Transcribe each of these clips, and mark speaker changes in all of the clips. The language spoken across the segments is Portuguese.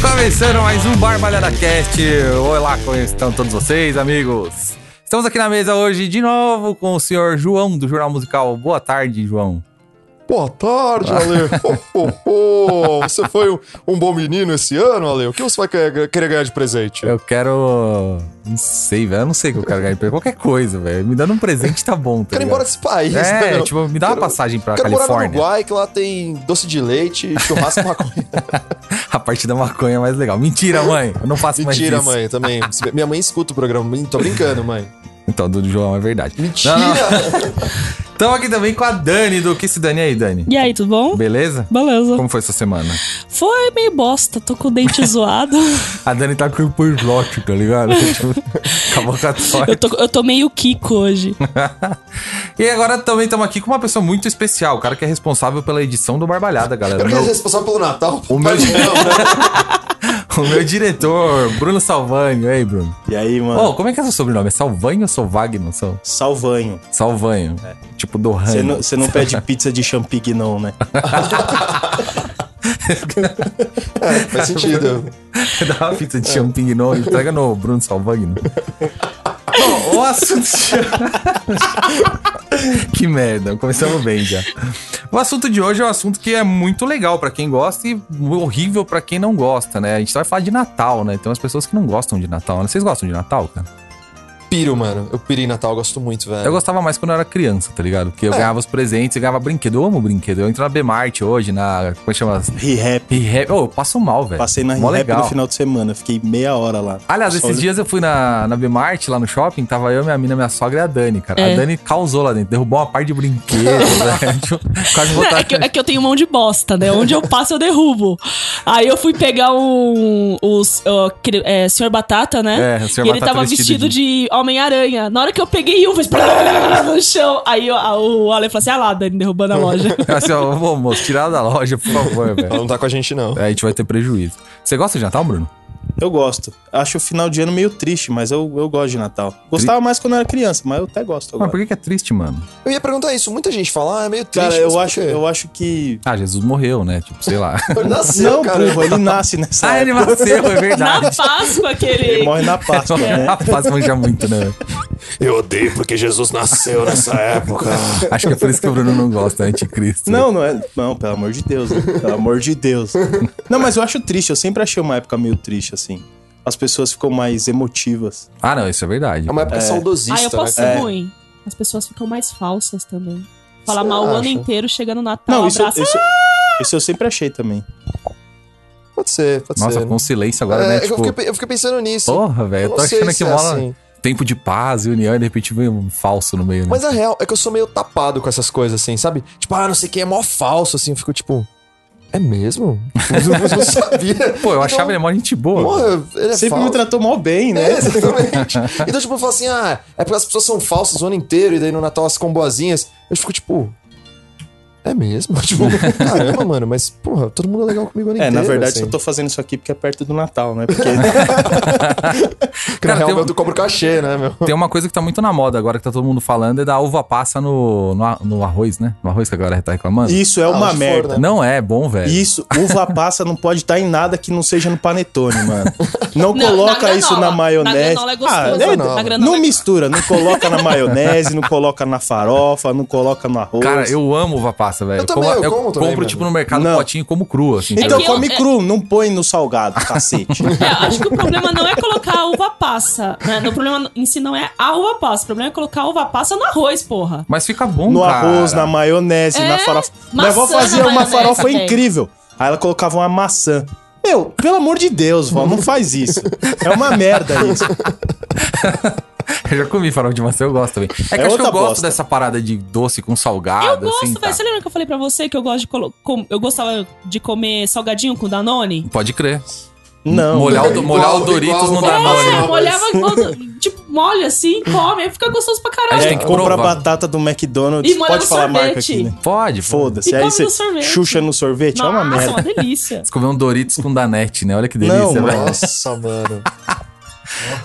Speaker 1: começando mais um Barbalhada Cast. Olá, como estão todos vocês, amigos? Estamos aqui na mesa hoje de novo com o senhor João do Jornal Musical. Boa tarde, João.
Speaker 2: Boa tarde, Ale. Ho, ho, ho. Você foi um, um bom menino esse ano, Ale. O que você vai que- querer ganhar de presente?
Speaker 1: Eu quero. Não sei, velho. Eu não sei o que eu quero ganhar de presente. Qualquer coisa, velho. Me dando um presente tá bom, tá
Speaker 2: Quero ir
Speaker 1: ligado?
Speaker 2: embora desse país, né?
Speaker 1: É,
Speaker 2: meu?
Speaker 1: tipo, me dá uma
Speaker 2: Quero-
Speaker 1: passagem pra
Speaker 2: Quero morar no
Speaker 1: Califórnia.
Speaker 2: Uruguai, que lá tem doce de leite, churrasco e maconha.
Speaker 1: A parte da maconha é mais legal. Mentira, mãe. Eu não faço mais
Speaker 2: Mentira,
Speaker 1: isso.
Speaker 2: mãe, também. Minha mãe escuta o programa. Min- Tô brincando, mãe.
Speaker 1: Então, do João é verdade.
Speaker 2: Mentira!
Speaker 1: Não, não. Estamos aqui também com a Dani do Que Se Dani aí, Dani.
Speaker 3: E aí, tudo bom?
Speaker 1: Beleza?
Speaker 3: Beleza.
Speaker 1: Como foi sua semana?
Speaker 3: Foi meio bosta, tô com o dente zoado.
Speaker 1: A Dani tá com o porlote, tá ligado? Tipo, com a boca torta.
Speaker 3: Eu tô, eu tô meio Kiko hoje.
Speaker 1: E agora também estamos aqui com uma pessoa muito especial, o cara que é responsável pela edição do Barbalhada, galera.
Speaker 2: Quero que ele é
Speaker 1: Meu-
Speaker 2: responsável pelo Natal.
Speaker 1: O meu-
Speaker 2: Mas não, né?
Speaker 1: o meu diretor, Bruno Salvanho. Ei, Bruno.
Speaker 4: E aí, mano?
Speaker 1: Ô, como é que é seu sobrenome? É Salvanho ou Solvagno? Sal...
Speaker 4: Salvanho.
Speaker 1: Salvanho. Tipo do
Speaker 4: É. Você
Speaker 1: ranho.
Speaker 4: não, você não pede pizza de champignon, não, né?
Speaker 2: É, faz sentido.
Speaker 1: Dá uma pizza de champignon e entrega no Bruno Salvagno. Bom, o assunto. de- que merda, começamos bem já. O assunto de hoje é um assunto que é muito legal pra quem gosta e horrível pra quem não gosta, né? A gente vai falar de Natal, né? Tem umas pessoas que não gostam de Natal, né? Vocês gostam de Natal, cara?
Speaker 2: Piro, mano. Eu piro em Natal, eu gosto muito, velho.
Speaker 1: Eu gostava mais quando eu era criança, tá ligado? Porque eu
Speaker 4: É.
Speaker 1: ganhava os presentes, eu ganhava brinquedo. Eu amo brinquedo. Eu entro na Bmart hoje, na. Como é que chama?
Speaker 4: Re-rap.
Speaker 1: Re- Ô, eu passo mal, velho.
Speaker 4: Passei na
Speaker 1: Mó
Speaker 4: Re-rap no
Speaker 1: legal.
Speaker 4: final de semana. Fiquei meia hora lá.
Speaker 1: Aliás,
Speaker 4: Só
Speaker 1: esses
Speaker 4: olhando-
Speaker 1: dias eu fui na, na Bmart, lá no shopping, tava eu, minha mina, minha sogra e a Dani, cara.
Speaker 3: É.
Speaker 1: A Dani causou lá dentro, derrubou uma parte de brinquedo, né? Tipo, Quase
Speaker 3: Não,
Speaker 1: botar...
Speaker 3: é, que, eu- é que eu tenho mão de bosta, né? Onde eu passo, eu derrubo. Aí eu fui pegar um. Os, ó, aquele, é, Senhor Batata, né?
Speaker 1: É, o Senhor
Speaker 3: e ele
Speaker 1: Batata
Speaker 3: tava
Speaker 1: vestido
Speaker 3: vestido de, Homem-Aranha. Na hora que eu peguei um, fez. no chão. Aí ó, a- o Ale falou assim: ah lá, Dani, derrubando a loja.
Speaker 1: Assim, ó, ô, moço, tirar da loja, por favor,
Speaker 2: Ela
Speaker 1: velho.
Speaker 2: não tá com a gente, não.
Speaker 1: Aí a gente vai ter prejuízo. Você gosta de Natal, Bruno?
Speaker 4: Eu gosto. Acho o final de ano meio triste, mas eu, eu gosto de Natal. Gostava mais quando eu era criança, mas eu até gosto
Speaker 1: Mas
Speaker 4: agora.
Speaker 1: por que, que é triste, mano?
Speaker 2: Eu ia perguntar isso. Muita gente fala, ah, é meio triste.
Speaker 4: Cara,
Speaker 2: mas
Speaker 4: eu
Speaker 2: por
Speaker 4: acho,
Speaker 2: quê?
Speaker 4: eu acho que...
Speaker 1: Ah, Jesus morreu, né? Tipo, sei lá.
Speaker 2: Nasceu,
Speaker 4: não,
Speaker 2: é cara.
Speaker 4: porra, ele nasce nessa
Speaker 1: ah, ele
Speaker 4: época.
Speaker 1: nasceu, é
Speaker 3: Na
Speaker 1: verdade.
Speaker 3: Páscoa,
Speaker 4: Ele é
Speaker 3: aquele.
Speaker 4: morre na Páscoa, né?
Speaker 1: Rapaz, manja muito, né? velho?
Speaker 2: Eu odeio porque Jesus nasceu nessa época.
Speaker 1: Acho que é por isso que o Bruno não gosta, né? anticristo.
Speaker 4: Não, não é. Não, pelo amor de Deus, né? Pelo amor de Deus. Não, mas eu acho triste, eu sempre achei uma época meio triste, assim. As pessoas ficam mais emotivas.
Speaker 1: Ah, não, isso é verdade.
Speaker 2: É uma época saudosista,
Speaker 3: Ah, eu posso ser
Speaker 2: né?
Speaker 4: É.
Speaker 3: ruim. As pessoas ficam mais falsas também. Falar
Speaker 2: Você
Speaker 3: mal o ano
Speaker 2: acha?
Speaker 3: inteiro, chega no Natal,
Speaker 4: Não, isso, é
Speaker 3: abraça.
Speaker 4: isso, isso eu sempre achei também.
Speaker 2: Pode ser, pode
Speaker 1: Nossa,
Speaker 2: ser.
Speaker 1: com silêncio agora,
Speaker 2: É,
Speaker 1: né?
Speaker 2: eu,
Speaker 1: Tipo,
Speaker 2: fiquei, pe- eu fiquei pensando nisso.
Speaker 1: porra, velho.
Speaker 2: Eu
Speaker 1: Eu
Speaker 2: não
Speaker 1: tô
Speaker 2: sei
Speaker 1: achando
Speaker 2: se
Speaker 1: que
Speaker 2: é
Speaker 1: mola
Speaker 2: assim.
Speaker 1: tempo de paz e união e de repente vem um falso no meio, né?
Speaker 2: Mas a real é que eu sou meio tapado com essas coisas, assim, sabe? Tipo, ah, não sei quem é mó falso, assim. Eu fico tipo, é mesmo? Eu não, eu não sabia.
Speaker 1: Pô, eu achava ele mó gente boa.
Speaker 2: então, Porra, ele é
Speaker 4: Sempre me
Speaker 2: falso.
Speaker 4: tratou mal bem,
Speaker 2: É,
Speaker 4: né?
Speaker 2: exatamente. então, tipo, eu falo assim, ah, é porque as pessoas são falsas o ano inteiro e daí no Natal elas ficam boazinhas. Eu fico tipo. É mesmo? Tipo, caramba, mano, mas, porra, todo mundo é legal comigo o ano
Speaker 4: É,
Speaker 2: inteiro.
Speaker 4: na verdade,
Speaker 2: assim.
Speaker 4: eu tô fazendo isso aqui porque é perto do Natal, né? Porque
Speaker 2: Porque,
Speaker 1: Cara,
Speaker 2: na real,
Speaker 1: tem um-
Speaker 2: eu cobro cachê, né, meu?
Speaker 1: Tem uma coisa que tá muito na moda agora, que tá todo mundo falando, é da uva passa no, no, a- no arroz, né? No arroz que a galera tá reclamando.
Speaker 4: isso é
Speaker 2: Ah,
Speaker 4: uma
Speaker 2: onde for,
Speaker 4: merda.
Speaker 2: né?
Speaker 1: Não é bom, velho.
Speaker 4: Isso, uva passa não pode estar em nada que não seja no panetone, mano. Não,
Speaker 3: Não,
Speaker 4: coloca
Speaker 3: na
Speaker 4: isso
Speaker 3: granola.
Speaker 4: na
Speaker 3: Na
Speaker 4: maionese.
Speaker 3: granola é gostoso.
Speaker 2: Na
Speaker 4: né?
Speaker 3: granola é
Speaker 4: não
Speaker 3: gostoso.
Speaker 4: mistura, não coloca na maionese, não coloca na farofa, não coloca no arroz.
Speaker 1: Cara, eu amo uva passa, velho.
Speaker 2: Eu também, eu
Speaker 1: compro,
Speaker 2: como também,
Speaker 1: tipo,
Speaker 2: mano.
Speaker 1: no mercado
Speaker 4: Não.
Speaker 1: potinho e como crua, assim.
Speaker 4: Então
Speaker 3: que eu-
Speaker 4: come
Speaker 3: é-
Speaker 4: cru, não põe no salgado, cacete.
Speaker 3: É, acho que o problema não é colocar a uva passa. Né? O problema em si não é a uva passa. O problema é colocar a uva passa no arroz, porra.
Speaker 1: Mas fica bom,
Speaker 4: No
Speaker 1: Um cara.
Speaker 4: arroz, na maionese,
Speaker 3: É,
Speaker 4: na farofa.
Speaker 3: maçã
Speaker 4: Minha avó fazia
Speaker 3: na
Speaker 4: uma
Speaker 3: maionese
Speaker 4: farofa
Speaker 3: também.
Speaker 4: incrível. Aí ela colocava uma maçã. Meu, pelo amor de Deus, vó, não faz isso. É uma merda isso.
Speaker 1: Eu já comi farofa de maçã, eu gosto também. É que
Speaker 4: É
Speaker 1: eu acho que
Speaker 4: outra
Speaker 1: eu gosto
Speaker 4: bosta.
Speaker 1: dessa parada de doce com salgado,
Speaker 3: eu gosto,
Speaker 1: assim,
Speaker 3: velho.
Speaker 1: tá?
Speaker 3: Você lembra que eu falei pra você que eu gosto de colo- com- eu gostava de comer salgadinho com Danone?
Speaker 1: Pode crer.
Speaker 4: Não. É,
Speaker 1: molhar o,
Speaker 2: Igual-
Speaker 1: molhar o
Speaker 2: igual-
Speaker 1: Doritos no
Speaker 2: igual-
Speaker 1: Danone.
Speaker 3: É,
Speaker 2: mas-
Speaker 3: molhava, tipo, molha assim, come, aí fica gostoso pra
Speaker 1: A
Speaker 3: caralho.
Speaker 1: gente
Speaker 4: É,
Speaker 1: tem que
Speaker 4: compra
Speaker 1: provar.
Speaker 4: batata do McDonald's.
Speaker 3: E molha
Speaker 4: Pode
Speaker 3: no
Speaker 4: falar a marca
Speaker 3: sorvete.
Speaker 4: aqui, né?
Speaker 1: Pode.
Speaker 4: Foda-se.
Speaker 3: E
Speaker 4: Aí
Speaker 3: come
Speaker 4: você
Speaker 3: no sorvete.
Speaker 4: chucha no sorvete.
Speaker 3: Nossa,
Speaker 4: é uma merda.
Speaker 3: delícia.
Speaker 1: Você comeu um Doritos com Danete, né? Olha que
Speaker 4: Não,
Speaker 1: delícia, velho.
Speaker 4: mas-
Speaker 2: Nossa, mano.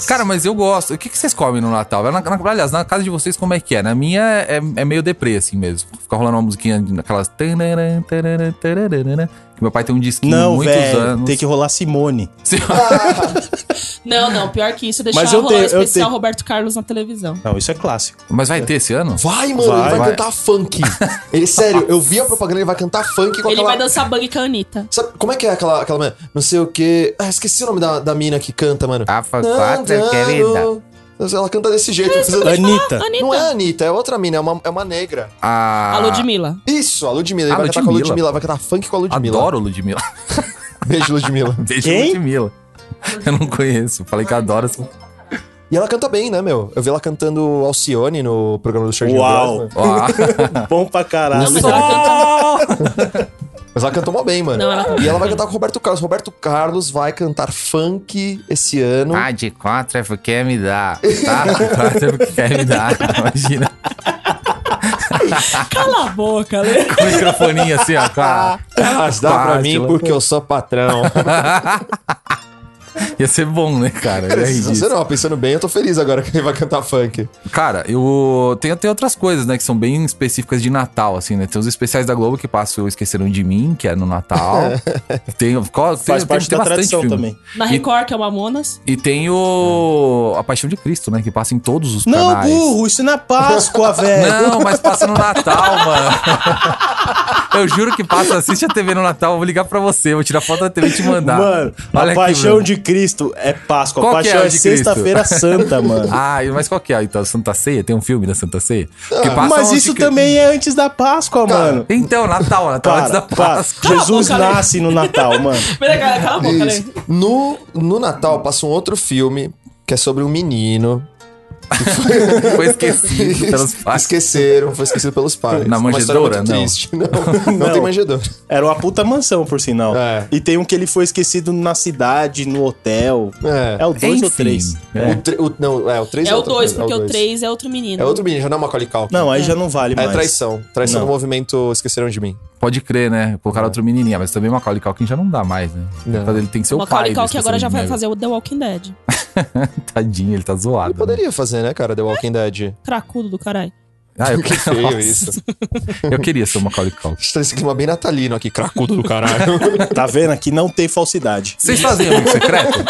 Speaker 1: Cara, mas eu gosto. O que, que vocês comem no Natal? Na, na, aliás, na casa de vocês, como é que é? Na minha é, é meio deprê, assim mesmo. Fica rolando uma musiquinha naquelas. tararã, tararã, tararã, Que meu pai tem um disquinho há
Speaker 4: Não,
Speaker 1: muitos
Speaker 4: velho.
Speaker 1: anos.
Speaker 4: Tem que rolar Simone.
Speaker 3: Não, não, pior que isso, deixar
Speaker 4: Mas eu
Speaker 3: rolar
Speaker 4: tenho- eu
Speaker 3: especial
Speaker 4: tenho.
Speaker 3: Roberto Carlos na televisão.
Speaker 4: Não, isso é clássico.
Speaker 1: Mas vai ter esse ano?
Speaker 2: Vai, mano,
Speaker 4: Vai,
Speaker 2: ele vai,
Speaker 1: vai.
Speaker 2: cantar funk. Ele, sério, eu vi a propaganda, ele vai cantar funk com
Speaker 3: Ele
Speaker 2: aquela...
Speaker 3: vai dançar bug com a Anitta.
Speaker 2: Sabe, como é que é aquela, aquela mina? Não sei o quê. Ah, esqueci o nome da, da mina que canta, mano.
Speaker 1: Rafa
Speaker 2: Não,
Speaker 1: Quatro, é
Speaker 2: não.
Speaker 1: querida.
Speaker 2: Ela canta desse jeito. não precisa-
Speaker 4: Anitta.
Speaker 3: Anitta.
Speaker 2: Não é a Anitta, é outra mina, é uma, é uma negra.
Speaker 1: A...
Speaker 3: A Ludmilla.
Speaker 2: Isso, a Ludmilla. Ele
Speaker 1: Ah,
Speaker 2: vai cantar com a
Speaker 1: Ludmilla.
Speaker 2: Ludmilla, vai cantar funk com a Ludmilla.
Speaker 1: Adoro Ludmilla.
Speaker 2: Beijo, Ludmilla.
Speaker 1: Beijo,
Speaker 4: Quem?
Speaker 1: Ludmilla. Eu não conheço. Falei que adoro. assim.
Speaker 2: E ela canta bem, né, meu? Eu vi ela cantando Alcione no programa do Charlie
Speaker 4: Uau.
Speaker 2: Brown.
Speaker 1: Ó,
Speaker 4: Bom pra caralho.
Speaker 3: Não, mas ela
Speaker 2: Mas ela cantou mal bem, mano.
Speaker 3: Não, ela canta
Speaker 2: E ela vai cantar com o Roberto Carlos. Roberto Carlos vai cantar funk esse ano.
Speaker 1: Ah, de quatro é porque quer me dar. Tá? De quatro é porque quer me dar. Imagina.
Speaker 3: Cala a boca, Lê.
Speaker 1: Com o microfoninho assim, ó. Com a...
Speaker 4: Ah.
Speaker 2: Mas Ah, dá pra
Speaker 1: Fácil.
Speaker 2: mim porque eu sou patrão.
Speaker 1: Ia ser bom, né, cara? Eu ia rir
Speaker 2: Se
Speaker 1: disso.
Speaker 2: você não, pensando bem, eu tô feliz agora que ele vai cantar funk.
Speaker 1: Cara, eu tenho até outras coisas, né, que são bem específicas de Natal, assim, né? Tem os especiais da Globo que passam o Esqueceram de Mim, que é no Natal. tem, qual- tem,
Speaker 4: Faz
Speaker 1: tem-
Speaker 4: parte
Speaker 1: tem
Speaker 4: da
Speaker 1: bastante
Speaker 4: tradição
Speaker 1: filme.
Speaker 4: também.
Speaker 3: Na Record, que é o Mamonas.
Speaker 1: E tem o A Paixão de Cristo, né, que passa em todos os
Speaker 4: Não,
Speaker 1: canais.
Speaker 4: burro, isso não é Páscoa, velho.
Speaker 1: Não, mas passa no Natal, mano. Eu juro que passa, assiste a TV no Natal, eu vou ligar pra você, vou tirar foto da TV e te mandar.
Speaker 4: Mano,
Speaker 1: Olha
Speaker 4: a
Speaker 1: aqui,
Speaker 4: paixão
Speaker 1: mano.
Speaker 4: de Cristo é Páscoa.
Speaker 1: Qual
Speaker 4: a
Speaker 1: que é
Speaker 4: paixão
Speaker 1: a
Speaker 4: é,
Speaker 1: de Cristo?
Speaker 4: sexta-feira santa, mano.
Speaker 1: Ah, mas qual que é? Então, Santa Ceia? Tem um filme da Santa Ceia? Que passa
Speaker 4: Ah, Mas
Speaker 1: onde
Speaker 4: isso
Speaker 1: que-
Speaker 4: também é antes da Páscoa, mano.
Speaker 1: Então, Natal, Natal antes da
Speaker 4: Para, para.
Speaker 1: Páscoa.
Speaker 4: Jesus
Speaker 3: Cala a boca,
Speaker 4: nasce no Natal, mano.
Speaker 3: Peraí, cara, cala a boca, Lê.
Speaker 2: Isso. No, no Natal passa um outro filme que é sobre um menino.
Speaker 1: Foi esquecido pelos pais.
Speaker 2: Esqueceram, foi esquecido pelos pais.
Speaker 1: Na
Speaker 2: Uma história
Speaker 1: manjedoura,
Speaker 2: muito
Speaker 1: não.
Speaker 2: triste. Não, não,
Speaker 4: Não.
Speaker 2: tem manjedoura.
Speaker 4: Era uma puta mansão, por sinal.
Speaker 2: É.
Speaker 4: E tem um que ele foi esquecido na cidade, no hotel.
Speaker 2: É.
Speaker 4: É o 2 ou
Speaker 1: Enfim,
Speaker 4: 3?
Speaker 1: é.
Speaker 2: O tre- o- não, é o 3
Speaker 3: É o 2, porque o 3 é outro menino.
Speaker 2: É outro menino, já não é Macaulay Culkin.
Speaker 4: Não, aí já não vale
Speaker 2: É
Speaker 4: mais.
Speaker 2: traição. Traição
Speaker 4: Não.
Speaker 2: do movimento Esqueceram de Mim.
Speaker 1: Pode crer, né? Colocar outro menininho. Mas também Macaulay Culkin já não dá mais, né?
Speaker 2: Não.
Speaker 1: Ele tem que ser
Speaker 3: O
Speaker 1: o pai.
Speaker 3: Macaulay
Speaker 1: do
Speaker 3: Culkin agora já vai
Speaker 1: Esqueceram de
Speaker 3: fazer o The Walking Dead.
Speaker 1: Mim. Tadinho, ele tá zoado.
Speaker 2: Ele poderia fazer, né, cara? The Walking Dead.
Speaker 3: Cracudo do caralho.
Speaker 1: né? Ah, eu,
Speaker 2: Que feio
Speaker 1: Nossa,
Speaker 2: isso.
Speaker 1: eu queria ser o Macaulay Culkin.
Speaker 2: A gente tá nesse clima bem natalino aqui, cracudo do caralho.
Speaker 4: Tá vendo? Aqui não tem falsidade.
Speaker 1: Vocês fazem um amigo secreto?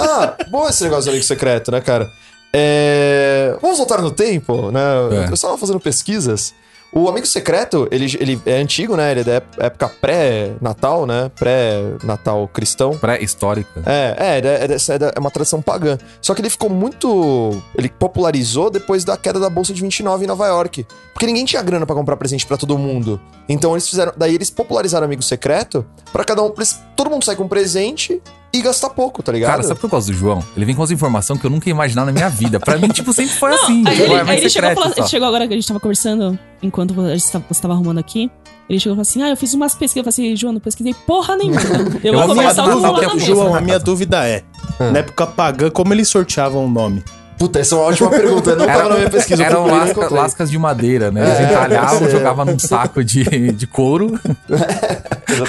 Speaker 2: Ah, bom esse negócio do amigo secreto, né, cara? É, Vamos voltar no tempo, né?
Speaker 1: É.
Speaker 2: Eu estava fazendo pesquisas. O amigo secreto, ele, ele é antigo, né? Ele é da ép- época pré-natal, né? Pré-natal cristão.
Speaker 1: Pré-histórica.
Speaker 2: É, é, ele é, é dessa- é da- é uma tradição pagã. Só que ele ficou muito. Ele popularizou depois da queda da Bolsa de 29 em Nova York. Porque ninguém tinha grana pra comprar presente pra todo mundo. Então eles fizeram. Daí eles popularizaram o amigo secreto pra cada um. pra eles- todo mundo sair com um presente e gastar pouco, tá ligado?
Speaker 1: Cara, sabe por que eu gosto do João? Ele vem com umas informações que eu nunca ia imaginar na minha vida. Pra mim, tipo, sempre foi assim.
Speaker 3: Aí
Speaker 1: Tipo,
Speaker 3: ele,
Speaker 1: é mais
Speaker 3: aí ele chegou, e
Speaker 1: secreto
Speaker 3: falou-
Speaker 1: só.
Speaker 3: ele chegou agora que a gente tava conversando, enquanto você estava você tava arrumando aqui. Ele chegou e falou assim: Ah, eu fiz umas pesquisas. Eu falei assim: João, não pesquisei porra nenhuma. Eu,
Speaker 1: Eu
Speaker 3: vou
Speaker 1: vou
Speaker 3: conversar
Speaker 1: falar
Speaker 3: com o
Speaker 1: do
Speaker 3: Lula
Speaker 1: Natal
Speaker 3: na
Speaker 1: que o
Speaker 3: mesa.
Speaker 4: João, a minha dúvida é:
Speaker 1: Ah.
Speaker 4: na época pagã, como eles sorteavam o nome?
Speaker 2: Puta, essa é uma ótima pergunta. Eu não tava na minha pesquisa. eu
Speaker 1: eram
Speaker 2: procurei e não
Speaker 1: um lasca-
Speaker 2: encontrei.
Speaker 1: lascas de madeira, né? Eles
Speaker 2: É,
Speaker 1: entalhavam,
Speaker 2: é.
Speaker 1: jogavam num saco de, de couro,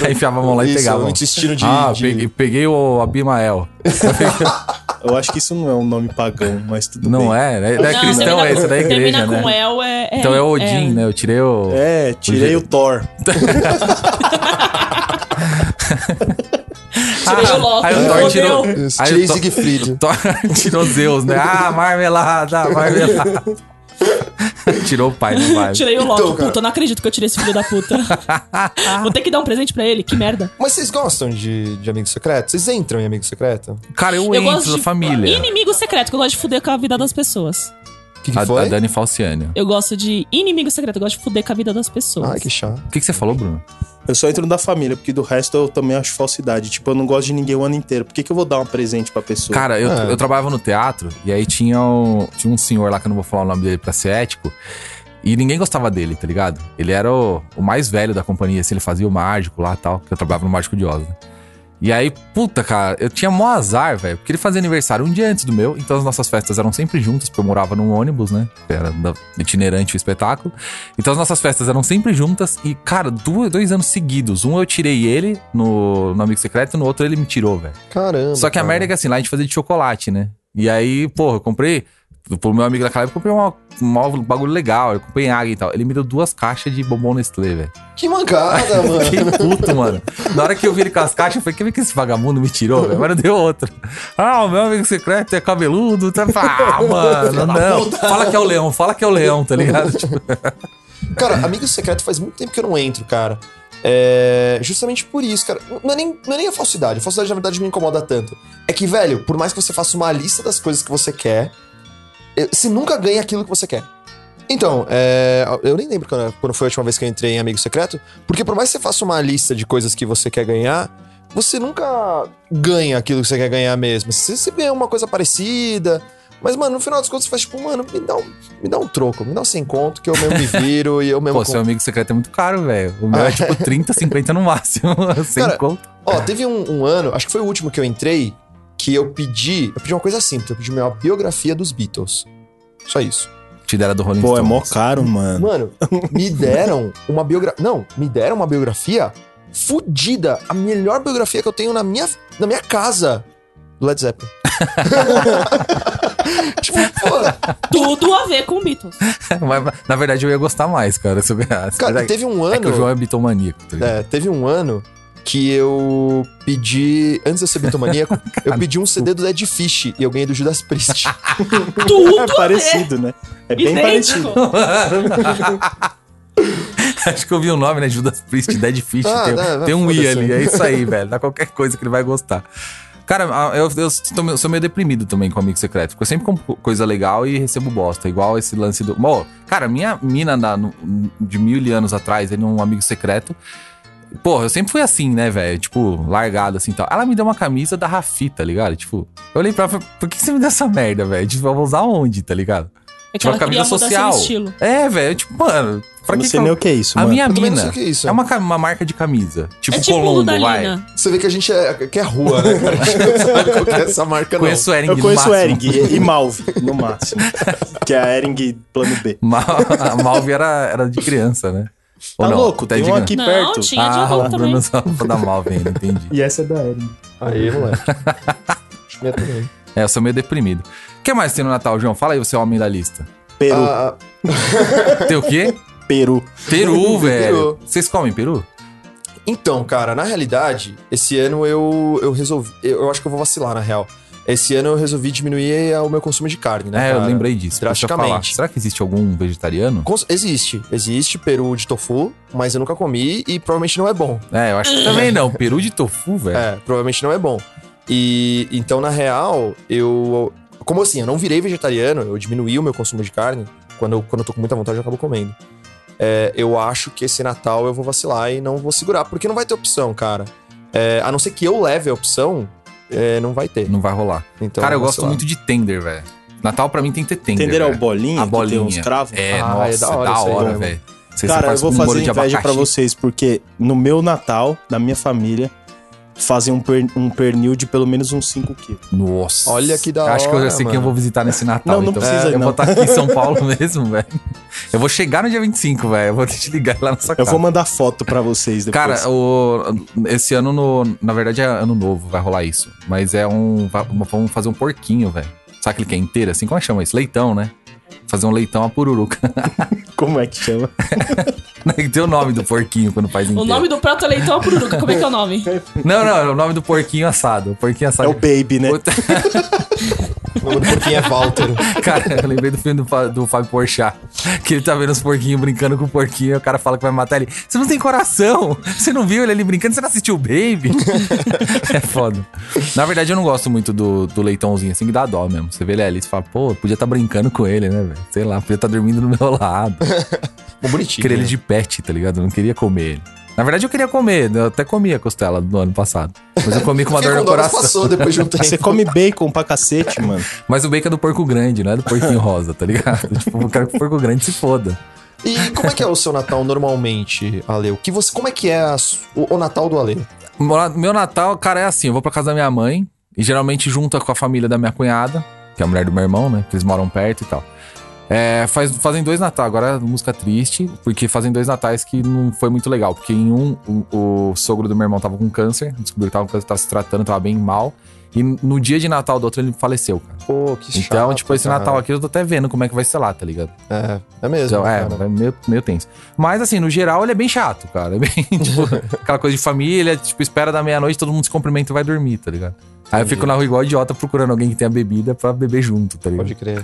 Speaker 1: aí enfiavam a mão lá e
Speaker 2: Isso,
Speaker 1: pegavam.
Speaker 2: um intestino de-
Speaker 1: ah,
Speaker 2: de-
Speaker 1: peguei, peguei o Abimael.
Speaker 4: Eu acho que isso não é um nome pagão, mas tudo bem.
Speaker 1: Não é, né? Não é
Speaker 3: Não,
Speaker 1: cristão,
Speaker 3: termina
Speaker 1: é esse
Speaker 3: com-
Speaker 1: da igreja,
Speaker 3: Termina com
Speaker 1: né?
Speaker 3: El é. é-
Speaker 1: Então é Odin,
Speaker 3: é-
Speaker 1: né? Eu tirei o...
Speaker 4: É, tirei o Thor.
Speaker 1: aí o
Speaker 3: Tirei o Loki. fodeu.
Speaker 1: Thor Ah, então tirou...
Speaker 2: Isso,
Speaker 1: aí
Speaker 2: tirei
Speaker 1: o Thor-
Speaker 2: Siegfried.
Speaker 1: o Thor tirou Zeus, né? Ah, marmelada, marmelada. tirou o pai, não vai.
Speaker 3: Tirei o Loki,
Speaker 2: Então, cara.
Speaker 3: puta, eu não acredito que eu tirei esse filho da puta. Vou ter que dar um presente pra ele, que merda.
Speaker 2: Mas vocês gostam de, de amigo secreto? Vocês entram em amigo secreto?
Speaker 1: Cara, eu, entro da família.
Speaker 3: inimigo secreto, que eu gosto de fuder com a vida das pessoas.
Speaker 2: O que, que
Speaker 1: A, a
Speaker 2: foi?
Speaker 1: Dani Falciani.
Speaker 3: Eu gosto de inimigo secreto, eu gosto de fuder com a vida das pessoas.
Speaker 2: Ai, que chato.
Speaker 1: O que, que você falou, Bruno?
Speaker 4: Eu só entro no da família, porque do resto eu também acho falsidade. Tipo, eu não gosto de ninguém o ano inteiro. Por que, que eu vou dar um presente pra pessoa?
Speaker 1: Cara, eu,
Speaker 2: Ah.
Speaker 1: eu trabalhava no teatro e aí tinha um, tinha um senhor lá que eu não vou falar o nome dele pra ser ético. E ninguém gostava dele, tá ligado? Ele era o, o mais velho da companhia, assim, ele fazia o mágico lá e tal, que eu trabalhava no Mágico de Oz, né? E aí, puta, cara, eu tinha mó azar, velho, porque ele fazia aniversário um dia antes do meu, então as nossas festas eram sempre juntas, porque eu morava num ônibus, né? Era da- itinerante o espetáculo. Então as nossas festas eram sempre juntas e, cara, du- dois anos seguidos. Um eu tirei ele no, no Amigo Secreto, no outro ele me tirou, velho.
Speaker 2: Caramba.
Speaker 1: Só que a
Speaker 2: cara.
Speaker 1: merda é que assim, lá a gente fazia de chocolate, né? E aí, porra, eu comprei. Pro meu amigo daquela época, eu comprei uma- um móvel, um bagulho legal, eu comprei água e tal. Ele me deu duas caixas de bombom Nestlé, velho.
Speaker 2: Que mancada, mano.
Speaker 1: Fiquei puto, mano. Na hora que eu vi ele com as caixas, eu falei, quer ver que esse vagabundo me tirou, velho? Mas não deu outra. Ah, o meu amigo secreto é cabeludo. Tá... Ah, mano, não. Fala que é o leão, fala que é o leão, tá ligado? Tipo,
Speaker 2: Cara, Amigo Secreto faz muito tempo que eu não entro, cara. É, justamente por isso, cara. Não é, nem, não é nem a falsidade. A falsidade, na verdade, me incomoda tanto. É que, velho, por mais que você faça uma lista das coisas que você quer, eh, você nunca ganha aquilo que você quer. Então, é, eu nem lembro quando, quando foi a última vez que eu entrei em Amigo Secreto, porque por mais que você faça uma lista de coisas que você quer ganhar, você nunca ganha aquilo que você quer ganhar mesmo. Você, você ganha uma coisa parecida, mas, mano, no final das contas, você faz tipo, mano, me dá um, me dá um troco, me dá um sem conto que eu mesmo me viro e eu mesmo
Speaker 1: pô, seu amigo secreto é muito caro, velho. O meu é tipo 30, 50 no máximo. Sem
Speaker 2: Cara,
Speaker 1: conta.
Speaker 2: Ó, teve um, um ano, acho que foi o último que eu entrei, que eu pedi. Eu pedi uma coisa simples, eu pedi uma biografia dos Beatles. Só isso.
Speaker 1: Te deram do Rolling
Speaker 4: Pô, é mó
Speaker 1: Stones.
Speaker 4: caro, mano.
Speaker 2: Mano, me deram uma biografia. Não, me deram uma biografia fudida. A melhor biografia que eu tenho na minha, na minha casa. Do Led Zeppelin. tipo, pô.
Speaker 3: Tudo a ver com Beatles.
Speaker 1: Mas, na verdade, eu ia gostar mais, cara, se eu ganhasse. Mas
Speaker 2: Cara,
Speaker 1: é-
Speaker 2: teve um
Speaker 1: É que o
Speaker 2: ano.
Speaker 1: João é bitomaníaco, tá ligado?
Speaker 2: É, teve um ano que eu pedi. Antes de eu ser bitomaníaco, eu pedi um CD do Dead Fish e eu ganhei do Judas Priest.
Speaker 3: Tudo
Speaker 4: É parecido, né? É bem parecido.
Speaker 3: idêntico.
Speaker 1: Acho que eu vi o nome, né? Judas Priest, Dead Fish.
Speaker 2: Ah,
Speaker 1: tem,
Speaker 2: não,
Speaker 1: tem um I
Speaker 2: foda-se.
Speaker 1: ali. É isso aí, velho. Dá qualquer coisa que ele vai gostar. Cara, ah, eu, eu sou meio- sou meio deprimido também com Amigo Secreto. Porque eu sempre compro coisa legal e recebo bosta. Igual esse lance do. Bom, cara, minha mina da- no- de mil anos atrás, ele é um amigo secreto. Porra, eu sempre fui assim, né, velho? Tipo, largado assim e tal. Ela me deu uma camisa da Rafi, tá ligado? Tipo, eu olhei pra ela e falei, por que você me deu essa merda, velho? Tipo, eu vou usar onde, tá ligado?
Speaker 3: É que
Speaker 1: Tinha
Speaker 3: ela
Speaker 1: uma
Speaker 3: queria
Speaker 1: camisa
Speaker 3: mudar
Speaker 1: social.
Speaker 3: seu estilo.
Speaker 1: É, velho, tipo, mano, pra que,
Speaker 4: Eu não
Speaker 1: que
Speaker 4: sei
Speaker 1: eu-
Speaker 4: nem o que é isso,
Speaker 1: a
Speaker 4: mano.
Speaker 1: minha
Speaker 2: Eu também não sei
Speaker 1: mina
Speaker 2: o que é isso.
Speaker 1: é uma, ca- uma marca de camisa. Tipo,
Speaker 3: é tipo o
Speaker 1: Colombo,
Speaker 3: da
Speaker 1: vai.
Speaker 3: Lina.
Speaker 2: Você vê que a gente é, que é rua, né, cara? A gente não sabe qual que é essa marca, não.
Speaker 1: Conheço o Ering
Speaker 4: Eu
Speaker 1: no
Speaker 4: conheço o
Speaker 1: máximo.
Speaker 4: Ering e, e Malve, no máximo. que é a Ering plano B.
Speaker 1: Ma- a Malve era, era de criança, né?
Speaker 4: Tá louco,
Speaker 1: Até
Speaker 4: tem
Speaker 1: de
Speaker 4: um
Speaker 1: criança.
Speaker 4: aqui
Speaker 3: Não,
Speaker 4: perto.
Speaker 3: tinha. de
Speaker 1: Ah,
Speaker 3: algum
Speaker 1: o
Speaker 3: também.
Speaker 1: Bruno só falou da Malve ainda, entendi.
Speaker 4: E essa é da Ering.
Speaker 2: Aí, moleque. Acho que minha também.
Speaker 1: É, eu sou meio deprimido. O que mais tem no Natal, João? Fala aí, você é o homem da lista.
Speaker 4: Peru,
Speaker 2: Ah,
Speaker 1: Tem o quê?
Speaker 4: Peru.
Speaker 1: Peru,
Speaker 2: Peru.
Speaker 1: velho. Vocês comem peru?
Speaker 2: então, cara, na realidade, esse ano eu, eu resolvi. Eu, eu acho que eu vou vacilar, na real. Esse ano eu resolvi diminuir eh, o meu consumo de carne, né?
Speaker 1: é, eu
Speaker 2: cara?
Speaker 1: lembrei disso. deixa eu falar.
Speaker 2: drasticamente.
Speaker 1: Será que existe algum vegetariano?
Speaker 2: Cons- Existe, existe peru de tofu, mas eu nunca comi e provavelmente não é bom.
Speaker 1: É, eu acho que também não. Peru de tofu, velho.
Speaker 2: É, provavelmente não é bom. E então, na real, eu. Como assim? Eu não virei vegetariano, eu diminuí o meu consumo de carne. Quando eu, quando eu tô com muita vontade, eu acabo comendo. É, eu acho que esse Natal eu vou vacilar e não vou segurar, porque não vai ter opção, cara. É, a não ser que eu leve a opção, é, não vai ter.
Speaker 1: Não vai rolar.
Speaker 2: Então,
Speaker 1: Cara, eu
Speaker 2: vou
Speaker 1: gosto
Speaker 2: vacilar.
Speaker 1: muito de tender, velho. Natal pra mim tem que ter tender.
Speaker 4: Entender é o
Speaker 1: velho.
Speaker 4: bolinho,
Speaker 1: é. A
Speaker 4: que tem uns
Speaker 1: bolinha.
Speaker 4: cravos.
Speaker 1: É,
Speaker 2: Ah,
Speaker 1: nossa, é da hora,
Speaker 2: isso aí, né,
Speaker 1: velho. Você- assim, você
Speaker 4: Cara, eu
Speaker 1: faz
Speaker 4: vou
Speaker 1: com molho
Speaker 4: fazer
Speaker 1: de
Speaker 4: inveja
Speaker 1: abacaxi.
Speaker 4: pra vocês, porque no meu Natal, da minha família, fazem um, per- um pernil de pelo menos uns 5 quilos.
Speaker 1: Nossa.
Speaker 2: Olha que da
Speaker 1: Acho que eu já
Speaker 2: hora,
Speaker 1: sei quem
Speaker 2: mano.
Speaker 1: eu vou visitar nesse Natal.
Speaker 4: Não, não
Speaker 1: então.
Speaker 4: precisa,
Speaker 1: Eu
Speaker 4: não.
Speaker 1: vou estar aqui em São Paulo mesmo, velho. Eu vou chegar no dia 25, velho. Eu vou te ligar lá na sua
Speaker 4: Eu
Speaker 1: casa.
Speaker 4: vou mandar foto pra vocês depois.
Speaker 1: Cara, o- esse ano, no- na verdade, é ano novo, vai rolar isso. Mas é um. va- uma- Vamos fazer um porquinho, velho. Sabe aquele que é inteiro assim? Como é que chama isso? Leitão, né? Fazer um leitão a pururuca.
Speaker 4: como é que chama?
Speaker 1: Tem o nome do porquinho quando faz inteiro.
Speaker 3: O nome do prato é leitão é pururuca. Como é que é o nome?
Speaker 1: Não, não, é o nome do porquinho assado. O porquinho
Speaker 4: É
Speaker 1: assado.
Speaker 4: o Baby, né?
Speaker 1: Puta-
Speaker 2: O nome do porquinho é Walter.
Speaker 1: Cara, eu lembrei do filme do, Fa- do Fábio Porchat, que ele tá vendo os porquinhos brincando com o porquinho, e o cara fala que vai matar ele. Você não tem coração! Você não viu ele ali brincando, você não assistiu o Baby? é foda. Na verdade, eu não gosto muito do, do leitãozinho, assim, que dá dó mesmo. Você vê ele ali e fala, pô, podia estar brincando com ele, né, velho? Sei lá, podia estar dormindo no meu lado.
Speaker 2: Bom, bonitinho.
Speaker 1: queria ele
Speaker 2: né?
Speaker 1: de pet, tá ligado? Eu não queria comer ele. Na verdade, eu queria comer, eu até comi a costela do ano passado. Mas eu comi com é uma
Speaker 2: Fiquei
Speaker 1: dor no
Speaker 2: com dó, mas
Speaker 1: coração.
Speaker 2: passou depois de um tempo.
Speaker 4: Ah, Você come bacon pra cacete, mano.
Speaker 1: Mas o bacon é do porco grande, não é do porquinho rosa, tá ligado? tipo, eu quero que o porco grande se foda.
Speaker 2: E como é que é o seu Natal normalmente, Ale? O que você, como é que é a su- o, o Natal do Ale?
Speaker 1: Mo- Meu Natal, cara, é assim: eu vou pra casa da minha mãe e geralmente junta com a família da minha cunhada, que é a mulher do meu irmão, né? Que eles moram perto e tal. É, faz, fazem dois Natal, agora é música triste, porque fazem dois Natais que não foi muito legal. Porque em um, o, o sogro do meu irmão tava com câncer, descobriu que tava com câncer, tava se tratando, tava bem mal. E no dia de Natal do outro ele faleceu, cara.
Speaker 2: Pô, que chato.
Speaker 1: então, tipo, esse
Speaker 2: cara.
Speaker 1: Natal aqui eu tô até vendo como é que vai ser lá, tá ligado?
Speaker 2: É, é mesmo.
Speaker 1: Então, é,
Speaker 2: cara.
Speaker 1: vai meio, meio tenso. Mas, assim, no geral, ele é bem chato, cara. É bem, tipo, aquela coisa de família, tipo, espera da meia-noite, todo mundo se cumprimenta e vai dormir, tá ligado? Aí eu fico na rua igual idiota procurando alguém que tenha bebida pra beber junto, tá ligado?
Speaker 2: Pode crer.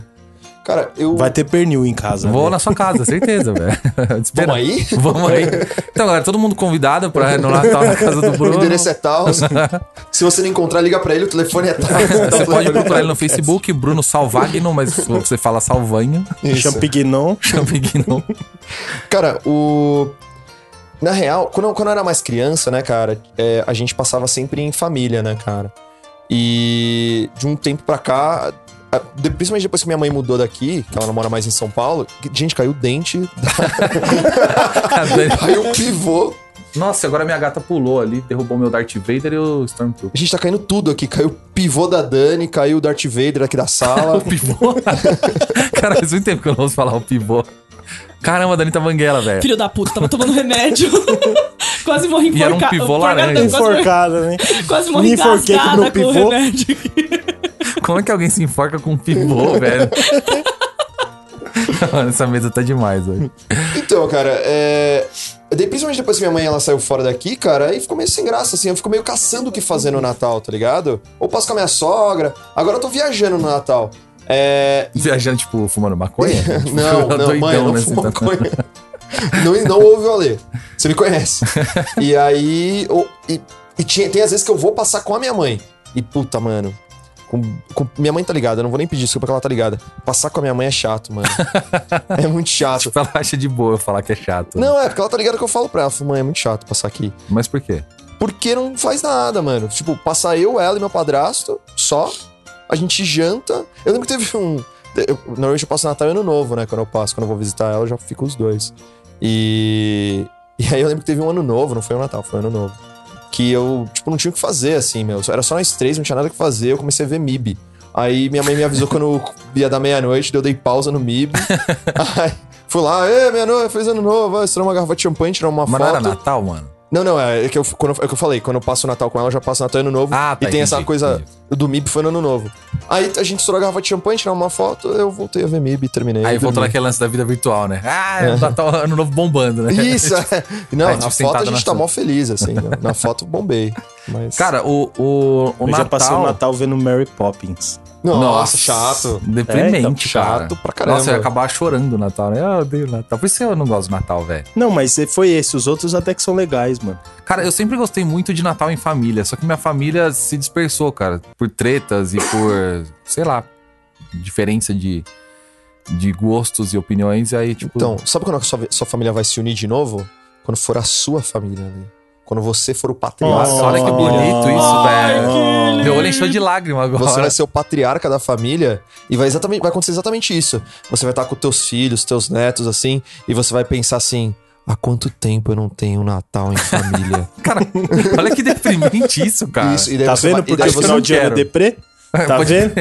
Speaker 2: Cara, eu.
Speaker 4: Vai ter pernil em casa.
Speaker 1: Vou
Speaker 4: né?
Speaker 1: na sua casa, certeza, velho. Te
Speaker 2: Vamos
Speaker 1: espero.
Speaker 2: aí?
Speaker 1: Vamos aí. Então, galera, todo mundo convidado pra no Natal na casa do
Speaker 2: O
Speaker 1: Bruno.
Speaker 2: endereço é tal. Se você não encontrar, liga pra ele, o telefone é tal.
Speaker 1: Você pode procurar ele no Facebook, Bruno Salvagno, mas você fala Salvanho,
Speaker 2: Isso.
Speaker 4: Champignon.
Speaker 1: Champignon.
Speaker 2: Cara, o. Na real, quando eu, quando eu era mais criança, né, cara, é, a gente passava sempre em família, né, cara? E de um tempo pra cá, a- de- principalmente depois que minha mãe mudou daqui, que ela não mora mais em São Paulo, que- gente, caiu o dente, caiu o pivô.
Speaker 1: Nossa, agora minha gata pulou ali, derrubou meu Darth Vader e o Stormtrooper.
Speaker 2: A gente tá caindo tudo aqui. Caiu o pivô da Dani, caiu o Darth Vader aqui da sala.
Speaker 1: Pivô? Cara, faz muito tempo que eu não ouço falar o pivô. Caramba, Danita Banguela, velho.
Speaker 3: Filho da puta, tava tomando remédio. quase morri
Speaker 1: E era um
Speaker 3: enforca-
Speaker 1: pivô
Speaker 3: enforcada,
Speaker 1: laranja.
Speaker 3: Quase, morri-
Speaker 4: Enforcada, né?
Speaker 3: quase morri
Speaker 4: Me enforquei com
Speaker 3: engasgada
Speaker 4: meu
Speaker 3: com o
Speaker 4: pivô.
Speaker 3: remédio.
Speaker 1: Como é que alguém se enforca com um pivô, velho? Mano, essa mesa tá demais, velho.
Speaker 2: Então, cara, é. Daí, principalmente depois que minha mãe ela saiu fora daqui, cara, aí ficou meio sem graça, assim. Eu fico meio caçando o que fazer no Natal, tá ligado? Ou passo com a minha sogra. Agora eu tô viajando no Natal. É.
Speaker 1: Viajando, tipo, fumando maconha?
Speaker 2: Não, não, mãe, eu não
Speaker 1: né?
Speaker 2: fumo
Speaker 1: Você tá-
Speaker 2: maconha. Não, não ouve o Alê. Você me conhece. E aí. eu- e e tinha- tem às vezes que eu vou passar com a minha mãe. E puta, mano. com- com- minha mãe tá ligada, eu não vou nem pedir desculpa que ela tá ligada. Passar com a minha mãe é chato, mano. É muito chato.
Speaker 1: Tipo, ela acha de boa eu falar que é chato.
Speaker 2: Não, é, porque ela tá ligada que eu falo pra ela. Eu falo, mãe, é muito chato passar aqui.
Speaker 1: Mas por quê?
Speaker 2: Porque não faz nada, mano. Tipo, passa eu, ela e meu padrasto, só. A gente janta. Eu lembro que teve um. eu- normalmente eu passo Natal e Ano Novo, né? Quando eu passo, quando eu vou visitar ela, eu já fico os dois. E. E aí eu lembro que teve um ano novo, não foi um Natal, foi um ano novo. Que eu, tipo, não tinha o que fazer, assim, meu. Era só nós três, não tinha nada o que fazer. Eu comecei a ver MIB. Aí minha mãe me avisou quando ia dar meia-noite, daí eu dei pausa no MIB. aí fui lá, ê, meia-noite, fez ano novo, estourou uma garrafa de champanhe, tirou uma
Speaker 1: Mas não era
Speaker 2: foto.
Speaker 1: Natal, mano?
Speaker 2: Não, não, é, que eu, quando, eu- é que eu falei, quando eu passo o Natal com ela, eu já passo o Natal e Ano Novo.
Speaker 1: Ah, tá,
Speaker 2: e tem essa
Speaker 1: entendi,
Speaker 2: coisa
Speaker 1: entendi.
Speaker 2: do MIB foi no Ano Novo. Aí a gente estourou a garrafa de champanhe, tirou uma foto, eu voltei a ver MIB e terminei.
Speaker 1: Aí
Speaker 2: e
Speaker 1: voltou
Speaker 2: dormi.
Speaker 1: naquele lance da vida virtual, né? Ah, é. Natal ano novo bombando, né?
Speaker 2: Isso, é. Não,
Speaker 1: Aí, tipo,
Speaker 2: na foto a
Speaker 1: sentado
Speaker 2: gente
Speaker 1: na
Speaker 2: tá
Speaker 1: sua-
Speaker 2: mó feliz, assim. né? Na foto bombei. Mas...
Speaker 1: Cara, o, o, o
Speaker 4: Eu
Speaker 1: Natal...
Speaker 4: já passei o Natal vendo Mary Poppins.
Speaker 2: nossa, chato.
Speaker 1: Deprimente,
Speaker 4: É, então,
Speaker 1: cara.
Speaker 2: chato pra caramba.
Speaker 1: Nossa, eu ia acabar chorando o Natal, né? Ah, eu odeio o Natal. Por isso que eu não gosto do Natal, velho.
Speaker 4: Não, mas é, foi esse. Os outros até que são legais, mano.
Speaker 1: Cara, eu sempre gostei muito de Natal em família, só que minha família se dispersou, cara, por tretas e por, sei lá, diferença de, de gostos e opiniões. E aí, tipo,
Speaker 2: Então, sabe quando a sua, sua família vai se unir de novo? Quando for a sua família, né? Quando você for o patriarca.
Speaker 1: Nossa, olha que
Speaker 2: da família.
Speaker 1: bonito isso,
Speaker 3: Ai,
Speaker 4: Tá
Speaker 1: velho.
Speaker 4: que
Speaker 1: Meu olho encheu de lágrima agora.
Speaker 2: Você vai ser o patriarca da família e vai, exatamente, vai acontecer exatamente isso. Você vai estar com teus filhos, teus netos, assim, e você vai pensar assim: há quanto tempo eu não tenho um Natal em família?
Speaker 1: Cara, olha que deprimente isso, cara.
Speaker 2: Isso, e daí
Speaker 4: tá
Speaker 2: você,
Speaker 4: vendo
Speaker 2: vai, e
Speaker 4: porque
Speaker 2: daí
Speaker 4: o
Speaker 1: eu
Speaker 2: você,
Speaker 4: final
Speaker 1: não
Speaker 4: de ano é
Speaker 1: quero.
Speaker 4: deprê? Tá
Speaker 1: Pode
Speaker 4: vendo?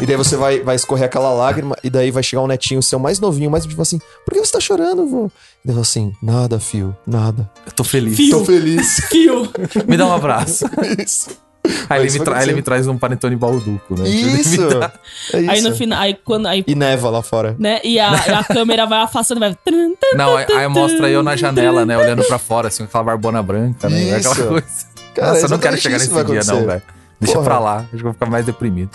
Speaker 2: e daí você vai, vai escorrer aquela lágrima, e daí vai chegar um netinho seu mais novinho, mais tipo assim: por que você tá chorando, vô? E daí eu assim: nada, fio, nada.
Speaker 1: Eu tô feliz.
Speaker 3: Fio.
Speaker 2: Tô feliz.
Speaker 3: Kill.
Speaker 1: Me dá um abraço.
Speaker 2: isso.
Speaker 1: Aí ele, me tra-
Speaker 2: isso vai
Speaker 1: aí
Speaker 2: acontecer.
Speaker 1: ele me traz um panetone balduco, né?
Speaker 2: Isso!
Speaker 1: Ele me dá-
Speaker 2: É isso.
Speaker 3: Aí no final, aí quando, aí,
Speaker 2: E neva lá fora.
Speaker 3: né, e a, a câmera vai afastando, vai...
Speaker 1: Não, aí, aí mostra eu na janela, né? Olhando pra fora, assim, com aquela barbona branca, né?
Speaker 2: Isso.
Speaker 1: Aquela coisa.
Speaker 2: Cara,
Speaker 1: Nossa, eu não
Speaker 2: exatamente
Speaker 1: quero chegar
Speaker 2: isso
Speaker 1: nesse
Speaker 2: vai
Speaker 1: dia, não,
Speaker 2: acontecer.
Speaker 1: velho. Deixa
Speaker 2: Porra.
Speaker 1: pra lá, acho que eu vou ficar mais deprimido.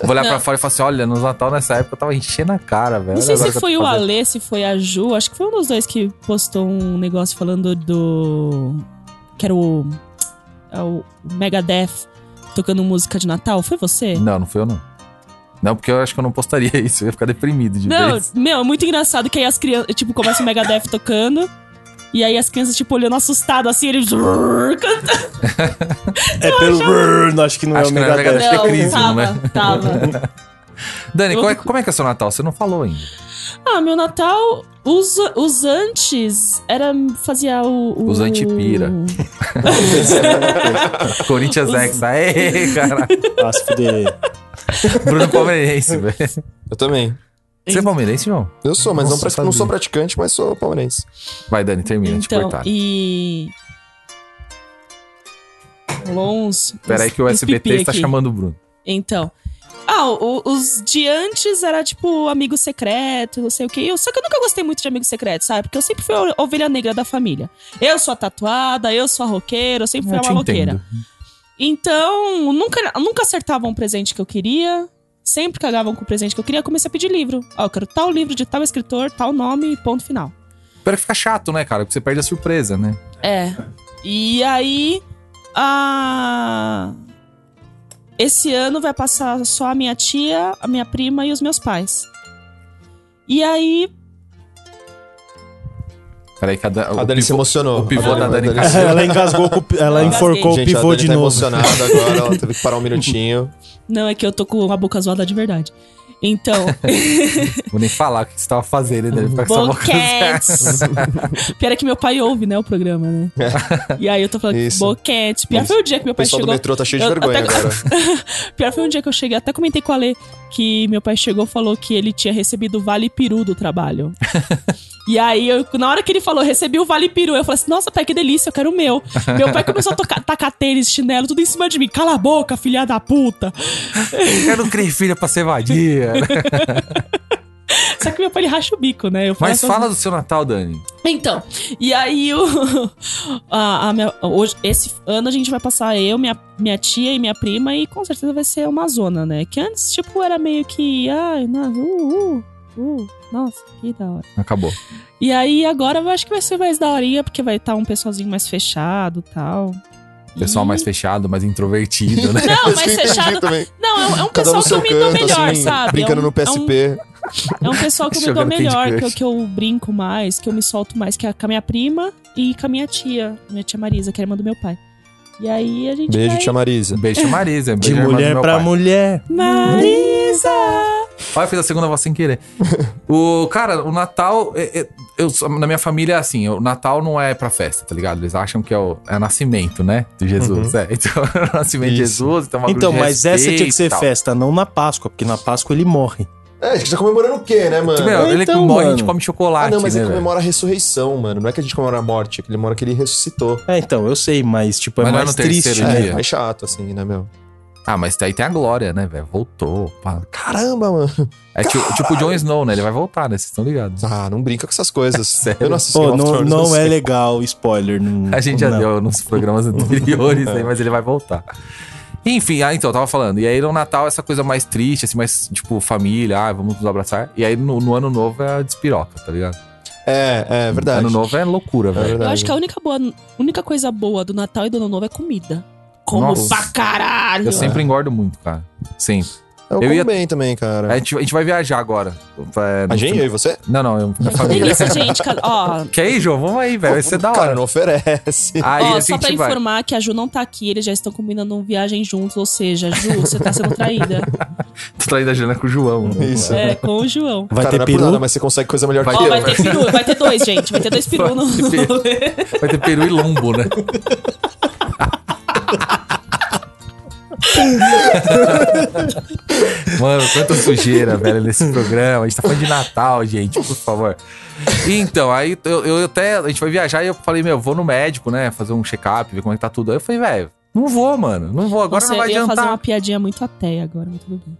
Speaker 1: Vou olhar
Speaker 3: Não.
Speaker 1: pra fora e falar assim: olha, no Natal nessa época eu tava enchendo a cara, velho. Olha
Speaker 3: Não sei
Speaker 1: agora
Speaker 3: se
Speaker 1: que eu
Speaker 3: foi
Speaker 1: tô
Speaker 3: o
Speaker 1: fazendo.
Speaker 3: Alê, se foi a Ju, acho que foi um dos dois que postou um negócio falando do... Que era o... é o Megadeth tocando música de Natal. Foi você?
Speaker 1: Não, não foi eu, não. Não, porque eu acho que eu não postaria isso, eu ia ficar deprimido de
Speaker 3: Não,
Speaker 1: vez.
Speaker 3: meu, é muito engraçado que aí as crianças, tipo, começa o Megadeth tocando. E aí as crianças, tipo, olhando assustadas, assim, eles...
Speaker 4: É pelo. Brrr, não, acho que não
Speaker 1: Acho
Speaker 4: é o
Speaker 1: que não é o
Speaker 4: Megadeth.
Speaker 1: Megadeth. Acho que é crise,
Speaker 3: tava,
Speaker 1: né?
Speaker 3: tava.
Speaker 1: Dani,
Speaker 3: eu
Speaker 1: como é,
Speaker 3: fico-
Speaker 1: como é que é seu Natal? Você não falou ainda.
Speaker 3: Ah, meu Natal, os, os antes, era, fazia o... o-
Speaker 1: Os antipira. Corinthians
Speaker 3: Os-
Speaker 1: X, aê, cara.
Speaker 4: Ah, se fuder.
Speaker 1: Bruno Palmeirense, velho.
Speaker 2: Eu também.
Speaker 1: Você é palmeirense, João?
Speaker 2: Eu sou, mas não,
Speaker 1: Nossa,
Speaker 2: prati- não sou
Speaker 1: sabia.
Speaker 2: praticante, mas sou palmeirense.
Speaker 1: Vai, Dani, termina, te
Speaker 3: Então,
Speaker 1: cortar.
Speaker 3: e. Lons.
Speaker 1: Peraí que o
Speaker 3: uns
Speaker 1: SBT
Speaker 3: pipi
Speaker 1: está
Speaker 3: aqui.
Speaker 1: chamando o Bruno.
Speaker 3: Então. Ah, o- os de antes era tipo amigo secreto, não sei o quê. Eu- só que eu nunca gostei muito de amigo secreto, sabe? Porque eu sempre fui a ovelha negra da família. Eu sou a tatuada, eu sou a roqueira, eu sempre fui
Speaker 1: Eu
Speaker 3: a
Speaker 1: Ah, te
Speaker 3: maloqueira.
Speaker 1: entendo.
Speaker 3: Então, nunca, nunca acertavam o presente que eu queria. Sempre cagavam com o presente que eu queria. Eu comecei a pedir livro. Ó, eu quero tal livro de tal escritor, tal nome, ponto final.
Speaker 1: Pior que fica chato, né, cara? Porque você perde a surpresa, né?
Speaker 3: É. E aí. A... Esse ano vai passar só a minha tia, a minha prima e os meus pais. E aí.
Speaker 1: Peraí que a, Dan-
Speaker 2: A
Speaker 1: o
Speaker 2: Dani se
Speaker 1: pivô-
Speaker 2: emocionou.
Speaker 1: o pivô
Speaker 2: A
Speaker 1: da Dani
Speaker 2: se-
Speaker 4: ela engasgou, com o pi- ela
Speaker 3: Eu
Speaker 4: enforcou
Speaker 2: Gente,
Speaker 4: o pivô
Speaker 2: a Dani
Speaker 4: de
Speaker 2: tá
Speaker 4: novo.
Speaker 2: emocionada agora, ela teve que parar um minutinho.
Speaker 3: Não, é que eu tô com a boca zoada de verdade. Então,
Speaker 1: Vou nem falar o que você tava fazendo, né? Ficar com essa boca
Speaker 3: boquetes. Pior é que meu pai ouve, né, o programa, né? E aí eu tô falando
Speaker 2: Isso.
Speaker 3: boquete. Pior foi o dia que meu
Speaker 2: O
Speaker 3: pai
Speaker 2: pessoal do
Speaker 3: chegou.
Speaker 2: metrô tá cheio de
Speaker 3: Eu-
Speaker 2: vergonha
Speaker 3: até-
Speaker 2: agora.
Speaker 3: Pior foi um dia que eu cheguei, até comentei com a Lê que meu pai chegou e falou que ele tinha recebido o Vale Peru do trabalho. E aí, eu- na hora que ele falou, recebi o Vale Peru, eu falei assim, nossa, pai, que delícia, eu quero o meu. Meu pai começou a tocar, tacar tênis, chinelo, tudo em cima de mim. Cala a boca, filha da puta.
Speaker 1: assim. Eu não criei filha pra ser vadia.
Speaker 3: Só que meu pai, ele racha o bico, né? Eu falo
Speaker 1: Mas
Speaker 3: essas
Speaker 1: fala do seu Natal, Dani.
Speaker 3: Então, e aí o, a, a minha- hoje, esse ano a gente vai passar eu, minha, minha tia e minha prima e com certeza vai ser uma zona, né? Que antes, tipo, era meio que, ai, não, uh, uh, uh, nossa, que da hora.
Speaker 1: Acabou.
Speaker 3: E aí agora eu acho que vai ser mais daorinha, porque vai estar um pessoalzinho mais fechado tal.
Speaker 1: Pessoal
Speaker 3: E-
Speaker 1: mais fechado, mais introvertido, né?
Speaker 3: Não,
Speaker 2: Isso que
Speaker 3: mais
Speaker 2: eu entendi
Speaker 3: fechado.
Speaker 2: também.
Speaker 3: Não, é um- é um
Speaker 2: Cada um
Speaker 3: pessoal
Speaker 2: no
Speaker 3: que
Speaker 2: seu
Speaker 3: eu me dou
Speaker 2: canto,
Speaker 3: melhor,
Speaker 2: assim,
Speaker 3: sabe?
Speaker 2: brincando
Speaker 3: é um,
Speaker 2: no PSP.
Speaker 3: É um, é um pessoal que eu me dou
Speaker 1: Jogando Candy
Speaker 3: melhor, que eu,
Speaker 1: Crush.
Speaker 3: que eu brinco mais, que eu me solto mais, que é com a minha prima e com a minha tia, minha tia Marisa, que é irmã do meu pai. E aí a gente
Speaker 2: Beijo,
Speaker 3: vai...
Speaker 2: tia Marisa.
Speaker 1: Um Beijo, Marisa.
Speaker 4: De
Speaker 1: Beijo, irmã do
Speaker 4: mulher
Speaker 1: meu
Speaker 4: pra
Speaker 1: pai.
Speaker 4: mulher.
Speaker 1: Uhum.
Speaker 3: Marisa!
Speaker 1: Olha, eu fiz a segunda voz sem querer. O, cara, o Natal. é- é- eu, na minha família é assim: o Natal não é pra festa, tá ligado? Eles acham que é o, é o nascimento, né? De Jesus. É, então é o nascimento de
Speaker 2: Isso.
Speaker 1: Jesus. Então, é um bagulho
Speaker 4: Uhum. Então,
Speaker 1: de
Speaker 4: mas essa tinha que
Speaker 1: respeito
Speaker 4: ser
Speaker 1: e tal.
Speaker 4: festa, não na Páscoa, porque na Páscoa ele morre.
Speaker 2: É, a gente tá comemorando o quê, né, mano?
Speaker 1: Tipo, meu, ele
Speaker 4: Então,
Speaker 1: morre, a
Speaker 4: mano.
Speaker 1: gente come chocolate.
Speaker 2: Ah, não, mas
Speaker 1: né,
Speaker 2: ele
Speaker 1: velho?
Speaker 2: comemora a ressurreição, mano. Não é que a gente comemora a morte, é que ele comemora que ele ressuscitou.
Speaker 4: É, então, eu sei, mas tipo, é
Speaker 1: Mas não é
Speaker 4: mais
Speaker 1: no
Speaker 4: triste.
Speaker 1: terceiro
Speaker 4: né?
Speaker 1: dia.
Speaker 2: É, mais chato, assim, né, meu?
Speaker 1: Ah, mas daí tem a glória, né, velho? Voltou. pá.
Speaker 2: Caramba, mano.
Speaker 1: É ti- tipo o Jon Snow, né? Ele vai voltar, né? Vocês estão ligados.
Speaker 2: Ah, não brinca com essas coisas.
Speaker 1: Sério?
Speaker 2: Eu não assisti
Speaker 4: Pô,
Speaker 2: Game of
Speaker 4: não,
Speaker 2: Thrones,
Speaker 4: não
Speaker 2: sei.
Speaker 4: é legal, spoiler. Não,
Speaker 1: A gente já
Speaker 4: não.
Speaker 1: deu nos programas anteriores
Speaker 2: É.
Speaker 1: aí, mas ele vai voltar. Enfim, ah, então, eu tava falando. E aí no Natal essa coisa mais triste, assim, mais tipo família, ah, vamos nos abraçar. E aí no, no ano novo é a despiroca, tá ligado?
Speaker 2: É, é verdade.
Speaker 1: Ano novo é loucura,
Speaker 2: É
Speaker 1: velho.
Speaker 3: Eu
Speaker 2: verdade.
Speaker 3: acho que a única, boa, única coisa boa do Natal e do Ano Novo é comida. Como
Speaker 1: Nossa.
Speaker 3: pra caralho!
Speaker 2: É.
Speaker 1: Eu sempre engordo muito, cara. Sempre.
Speaker 2: Eu,
Speaker 1: eu
Speaker 2: como
Speaker 1: ia-
Speaker 2: bem também, cara.
Speaker 1: A gente, a gente vai viajar agora. É, no
Speaker 2: É. A gente,
Speaker 1: fim-
Speaker 2: eu e você?
Speaker 1: Não, não, eu, a
Speaker 3: Que
Speaker 1: família.
Speaker 3: delícia, gente. ca- Ó,
Speaker 1: Quer ir, João? Vamos aí, velho. É, Vai ser da
Speaker 2: Cara,
Speaker 1: hora.
Speaker 2: não oferece.
Speaker 1: Aí
Speaker 3: ó,
Speaker 1: assim,
Speaker 3: só
Speaker 1: a
Speaker 3: pra
Speaker 1: gente vai.
Speaker 3: informar que a Ju não tá aqui, eles já estão combinando uma viagem juntos, ou seja, Ju, você tá sendo traída.
Speaker 1: Tô traindo a tá Juliana com o João. né?
Speaker 2: Isso.
Speaker 3: é, com o João.
Speaker 4: Vai
Speaker 2: cara,
Speaker 4: ter
Speaker 2: não é por
Speaker 4: peru?
Speaker 2: nada, mas você consegue coisa melhor
Speaker 1: Vai
Speaker 2: que
Speaker 3: Ó,
Speaker 2: eu.
Speaker 3: vai ter peru, vai ter dois, gente. Vai ter dois peru no
Speaker 1: Vai ter
Speaker 3: no rolê.
Speaker 1: Vai ter peru e lombo, né? Mano, quanta sujeira, velho, nesse programa. A gente tá falando de Natal, gente, por favor. E Então, aí eu, eu até. A gente foi viajar e eu falei, meu, vou no médico, né? Fazer um check-up, ver como é que tá tudo. Aí eu falei, velho, não vou, mano. Não vou, agora
Speaker 3: Nossa,
Speaker 1: não vai
Speaker 3: eu ia fazer um
Speaker 1: adiantar.
Speaker 3: uma piadinha muito ateia agora, mas tudo bem.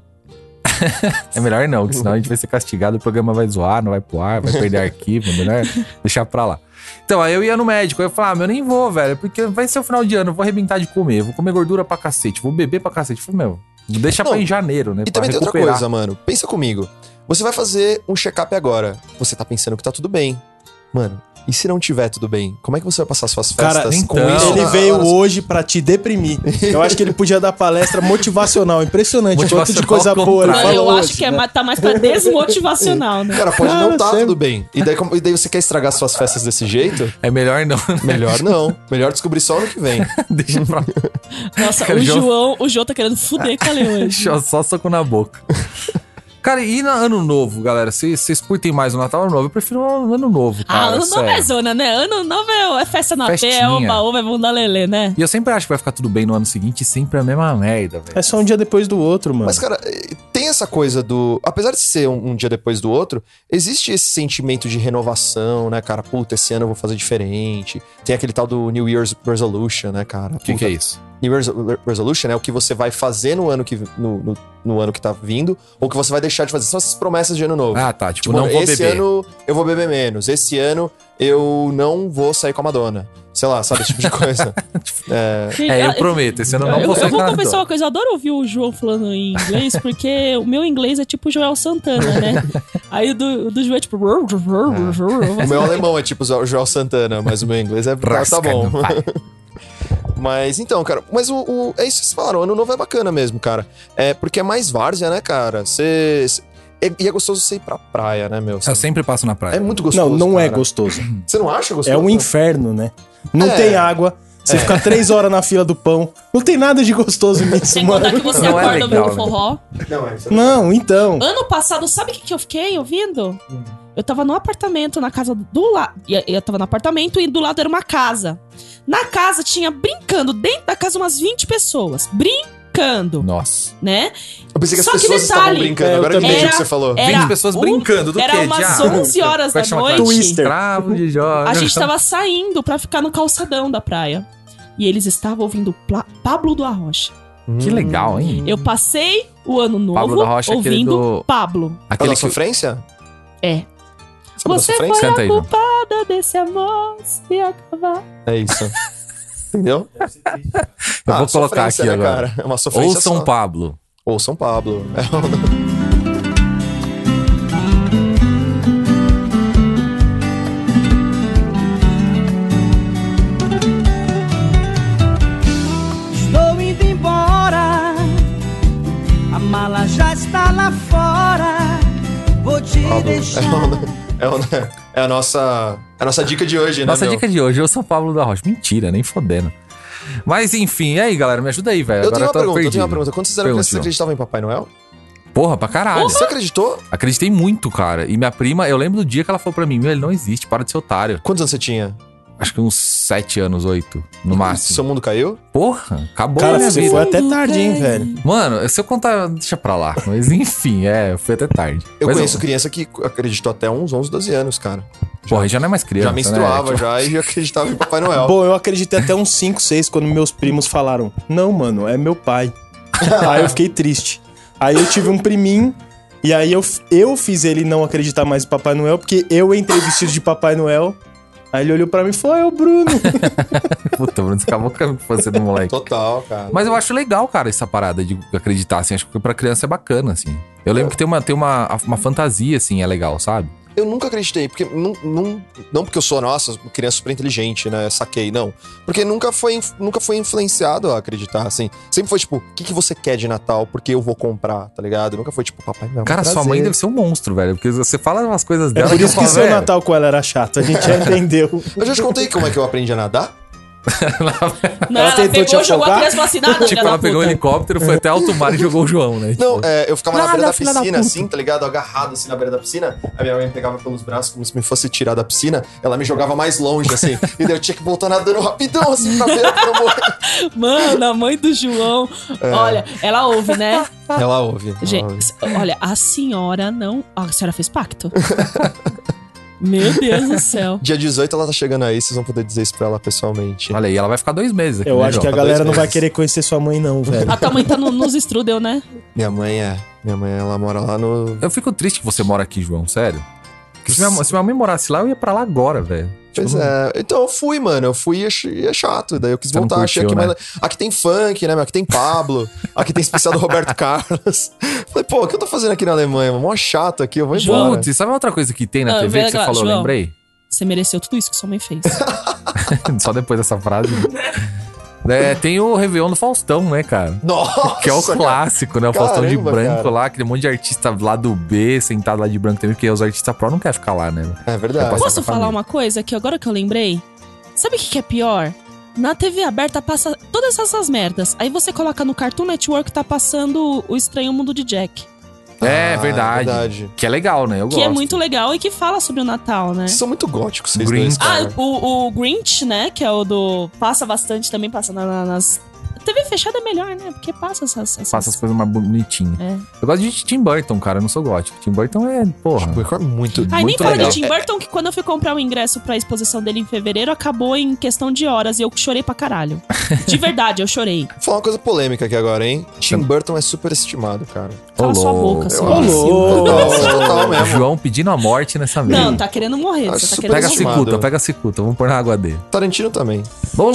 Speaker 1: É melhor não, que senão a gente vai ser castigado, o programa vai zoar, não vai pro ar, vai perder arquivo, é melhor deixar pra lá. Então, aí eu ia no médico, aí eu falava, ah, meu, nem vou, velho, porque vai ser o final de ano, eu vou arrebentar de comer, vou comer gordura pra cacete, vou beber pra cacete. Eu Falei, meu, deixa
Speaker 2: Não,
Speaker 1: pra em janeiro, né?
Speaker 2: E
Speaker 1: pra
Speaker 2: também tem outra coisa, mano. Pensa comigo. Você vai fazer um check-up agora. Você tá pensando que tá tudo bem. Mano, e se não tiver tudo bem? Como é que você vai passar suas festas
Speaker 4: Cara,
Speaker 1: nem
Speaker 2: com
Speaker 1: tanto.
Speaker 2: isso?
Speaker 4: Ele
Speaker 2: na-
Speaker 4: veio
Speaker 2: na-
Speaker 4: hoje pra te deprimir. Eu acho que ele podia dar palestra motivacional. Impressionante. o Quanto de
Speaker 1: Motivacional
Speaker 4: coisa
Speaker 1: ao
Speaker 4: boa ele
Speaker 1: contrário.
Speaker 3: Olha,
Speaker 4: falou
Speaker 3: eu acho
Speaker 4: hoje,
Speaker 3: que é,
Speaker 4: né?
Speaker 3: ma- tá mais pra desmotivacional, né?
Speaker 2: Cara, pode
Speaker 4: Cara,
Speaker 2: não tá
Speaker 4: sério.
Speaker 2: tudo bem. E daí, como- e daí você quer estragar suas festas desse jeito?
Speaker 1: É melhor não, né?
Speaker 2: Melhor não. Melhor descobrir só ano que vem.
Speaker 1: deixa pra
Speaker 3: Nossa,
Speaker 1: Cara,
Speaker 3: o
Speaker 1: o João-
Speaker 3: João, o João tá querendo fuder com a Lê hoje.
Speaker 1: Só- Só soco na boca. Cara, e na Ano Novo, galera? Vocês vocês curtem mais o Natal ou Ano Novo? Eu prefiro o Ano Novo,
Speaker 3: Ah,
Speaker 1: cara.
Speaker 3: ano novo
Speaker 1: sério.
Speaker 3: é zona, né? Ano novo é, é festa na pé, é
Speaker 1: Festinha.
Speaker 3: oba, oba, é bunda lelê, né?
Speaker 1: E eu sempre acho que vai ficar tudo bem no ano seguinte, e sempre a mesma merda, velho.
Speaker 4: É só um dia depois do outro, mano.
Speaker 2: Mas, cara, eh, tem essa coisa do. Apesar de ser um, um dia depois do outro, existe esse sentimento de renovação, né, cara? Puta, esse ano eu vou fazer diferente. Tem aquele tal do New Year's Resolution, né, cara?
Speaker 1: O que, que é isso?
Speaker 2: New Year's Resolution é o que você vai fazer no ano que, no, no, no ano que tá vindo, ou que você vai deixar de fazer. São essas promessas de ano novo.
Speaker 1: Ah, tá. Tipo,
Speaker 2: Tipo,
Speaker 1: não vou
Speaker 2: esse
Speaker 1: beber.
Speaker 2: ano eu vou beber menos. Esse ano eu não vou sair com a Madonna. Sei lá, sabe? Esse tipo de coisa.
Speaker 1: É, eu prometo, esse ano eu não
Speaker 3: eu,
Speaker 1: vou
Speaker 3: eu
Speaker 1: sair
Speaker 3: vou
Speaker 1: com a
Speaker 3: confessar
Speaker 1: Madonna.
Speaker 3: uma coisa, eu adoro ouvir o João falando em inglês, porque o meu inglês é tipo Joel Santana, né? Aí o do, o do João é tipo.
Speaker 2: o meu alemão é tipo o Joel Santana, mas o meu inglês é. Tá, tá
Speaker 1: Rasca,
Speaker 2: bom.
Speaker 1: não vai.
Speaker 2: Mas então, cara, mas o, o- é isso que vocês falaram, ano novo é bacana mesmo, cara. É porque é mais várzea, né, cara? Você. cê- é- E é gostoso você ir pra praia, né, meu?
Speaker 1: Eu sempre passo na praia.
Speaker 2: É muito gostoso.
Speaker 4: não, não é
Speaker 2: cara.
Speaker 4: gostoso.
Speaker 2: Você não acha gostoso?
Speaker 4: É um inferno, né? Não
Speaker 2: É.
Speaker 4: tem água. Você fica três horas na fila do pão. Não tem nada de gostoso nisso,
Speaker 3: Sem contar
Speaker 4: mano.
Speaker 3: que você
Speaker 1: Não é
Speaker 3: acorda
Speaker 1: legal,
Speaker 3: ouvindo
Speaker 1: né?
Speaker 3: forró.
Speaker 2: Não, é. Você
Speaker 4: Não, então.
Speaker 3: Ano passado, sabe o que, que eu fiquei ouvindo?
Speaker 1: Hum.
Speaker 3: Eu tava num apartamento, na casa do lado. Eu tava no apartamento e do lado era uma casa. Na casa tinha brincando, dentro da casa, umas 20 pessoas. Brincando,
Speaker 1: Nossa.
Speaker 3: né?
Speaker 2: Eu pensei que as
Speaker 3: Só que
Speaker 2: pessoas estavam
Speaker 3: detalhe.
Speaker 2: brincando,
Speaker 4: É, eu
Speaker 2: agora que eu entendi o
Speaker 3: também.
Speaker 2: que você falou.
Speaker 3: Era
Speaker 1: 20 pessoas
Speaker 3: um-
Speaker 1: brincando, do
Speaker 3: era
Speaker 1: quê?
Speaker 3: umas
Speaker 1: de-
Speaker 3: 11 horas
Speaker 1: Como é
Speaker 3: da
Speaker 1: que chama
Speaker 3: noite.
Speaker 1: aquela- Escravo de jovem.
Speaker 3: A gente tava saindo pra ficar no calçadão da praia. E eles estavam ouvindo Pla- Pablo do Arrocha.
Speaker 2: Hum.
Speaker 1: Que legal, hein?
Speaker 3: Eu passei o ano novo
Speaker 1: Pablo da Rocha, aquele
Speaker 3: ouvindo
Speaker 1: do-
Speaker 3: Pablo.
Speaker 2: Aquela
Speaker 1: Aquele que...
Speaker 2: sofrência?
Speaker 3: É.
Speaker 2: Sabe da
Speaker 3: Você foi
Speaker 2: sofrência?
Speaker 1: Canta aí,
Speaker 3: a
Speaker 1: João.
Speaker 3: culpada desse amor se acabar.
Speaker 2: É isso. Entendeu?
Speaker 1: Eu vou
Speaker 2: Ah,
Speaker 1: colocar
Speaker 2: sofrência,
Speaker 1: aqui
Speaker 2: né,
Speaker 1: agora.
Speaker 2: Cara? É uma sofrência.
Speaker 1: Ou São
Speaker 2: só.
Speaker 1: Pablo.
Speaker 2: Ou São Pablo. né?
Speaker 5: Estou indo embora. A mala já está lá fora. Vou te
Speaker 2: Pablo.
Speaker 5: deixar.
Speaker 2: É, o- é a nossa, é a nossa dica de hoje, né?
Speaker 1: Nossa
Speaker 2: meu?
Speaker 1: dica de hoje é o São Pablo da Rocha. Mentira, nem fodendo. Mas enfim, e aí, galera? Me ajuda aí, velho.
Speaker 2: Eu
Speaker 1: Agora
Speaker 2: tenho
Speaker 1: tô
Speaker 2: uma pergunta, eu
Speaker 1: perdido.
Speaker 2: tenho uma pergunta. Quando vocês eram
Speaker 1: Pergunte,
Speaker 2: crianças, vocês
Speaker 1: João.
Speaker 2: acreditavam em Papai Noel?
Speaker 1: Porra, pra caralho.
Speaker 2: Você acreditou?
Speaker 1: Acreditei muito, cara. E minha prima, eu lembro do dia que ela falou pra mim: Meu, ele não existe, para de ser otário.
Speaker 2: Quantos anos você tinha?
Speaker 1: Acho que uns 7 anos, 8, no máximo.
Speaker 2: Seu mundo caiu?
Speaker 1: Porra, acabou né, a
Speaker 4: Cara,
Speaker 1: minha
Speaker 4: você
Speaker 1: vida.
Speaker 4: foi até
Speaker 3: Mundo
Speaker 4: tarde, hein,
Speaker 3: cai.
Speaker 4: velho.
Speaker 1: Mano, se eu contar, deixa pra lá. Mas enfim, é, foi até tarde.
Speaker 2: Eu
Speaker 1: Mas,
Speaker 2: conheço criança que acreditou até uns 11, 12 anos, cara.
Speaker 1: Porra, já não é mais criança.
Speaker 2: já
Speaker 1: né?
Speaker 2: menstruava já e já acreditava em Papai Noel.
Speaker 4: Bom, eu acreditei até uns 5, 6 quando meus primos falaram: Não, mano, é meu pai. aí eu fiquei triste. Aí eu tive um priminho. E aí eu, eu fiz ele não acreditar mais em Papai Noel, porque eu entrei vestido de Papai Noel. Aí ele olhou pra mim e falou: "Ah, É o Bruno.
Speaker 1: Puta, Bruno, você acabou com a infância do moleque.
Speaker 2: Total, cara.
Speaker 1: Mas eu acho legal, cara, essa parada de acreditar, assim. Acho que pra criança é bacana, assim. Eu lembro que tem uma, tem uma, uma fantasia, assim, é legal, sabe?
Speaker 2: Eu nunca acreditei, porque não, não, não porque eu sou, nossa, criança super inteligente, né? Saquei, não. Porque nunca foi, inf- nunca foi influenciado a acreditar, assim. Sempre foi tipo, o que, que você quer de Natal? Porque eu vou comprar, tá ligado? Nunca foi tipo, papai, não.
Speaker 1: Cara, sua mãe deve ser um monstro, velho. Porque você fala umas coisas
Speaker 4: É
Speaker 1: dela.
Speaker 4: por
Speaker 1: eu
Speaker 4: isso que
Speaker 1: falo,
Speaker 4: seu
Speaker 1: velho,
Speaker 4: Natal com ela era chato. A gente já entendeu.
Speaker 2: Eu já te contei como é que eu aprendi a nadar?
Speaker 3: Não,
Speaker 4: Ela
Speaker 3: ela,
Speaker 4: tentou te
Speaker 3: pegou, jogou a
Speaker 4: afogar?
Speaker 3: criança e falou assim, nada,
Speaker 1: Tipo,
Speaker 3: filha da
Speaker 1: ela pegou um
Speaker 3: puta.
Speaker 1: helicóptero, foi até alto mar e jogou o João, né? Tipo,
Speaker 2: Não, é, eu ficava na
Speaker 3: Nada,
Speaker 2: beira da
Speaker 3: filha da
Speaker 2: piscina,
Speaker 3: puta.
Speaker 2: assim, tá ligado? Agarrado assim na beira da piscina. A minha mãe me pegava pelos braços como se me fosse tirar da piscina. Ela me jogava mais longe, assim. e daí eu tinha que voltar nadando rapidão, assim, pra ver pra eu morrer.
Speaker 3: Mano, a mãe do João. Olha, ela ouve, né?
Speaker 2: Ela ouve. ela ouve.
Speaker 3: Gente, olha, a senhora não. Ah, A senhora fez pacto. Meu Deus do céu.
Speaker 2: Dia 18 ela tá chegando aí, vocês vão poder dizer isso pra ela pessoalmente.
Speaker 1: Olha aí, ela vai ficar dois meses aqui.
Speaker 4: Eu
Speaker 1: né,
Speaker 4: acho que
Speaker 1: João?
Speaker 2: Tá
Speaker 4: a
Speaker 2: dois
Speaker 4: galera não vai
Speaker 2: meses.
Speaker 4: querer conhecer sua mãe, não, velho.
Speaker 3: A tua mãe tá no- nos strudel, né?
Speaker 2: Minha mãe é. Minha mãe, ela mora lá no.
Speaker 1: Eu fico triste que você mora aqui, João, sério. Porque se minha, se minha mãe morasse lá, eu ia pra lá agora, velho.
Speaker 2: Pois
Speaker 1: Tipo,
Speaker 2: é. Então eu fui, mano. Eu fui e ach- e é chato. Daí eu quis
Speaker 1: Você não
Speaker 2: voltar. achei aqui,
Speaker 1: curtiu, né?
Speaker 2: mais- aqui tem funk, né? meu? Aqui tem Pablo. aqui tem especial do Roberto Carlos. Falei, pô, o que eu tô fazendo aqui na Alemanha? mano? Mó chato aqui, eu vou embora.
Speaker 1: Putz, e sabe outra coisa que tem na
Speaker 3: Ah,
Speaker 1: TV que
Speaker 3: vem
Speaker 1: você
Speaker 3: agora,
Speaker 1: falou,
Speaker 3: João.
Speaker 1: lembrei?
Speaker 3: Você mereceu tudo isso que sua mãe fez.
Speaker 1: Só depois dessa frase. É, tem o Réveillon do Faustão, né, cara?
Speaker 2: Nossa!
Speaker 1: Que é o
Speaker 2: cara.
Speaker 1: clássico, né? O Faustão de
Speaker 2: Caramba,
Speaker 1: branco
Speaker 2: cara.
Speaker 1: lá, aquele monte de artista lá do B, sentado lá de branco também, porque os artistas pró não querem ficar lá, né?
Speaker 2: É verdade.
Speaker 1: Eu posso-
Speaker 3: Posso
Speaker 1: pra
Speaker 3: falar
Speaker 1: família.
Speaker 3: uma coisa que agora que eu lembrei? Sabe o que, que é pior? Na TV aberta passa todas essas merdas. Aí você coloca no Cartoon Network tá passando o Estranho Mundo de Jack.
Speaker 1: É,
Speaker 2: Ah,
Speaker 1: verdade.
Speaker 2: verdade.
Speaker 1: Que é legal, né? Eu
Speaker 3: Que
Speaker 1: gosto.
Speaker 3: é muito legal e que fala sobre o Natal, né?
Speaker 2: Vocês são muito góticos, vocês
Speaker 1: É. Green.
Speaker 2: dois,
Speaker 3: Ah,
Speaker 2: cara.
Speaker 3: o, o Grinch, né? Que é o do. Passa bastante também, passa na- na- nas. TV fechada é melhor, né? Porque passa essas. essas-
Speaker 1: Passa as coisas mais bonitinhas.
Speaker 3: É.
Speaker 1: Eu gosto de Tim Burton, cara. Eu não sou gótico. Tim Burton é,
Speaker 3: Ah,
Speaker 1: porra.
Speaker 2: Tipo, é muito.
Speaker 3: Ai, nem
Speaker 1: Muito
Speaker 3: fala
Speaker 1: legal.
Speaker 3: de Tim Burton, que quando eu fui comprar o ingresso pra exposição dele em fevereiro, acabou em questão de horas e eu chorei pra caralho. De verdade, eu chorei.
Speaker 2: Vou falar uma coisa polêmica aqui agora, hein? Tim Burton é superestimado, cara.
Speaker 3: Cala sua
Speaker 1: louco.
Speaker 3: boca, assim. seu
Speaker 2: Eu
Speaker 1: Oh.
Speaker 4: Ô,
Speaker 3: imbecil.
Speaker 4: louco.
Speaker 2: Total, total
Speaker 1: O
Speaker 2: mesmo.
Speaker 1: é João pedindo a morte nessa mesa.
Speaker 3: Não, tá querendo morrer.
Speaker 2: Ah,
Speaker 3: Você tá
Speaker 2: super
Speaker 3: querendo
Speaker 1: Pega a
Speaker 3: morrer.
Speaker 2: Estimado.
Speaker 1: cicuta, pega a cicuta. Vamos pôr na água dele.
Speaker 2: Tarantino também.
Speaker 1: Ô,
Speaker 3: Ah,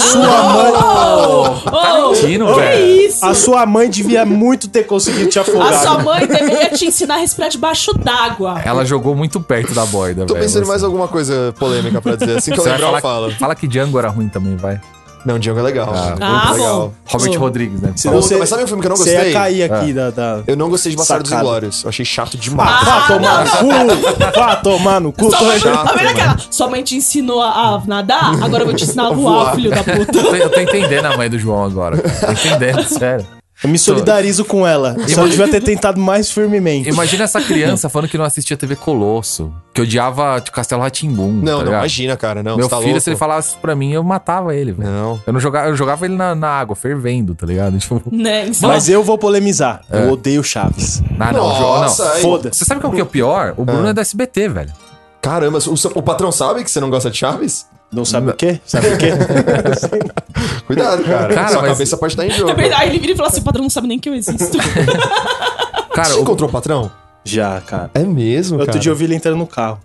Speaker 1: louco! Tarantino,
Speaker 3: que
Speaker 1: velho.
Speaker 3: isso?
Speaker 4: A sua mãe devia muito ter conseguido te afogar. né?
Speaker 3: A sua mãe deveria te ensinar a respirar debaixo d'água.
Speaker 1: Ela jogou muito perto da borda, velho.
Speaker 2: Tô pensando em
Speaker 1: Você-
Speaker 2: mais alguma coisa polêmica pra dizer. Assim que eu
Speaker 1: Você vai
Speaker 2: lembrar, eu
Speaker 1: falar,
Speaker 2: falo.
Speaker 1: fala que Django era ruim também, vai.
Speaker 2: Não, Django é legal.
Speaker 1: Ah,
Speaker 3: Ah,
Speaker 2: muito legal.
Speaker 3: bom.
Speaker 1: Robert
Speaker 3: Oh.
Speaker 1: Rodrigues, né?
Speaker 4: Senão
Speaker 2: Puta, mas sabe um filme que eu não
Speaker 4: você
Speaker 2: gostei?
Speaker 4: ia cair aqui da... da-
Speaker 2: Eu não gostei de Bastardo dos
Speaker 4: Sacada.
Speaker 2: Inglórios. Eu achei chato
Speaker 4: Ah,
Speaker 2: demais.
Speaker 4: vá tomar no cu! Vá tomar no cu!
Speaker 3: Sua
Speaker 4: tô
Speaker 3: mãe,
Speaker 4: achando-
Speaker 3: tá vendo
Speaker 2: mano.
Speaker 3: aquela? Sua mãe te ensinou a a nadar, agora eu vou te ensinar a voar, filho da puta.
Speaker 1: Eu tô, eu tô entendendo a mãe do João agora. cara. Tô entendendo, sério.
Speaker 4: Eu me solidarizo com ela. Só eu devia ter tentado mais firmemente.
Speaker 1: Imagina essa criança falando que não assistia TV Colosso, que odiava tipo, Castelo Ratimbum.
Speaker 2: Não, não, imagina, cara. Não,
Speaker 1: Meu
Speaker 2: você tá
Speaker 1: filho,
Speaker 2: louco.
Speaker 1: se ele falasse isso pra mim, eu matava ele, velho.
Speaker 2: Não.
Speaker 1: Eu não jogava, eu jogava ele na, na água, fervendo, tá ligado? Tipo,
Speaker 3: Né? Então,
Speaker 4: Mas eu vou polemizar. Eu odeio Chaves.
Speaker 1: ah, não, João, não.
Speaker 2: Nossa, É. aí-
Speaker 4: Foda-se.
Speaker 1: Você sabe qual que é o pior? O Bruno é do SBT, velho.
Speaker 2: Caramba, o, seu- o patrão sabe que você não gosta de Chaves?
Speaker 4: Não sabe o quê? Sabe o quê?
Speaker 2: Cuidado, cara.
Speaker 1: Cara,
Speaker 2: Sua
Speaker 1: mas-
Speaker 2: cabeça pode estar em jogo.
Speaker 3: é verdade, Aí ele vira e fala assim: o padrão não sabe nem que eu existo.
Speaker 1: Cara,
Speaker 2: Você
Speaker 1: o,
Speaker 2: encontrou o patrão?
Speaker 4: Já, cara.
Speaker 2: É mesmo,
Speaker 4: Outro
Speaker 2: cara.
Speaker 4: dia eu vi ele entrando no carro.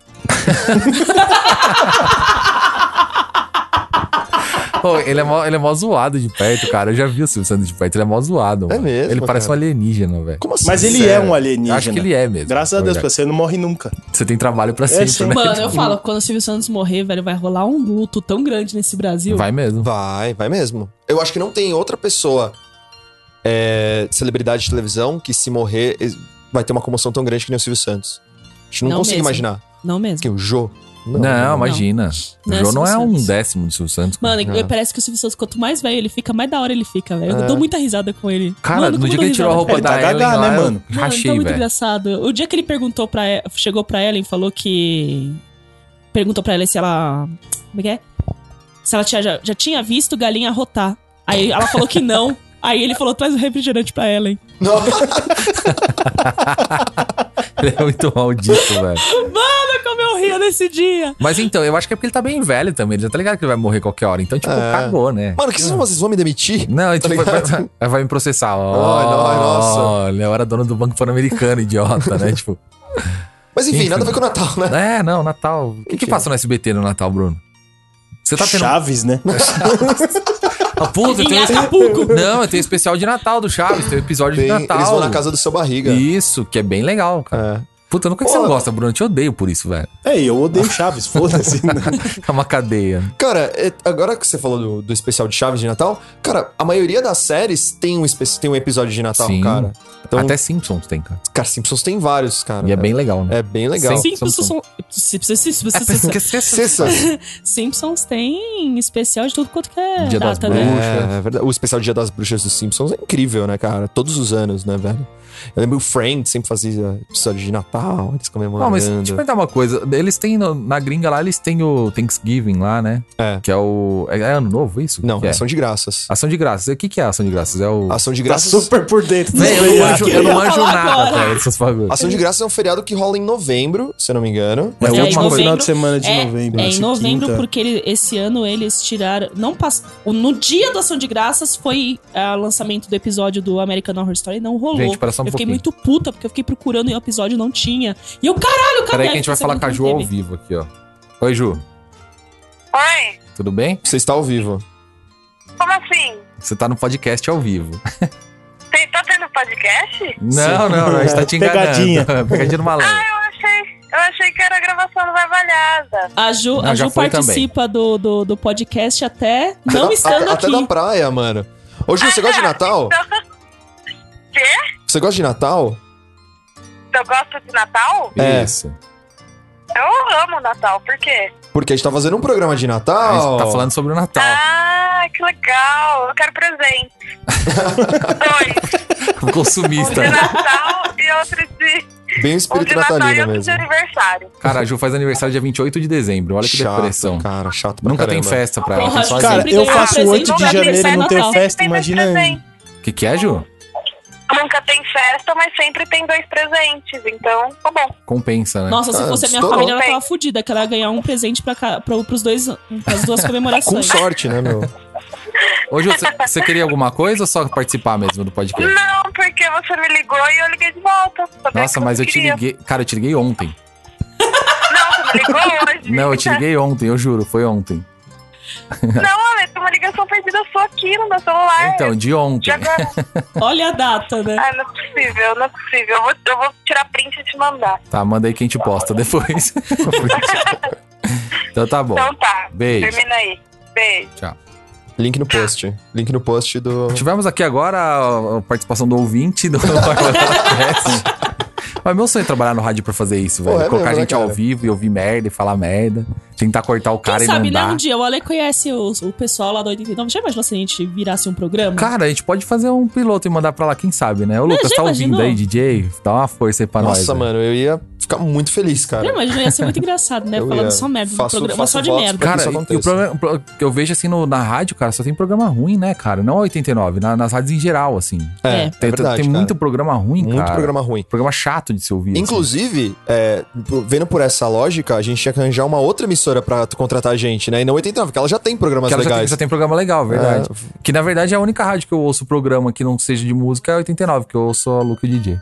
Speaker 1: pô, ele, é mó, ele é mó zoado de perto, cara. Eu já vi o Silvio Santos de perto, ele é mó zoado. mano.
Speaker 2: mesmo,
Speaker 1: Ele parece um
Speaker 2: cara.
Speaker 1: alienígena, velho.
Speaker 2: Como assim?
Speaker 4: Mas ele é
Speaker 2: Sério?
Speaker 4: um alienígena.
Speaker 1: Acho que ele é mesmo.
Speaker 4: Graças a Deus, pra você não morre nunca.
Speaker 1: Você tem trabalho pra
Speaker 4: É,
Speaker 1: sempre,
Speaker 4: sim.
Speaker 1: né?
Speaker 3: Mano, eu falo, quando o Silvio Santos morrer, velho, vai rolar um luto tão grande nesse Brasil.
Speaker 1: Vai mesmo.
Speaker 2: Vai, vai mesmo. Eu acho que não tem outra pessoa é, de celebridade de televisão que se morrer es- vai ter uma comoção tão grande que nem o Silvio Santos. A gente não,
Speaker 3: Não
Speaker 2: consegue
Speaker 3: mesmo.
Speaker 2: imaginar.
Speaker 3: Não mesmo.
Speaker 2: Que o Jô.
Speaker 1: Não, imagina.
Speaker 3: Não é
Speaker 1: o João não é
Speaker 3: Silvio
Speaker 1: um
Speaker 3: Santos.
Speaker 1: décimo do Silvio Santos.
Speaker 3: Mano,
Speaker 2: É.
Speaker 3: parece que o Silvio Santos, quanto mais velho ele fica, mais da hora ele fica, velho. Eu dou muita risada com ele.
Speaker 1: É. Cara,
Speaker 3: Mano,
Speaker 1: no
Speaker 3: como eu
Speaker 1: dia
Speaker 3: dou
Speaker 1: que ele tirou a roupa
Speaker 3: risada com
Speaker 4: Ele
Speaker 1: da
Speaker 4: tá
Speaker 1: Ellen,
Speaker 4: gaga,
Speaker 1: lá,
Speaker 4: né,
Speaker 1: eu
Speaker 4: mano?
Speaker 3: ele. Mano,
Speaker 1: rachei,
Speaker 3: tá muito
Speaker 1: velho.
Speaker 3: engraçado. O dia que ele perguntou pra ela, chegou pra Ellen e falou que. Perguntou pra ela se ela. Como é que é? Se ela tinha, já, já tinha visto galinha rotar. Aí ela falou que não. Aí ele falou: traz o refrigerante pra Ellen.
Speaker 1: Ele é muito maldito, velho.
Speaker 3: Mano, como eu ria nesse dia!
Speaker 1: Mas então, eu acho que é porque ele tá bem velho também. Ele já tá ligado que ele vai morrer qualquer hora. Então, tipo,
Speaker 2: É.
Speaker 1: cagou, né?
Speaker 2: Mano, o que vocês, vão- vocês vão me demitir?
Speaker 1: Não, e,
Speaker 2: Tá
Speaker 1: tipo, vai,
Speaker 2: ligado?
Speaker 1: vai- vai me processar.
Speaker 2: Ai, não, ai, nossa.
Speaker 1: Olha, eu era dono do Banco Pan-Americano, idiota, né? tipo,
Speaker 2: Mas enfim,
Speaker 1: Enfim.
Speaker 2: nada a ver com o Natal, né?
Speaker 1: é, não, Natal. O que, que passa no SBT no Natal, Bruno? Você tá tendo.
Speaker 4: Chaves, né?
Speaker 1: Ah, puta, eu
Speaker 3: Em
Speaker 1: tenho...
Speaker 3: Acapulco!
Speaker 1: Não, eu tenho especial de Natal do Chaves, tem um episódio
Speaker 2: Tem-
Speaker 1: de Natal.
Speaker 2: eles vão na casa do seu barriga.
Speaker 1: Isso, que é bem legal, cara.
Speaker 2: É.
Speaker 1: Puta, nunca que você
Speaker 2: Pô.
Speaker 1: não gosta, Bruno. Eu te odeio por isso, velho.
Speaker 4: É, eu odeio Chaves, foda-se. né? Tá
Speaker 1: É uma cadeia.
Speaker 2: Cara, é- agora que você falou do, do especial de Chaves de Natal, cara, a maioria das séries tem um, espe- tem um episódio de Natal,
Speaker 1: Sim.
Speaker 2: cara. Então,
Speaker 1: Até Simpsons tem, cara.
Speaker 2: cara, Simpsons tem vários, cara.
Speaker 1: E é bem legal, né?
Speaker 2: É bem legal.
Speaker 1: Sim.
Speaker 3: Simpsons são. Simpsons,
Speaker 4: É,
Speaker 3: Simpsons, Simpsons,
Speaker 1: Esquece
Speaker 2: Sextas.
Speaker 3: Simpsons tem especial de tudo quanto que é
Speaker 1: Dia das
Speaker 3: data,
Speaker 1: Bruxas.
Speaker 3: né?
Speaker 2: É, é verdade. O especial Dia das Bruxas dos Simpsons é incrível, né, cara? Todos os anos, né, velho? Eu lembro o Friends sempre fazia episódio de Natal, eles comemorando.
Speaker 1: Não, mas tipo, deixa eu perguntar uma coisa. Eles têm, no- na gringa lá, eles têm o Thanksgiving lá, né?
Speaker 2: É.
Speaker 1: Que é o... É, é ano novo, isso?
Speaker 2: Não,
Speaker 1: Que é?
Speaker 2: ação de graças.
Speaker 1: Ação de graças. O que que é ação de graças? É o...
Speaker 2: Ação de
Speaker 4: tá
Speaker 2: graças.
Speaker 4: super por dentro.
Speaker 1: Véi, eu, não manjo, eu não
Speaker 3: Eu ia
Speaker 1: manjo
Speaker 3: falar
Speaker 1: nada,
Speaker 3: agora.
Speaker 1: velho, essas bagulhos.
Speaker 2: Ação de graças é um feriado que rola em novembro, se eu não me engano.
Speaker 4: É
Speaker 1: Mas
Speaker 4: o
Speaker 1: tem
Speaker 4: último
Speaker 1: alguma
Speaker 4: final
Speaker 3: coisa-
Speaker 4: de semana de
Speaker 3: É,
Speaker 4: novembro.
Speaker 3: é em
Speaker 4: acho,
Speaker 3: novembro,
Speaker 4: quinta.
Speaker 3: porque ele- esse ano eles tiraram. Não pass... o- No dia da ação de graças foi ah, o lançamento do episódio do American Horror Story não rolou.
Speaker 1: Gente, espera só um
Speaker 3: eu fiquei
Speaker 1: pouquinho.
Speaker 3: muito puta, porque eu fiquei procurando e o episódio não tinha. E eu, caralho, cadê? é
Speaker 1: Peraí que a gente vai falar com a Ju ao
Speaker 3: caju
Speaker 1: vivo aqui, ó. Oi, Ju.
Speaker 6: Oi?
Speaker 1: Tudo bem?
Speaker 2: Você está ao vivo.
Speaker 6: Como assim?
Speaker 1: Você tá no podcast ao vivo.
Speaker 6: Tem, tá tendo podcast?
Speaker 1: Não, não, a gente tá te enganando.
Speaker 4: Pegadinha.
Speaker 1: Pegadinha do malandro.
Speaker 6: Eu achei, eu achei que era a gravação do Vai Valhada.
Speaker 3: A Ju,
Speaker 1: Não,
Speaker 3: a
Speaker 1: já
Speaker 3: Ju
Speaker 1: foi
Speaker 3: participa do, do, do podcast até
Speaker 2: Até
Speaker 3: não
Speaker 2: da-
Speaker 3: estando
Speaker 2: a-
Speaker 3: aqui. Ah,
Speaker 2: Até da praia, mano. Ô, Ju, você gosta de Natal?
Speaker 6: Quê?
Speaker 2: Você gosta de Natal?
Speaker 6: Eu gosto de Natal?
Speaker 2: É.
Speaker 1: Isso.
Speaker 6: Eu amo Natal, por quê?
Speaker 2: Porque a gente tá fazendo um programa de
Speaker 1: A
Speaker 2: Natal.
Speaker 1: gente tá falando sobre o Natal.
Speaker 6: Ah, que legal. Eu quero presente. Dois.
Speaker 1: Um consumista.
Speaker 6: Um de Natal e outro de.
Speaker 2: Bem o
Speaker 6: Um
Speaker 2: espírito
Speaker 6: de Natal e
Speaker 2: natalino
Speaker 6: outro de
Speaker 2: mesmo.
Speaker 6: aniversário.
Speaker 1: Cara, a Ju faz aniversário dia 28 de dezembro. Olha que
Speaker 2: chato,
Speaker 1: depressão.
Speaker 2: cara, chato pra
Speaker 1: Nunca
Speaker 2: caramba.
Speaker 1: tem festa pra ela.
Speaker 3: Porra,
Speaker 1: Tem só
Speaker 3: sempre
Speaker 1: a
Speaker 3: então
Speaker 4: Cara,
Speaker 1: gente.
Speaker 4: eu
Speaker 3: ganhar
Speaker 4: faço
Speaker 3: presente,
Speaker 4: 8 de
Speaker 3: nunca tem
Speaker 4: janeiro e não
Speaker 3: festa,
Speaker 4: ter
Speaker 3: não.
Speaker 4: festa,
Speaker 6: Tem dois
Speaker 4: imagina
Speaker 6: presentes.
Speaker 1: O que, que é, Ju?
Speaker 6: Nunca tem festa, mas sempre tem dois presentes. Então, tá bom.
Speaker 1: Compensa, né?
Speaker 3: Nossa, se
Speaker 2: Ah,
Speaker 3: fosse a minha
Speaker 2: estourou.
Speaker 3: família, ela tava fudida, que ela ia ganhar um presente pra, ca- pra, pros dois, pras duas
Speaker 2: Com
Speaker 3: comemorações.
Speaker 2: sorte, né, meu?
Speaker 1: Ô, Ju, você- você queria alguma coisa ou só participar mesmo do podcast?
Speaker 6: Não, porque você me ligou e eu liguei de volta. Sabia
Speaker 1: Nossa,
Speaker 6: que
Speaker 1: mas
Speaker 6: você
Speaker 1: eu te
Speaker 6: queria.
Speaker 1: liguei. Cara, eu te liguei ontem.
Speaker 6: Não, você me ligou hoje.
Speaker 1: Não, eu te liguei ontem, eu juro, foi ontem.
Speaker 6: Não, Ale, tem uma ligação perdida sua aqui no meu celular.
Speaker 1: Então, de
Speaker 6: De
Speaker 1: ontem.
Speaker 6: agora.
Speaker 3: Olha a data, né?
Speaker 6: Ah, não é possível, não é possível. Eu vou, eu vou tirar print e te mandar.
Speaker 1: Tá, manda aí que a gente posta depois. então tá bom.
Speaker 6: Então tá.
Speaker 1: Beijo.
Speaker 6: Termina aí. Beijo.
Speaker 2: Link no post. Link no post do.
Speaker 1: Tivemos aqui agora a a participação do ouvinte do podcast. Mas meu sonho é trabalhar no rádio pra fazer isso, velho.
Speaker 2: Pô, é
Speaker 1: Colocar
Speaker 2: mesmo, né,
Speaker 1: gente ao
Speaker 2: cara?
Speaker 1: vivo e ouvir merda e falar merda. Tentar cortar o cara e
Speaker 3: Quem sabe, né?
Speaker 1: mandar.
Speaker 3: Um dia o Ale conhece o, o pessoal lá do 89. Já imaginou se a gente virasse um programa?
Speaker 1: Cara, a gente pode fazer um piloto e mandar pra lá, quem sabe, né? Ô, Lucas,
Speaker 3: já
Speaker 1: tá ouvindo
Speaker 3: imaginou?
Speaker 1: aí, DJ? Dá uma força aí pra nós. né?
Speaker 2: Nossa,
Speaker 1: velho.
Speaker 2: mano, eu ia ficar muito feliz, cara.
Speaker 3: Já imaginou? Ia ser muito engraçado, né?
Speaker 2: Eu
Speaker 3: Falando
Speaker 2: ia.
Speaker 3: só merda
Speaker 2: Faço-
Speaker 3: no programa,
Speaker 2: faço
Speaker 3: só de
Speaker 2: votos
Speaker 3: merda.
Speaker 2: pra-
Speaker 1: Cara,
Speaker 2: que isso
Speaker 1: e o
Speaker 2: aconteça.
Speaker 1: problema o pro- que eu vejo assim no- na rádio, cara, só tem programa ruim, né, cara? Não a 89, na- nas rádios em geral, assim. Tem,
Speaker 3: É.
Speaker 2: é verdade,
Speaker 1: tem
Speaker 2: cara.
Speaker 1: muito programa ruim,
Speaker 2: Muito
Speaker 1: cara.
Speaker 2: programa ruim.
Speaker 1: Programa chato de se ouvir. assim.
Speaker 2: Inclusive, é, p- vendo por essa lógica, a gente tinha que arranjar uma outra emissora pra tu contratar a gente, né? E não 89, porque ela já tem programas
Speaker 1: Que ela já tem,
Speaker 2: legais. É.
Speaker 1: já tem programa legal, verdade. Que na verdade é a única rádio que eu ouço programa que não seja de música é a 89, que eu ouço a Luke DJ.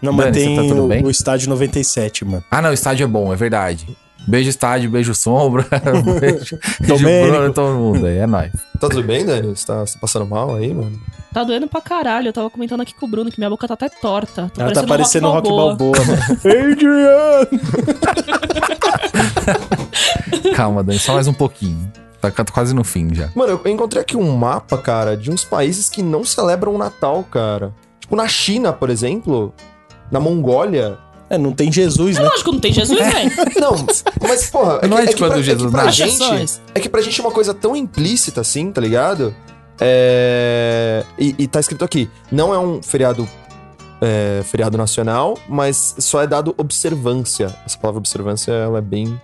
Speaker 4: Não, mas
Speaker 1: Dani, você
Speaker 4: tem
Speaker 1: tá tudo bem?
Speaker 4: o, o estádio 97, mano.
Speaker 1: Ah, não, o estádio é bom, é verdade. Beijo estádio, beijo sombra, beijo, beijo
Speaker 4: Domênico.
Speaker 1: Bruno, todo mundo aí, é nóis.
Speaker 2: Tá tudo bem, Dani? Você tá, você tá passando mal aí, mano?
Speaker 3: Tá doendo pra caralho. Eu tava comentando aqui com o Bruno que minha boca tá até torta. Tô
Speaker 4: Ela tá parecendo
Speaker 3: um
Speaker 4: o Rock Balboa. Adrian!
Speaker 1: Calma, Dani, só mais um pouquinho. Tá ca- quase no fim já.
Speaker 2: Mano, eu encontrei aqui um mapa, cara, de uns países que não celebram o Natal, cara. Tipo, na China, por exemplo, na Mongólia.
Speaker 4: É, não tem Jesus, né?
Speaker 3: Lógico, não tem Jesus, né? velho.
Speaker 2: Não, mas, porra.
Speaker 1: Não é
Speaker 2: que-
Speaker 1: tipo a
Speaker 2: que pra-
Speaker 1: do
Speaker 2: que
Speaker 1: Jesus,
Speaker 2: pra
Speaker 1: né?
Speaker 2: gente,
Speaker 3: Projeções.
Speaker 2: É que pra gente é uma coisa tão implícita assim, tá ligado? É... E, e tá escrito aqui: não é um feriado. é, feriado nacional, mas só é dado observância. Essa palavra observância ela é bem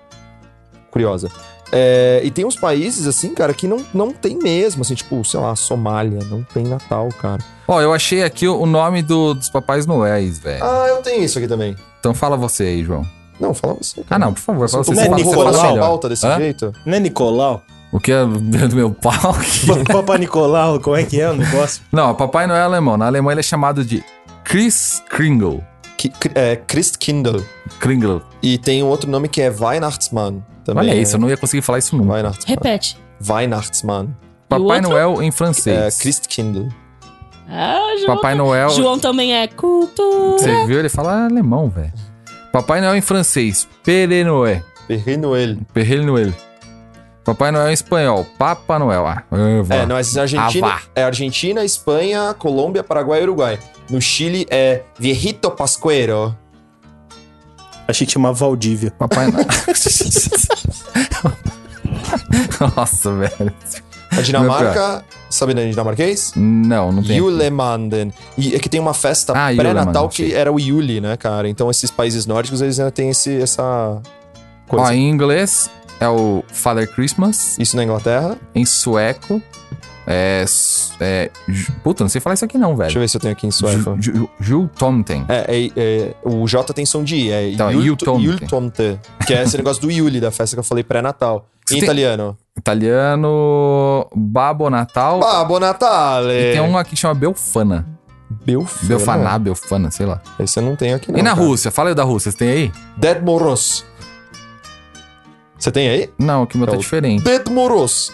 Speaker 2: curiosa. É, e tem uns países, assim, cara, que não, não tem mesmo, assim, tipo, sei lá, Somália, não tem Natal, cara.
Speaker 1: Ó, eu achei aqui o o nome do- dos Papais Noéis, velho.
Speaker 2: Ah, eu tenho isso aqui também.
Speaker 1: Então fala você aí, João.
Speaker 2: Não, fala você.
Speaker 1: Ah,
Speaker 2: Cara. Tipo,
Speaker 1: não, por favor, fala
Speaker 2: Você
Speaker 1: você.
Speaker 4: Não é
Speaker 1: você fala- você
Speaker 4: Nicolau?
Speaker 1: fala
Speaker 2: Nicolau
Speaker 1: melhor.
Speaker 2: pauta desse
Speaker 1: Hã?
Speaker 2: jeito?
Speaker 4: Não é Nicolau?
Speaker 1: O que é do meu pau?
Speaker 4: Papai Nicolau, como é que é o negócio?
Speaker 1: Não, Papai Noel é alemão. Na Alemanha ele é chamado de Chris Kringle.
Speaker 2: Que, é, Christkindl.
Speaker 1: Kringle.
Speaker 2: E tem um outro nome que é Weihnachtsmann. Também
Speaker 1: Olha
Speaker 2: é-
Speaker 1: isso, eu não ia conseguir falar isso nunca.
Speaker 2: Weihnachtsmann.
Speaker 3: Repete.
Speaker 2: Weihnachtsmann.
Speaker 1: Papai
Speaker 3: E o outro?
Speaker 1: Noel em
Speaker 2: É,
Speaker 1: francês.
Speaker 2: Christkindl.
Speaker 3: Ah, João.
Speaker 1: Papai Noel.
Speaker 3: João também é culto.
Speaker 1: Você viu? Ele fala alemão, velho. Papai Noel em francês. Pere Noel.
Speaker 2: Perrei Noel.
Speaker 1: Pere Noel. Papai Noel em espanhol. Papa Noel. Ah, eu vou
Speaker 2: É,
Speaker 1: lá.
Speaker 2: não, mas na Argentina
Speaker 1: Ah, vá.
Speaker 2: é Argentina, Espanha, Colômbia, Paraguai e Uruguai. No Chile é Viejito Pascuero.
Speaker 4: Achei que chamava Valdívia.
Speaker 1: Papai Noel. Nossa, velho.
Speaker 2: A Dinamarca, sabe na dinamarquês?
Speaker 1: Não, não tem.
Speaker 2: Julemanden. E é que tem uma festa
Speaker 1: Ah,
Speaker 2: pré-natal
Speaker 1: Julemanden,
Speaker 2: que
Speaker 1: sei.
Speaker 2: era o Yule, né, cara? Então esses países nórdicos, eles ainda têm esse, essa coisa.
Speaker 1: Ó, em inglês é o Father Christmas.
Speaker 2: Isso na Inglaterra.
Speaker 1: em sueco. É, s- é, Ju- Puta, não sei falar isso aqui não,
Speaker 2: Deixa eu
Speaker 1: velho.
Speaker 2: ver se eu tenho aqui em sueco.
Speaker 1: Ju- Ju- Jul Tomten.
Speaker 2: É, é, é, o J tem som de I, é
Speaker 1: Então,
Speaker 2: Yult-
Speaker 1: Yultomte.
Speaker 2: Yultomte, que é esse negócio do Yuli, da festa que eu falei pré-natal.
Speaker 1: Você
Speaker 2: Em
Speaker 1: tem-
Speaker 2: italiano.
Speaker 1: Italiano. Babo Natal.
Speaker 2: Ah, Buon Natale!
Speaker 1: E tem uma que chama Belfana.
Speaker 2: Belfana.
Speaker 1: Belfaná, Belfana, sei lá.
Speaker 2: Esse eu não tenho aqui, não.
Speaker 1: e na
Speaker 2: cara.
Speaker 1: Rússia? Fala aí da Rússia, você tem aí?
Speaker 2: Dead Moros. Você tem aí?
Speaker 1: Não, que o meu
Speaker 2: É
Speaker 1: tá
Speaker 2: o-
Speaker 1: diferente.
Speaker 2: Dead Moros.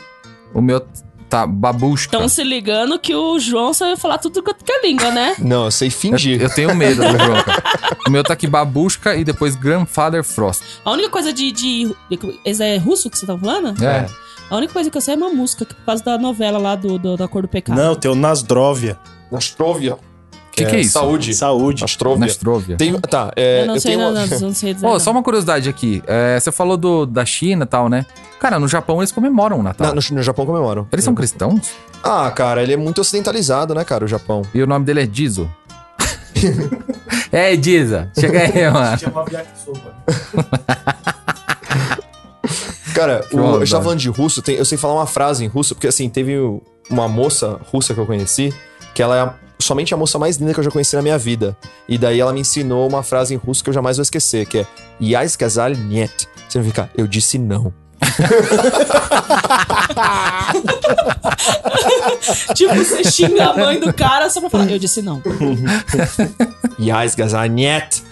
Speaker 1: O meu tá babushka.
Speaker 3: Estão se ligando que o João sabe falar tudo quanto que é língua, né?
Speaker 2: Não, eu sei
Speaker 1: eu,
Speaker 2: fingir.
Speaker 1: eu tenho medo do João, cara. O meu tá aqui babushka e depois Grandfather Frost.
Speaker 3: A única coisa de. de, de- esse é russo que você tá falando?
Speaker 1: É.
Speaker 3: A única coisa que eu sei é uma música, que por causa da novela lá do, do- da Cor do Pecado.
Speaker 4: Não, tem o Nasdróvia.
Speaker 2: Nostrovia.
Speaker 1: que, que é isso?
Speaker 2: Saúde.
Speaker 4: Saúde.
Speaker 2: Astrovia.
Speaker 1: Nastrovia.
Speaker 2: Tem, tá, é,
Speaker 3: eu não sei,
Speaker 2: tenho
Speaker 3: não,
Speaker 2: uma-
Speaker 3: não, não sei dizer.
Speaker 1: Ô,
Speaker 3: não.
Speaker 1: só uma curiosidade aqui. É, você falou do, da China e tal, né? Cara, no Japão eles comemoram o Natal.
Speaker 2: Na- no, no Japão comemoram.
Speaker 1: Eles são cristãos?
Speaker 2: Ah, cara, ele é muito ocidentalizado, né, cara, o Japão.
Speaker 1: E o nome dele é Dizo. é, Diza. Chega aí, mano.
Speaker 2: Cara,
Speaker 1: Que
Speaker 2: o, eu
Speaker 1: maldade.
Speaker 2: estava falando de russo, tem- eu sei falar uma frase em russo, porque assim, teve o- uma moça russa que eu conheci, que ela é a- somente a moça mais linda que eu já conheci na minha vida. E daí ela me ensinou uma frase em russo que eu jamais vou esquecer, que é Я сказал нет. Significa, eu disse não.
Speaker 3: Tipo, você xinga a mãe do cara só pra falar. Eu disse não.
Speaker 2: Я сказал нет.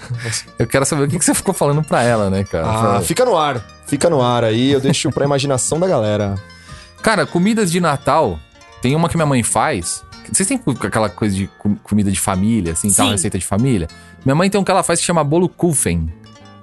Speaker 1: Eu quero saber o que, que você ficou falando pra ela, né, cara?
Speaker 2: Ah, fica no ar. Fica no ar aí, eu deixo pra imaginação da galera.
Speaker 1: Cara, comidas de Natal. Tem uma que minha mãe faz. Vocês têm cu- aquela coisa de com- comida de família, assim, tal,
Speaker 3: Sim.
Speaker 1: receita de família? Minha mãe tem um que ela faz que chama bolo Kufen.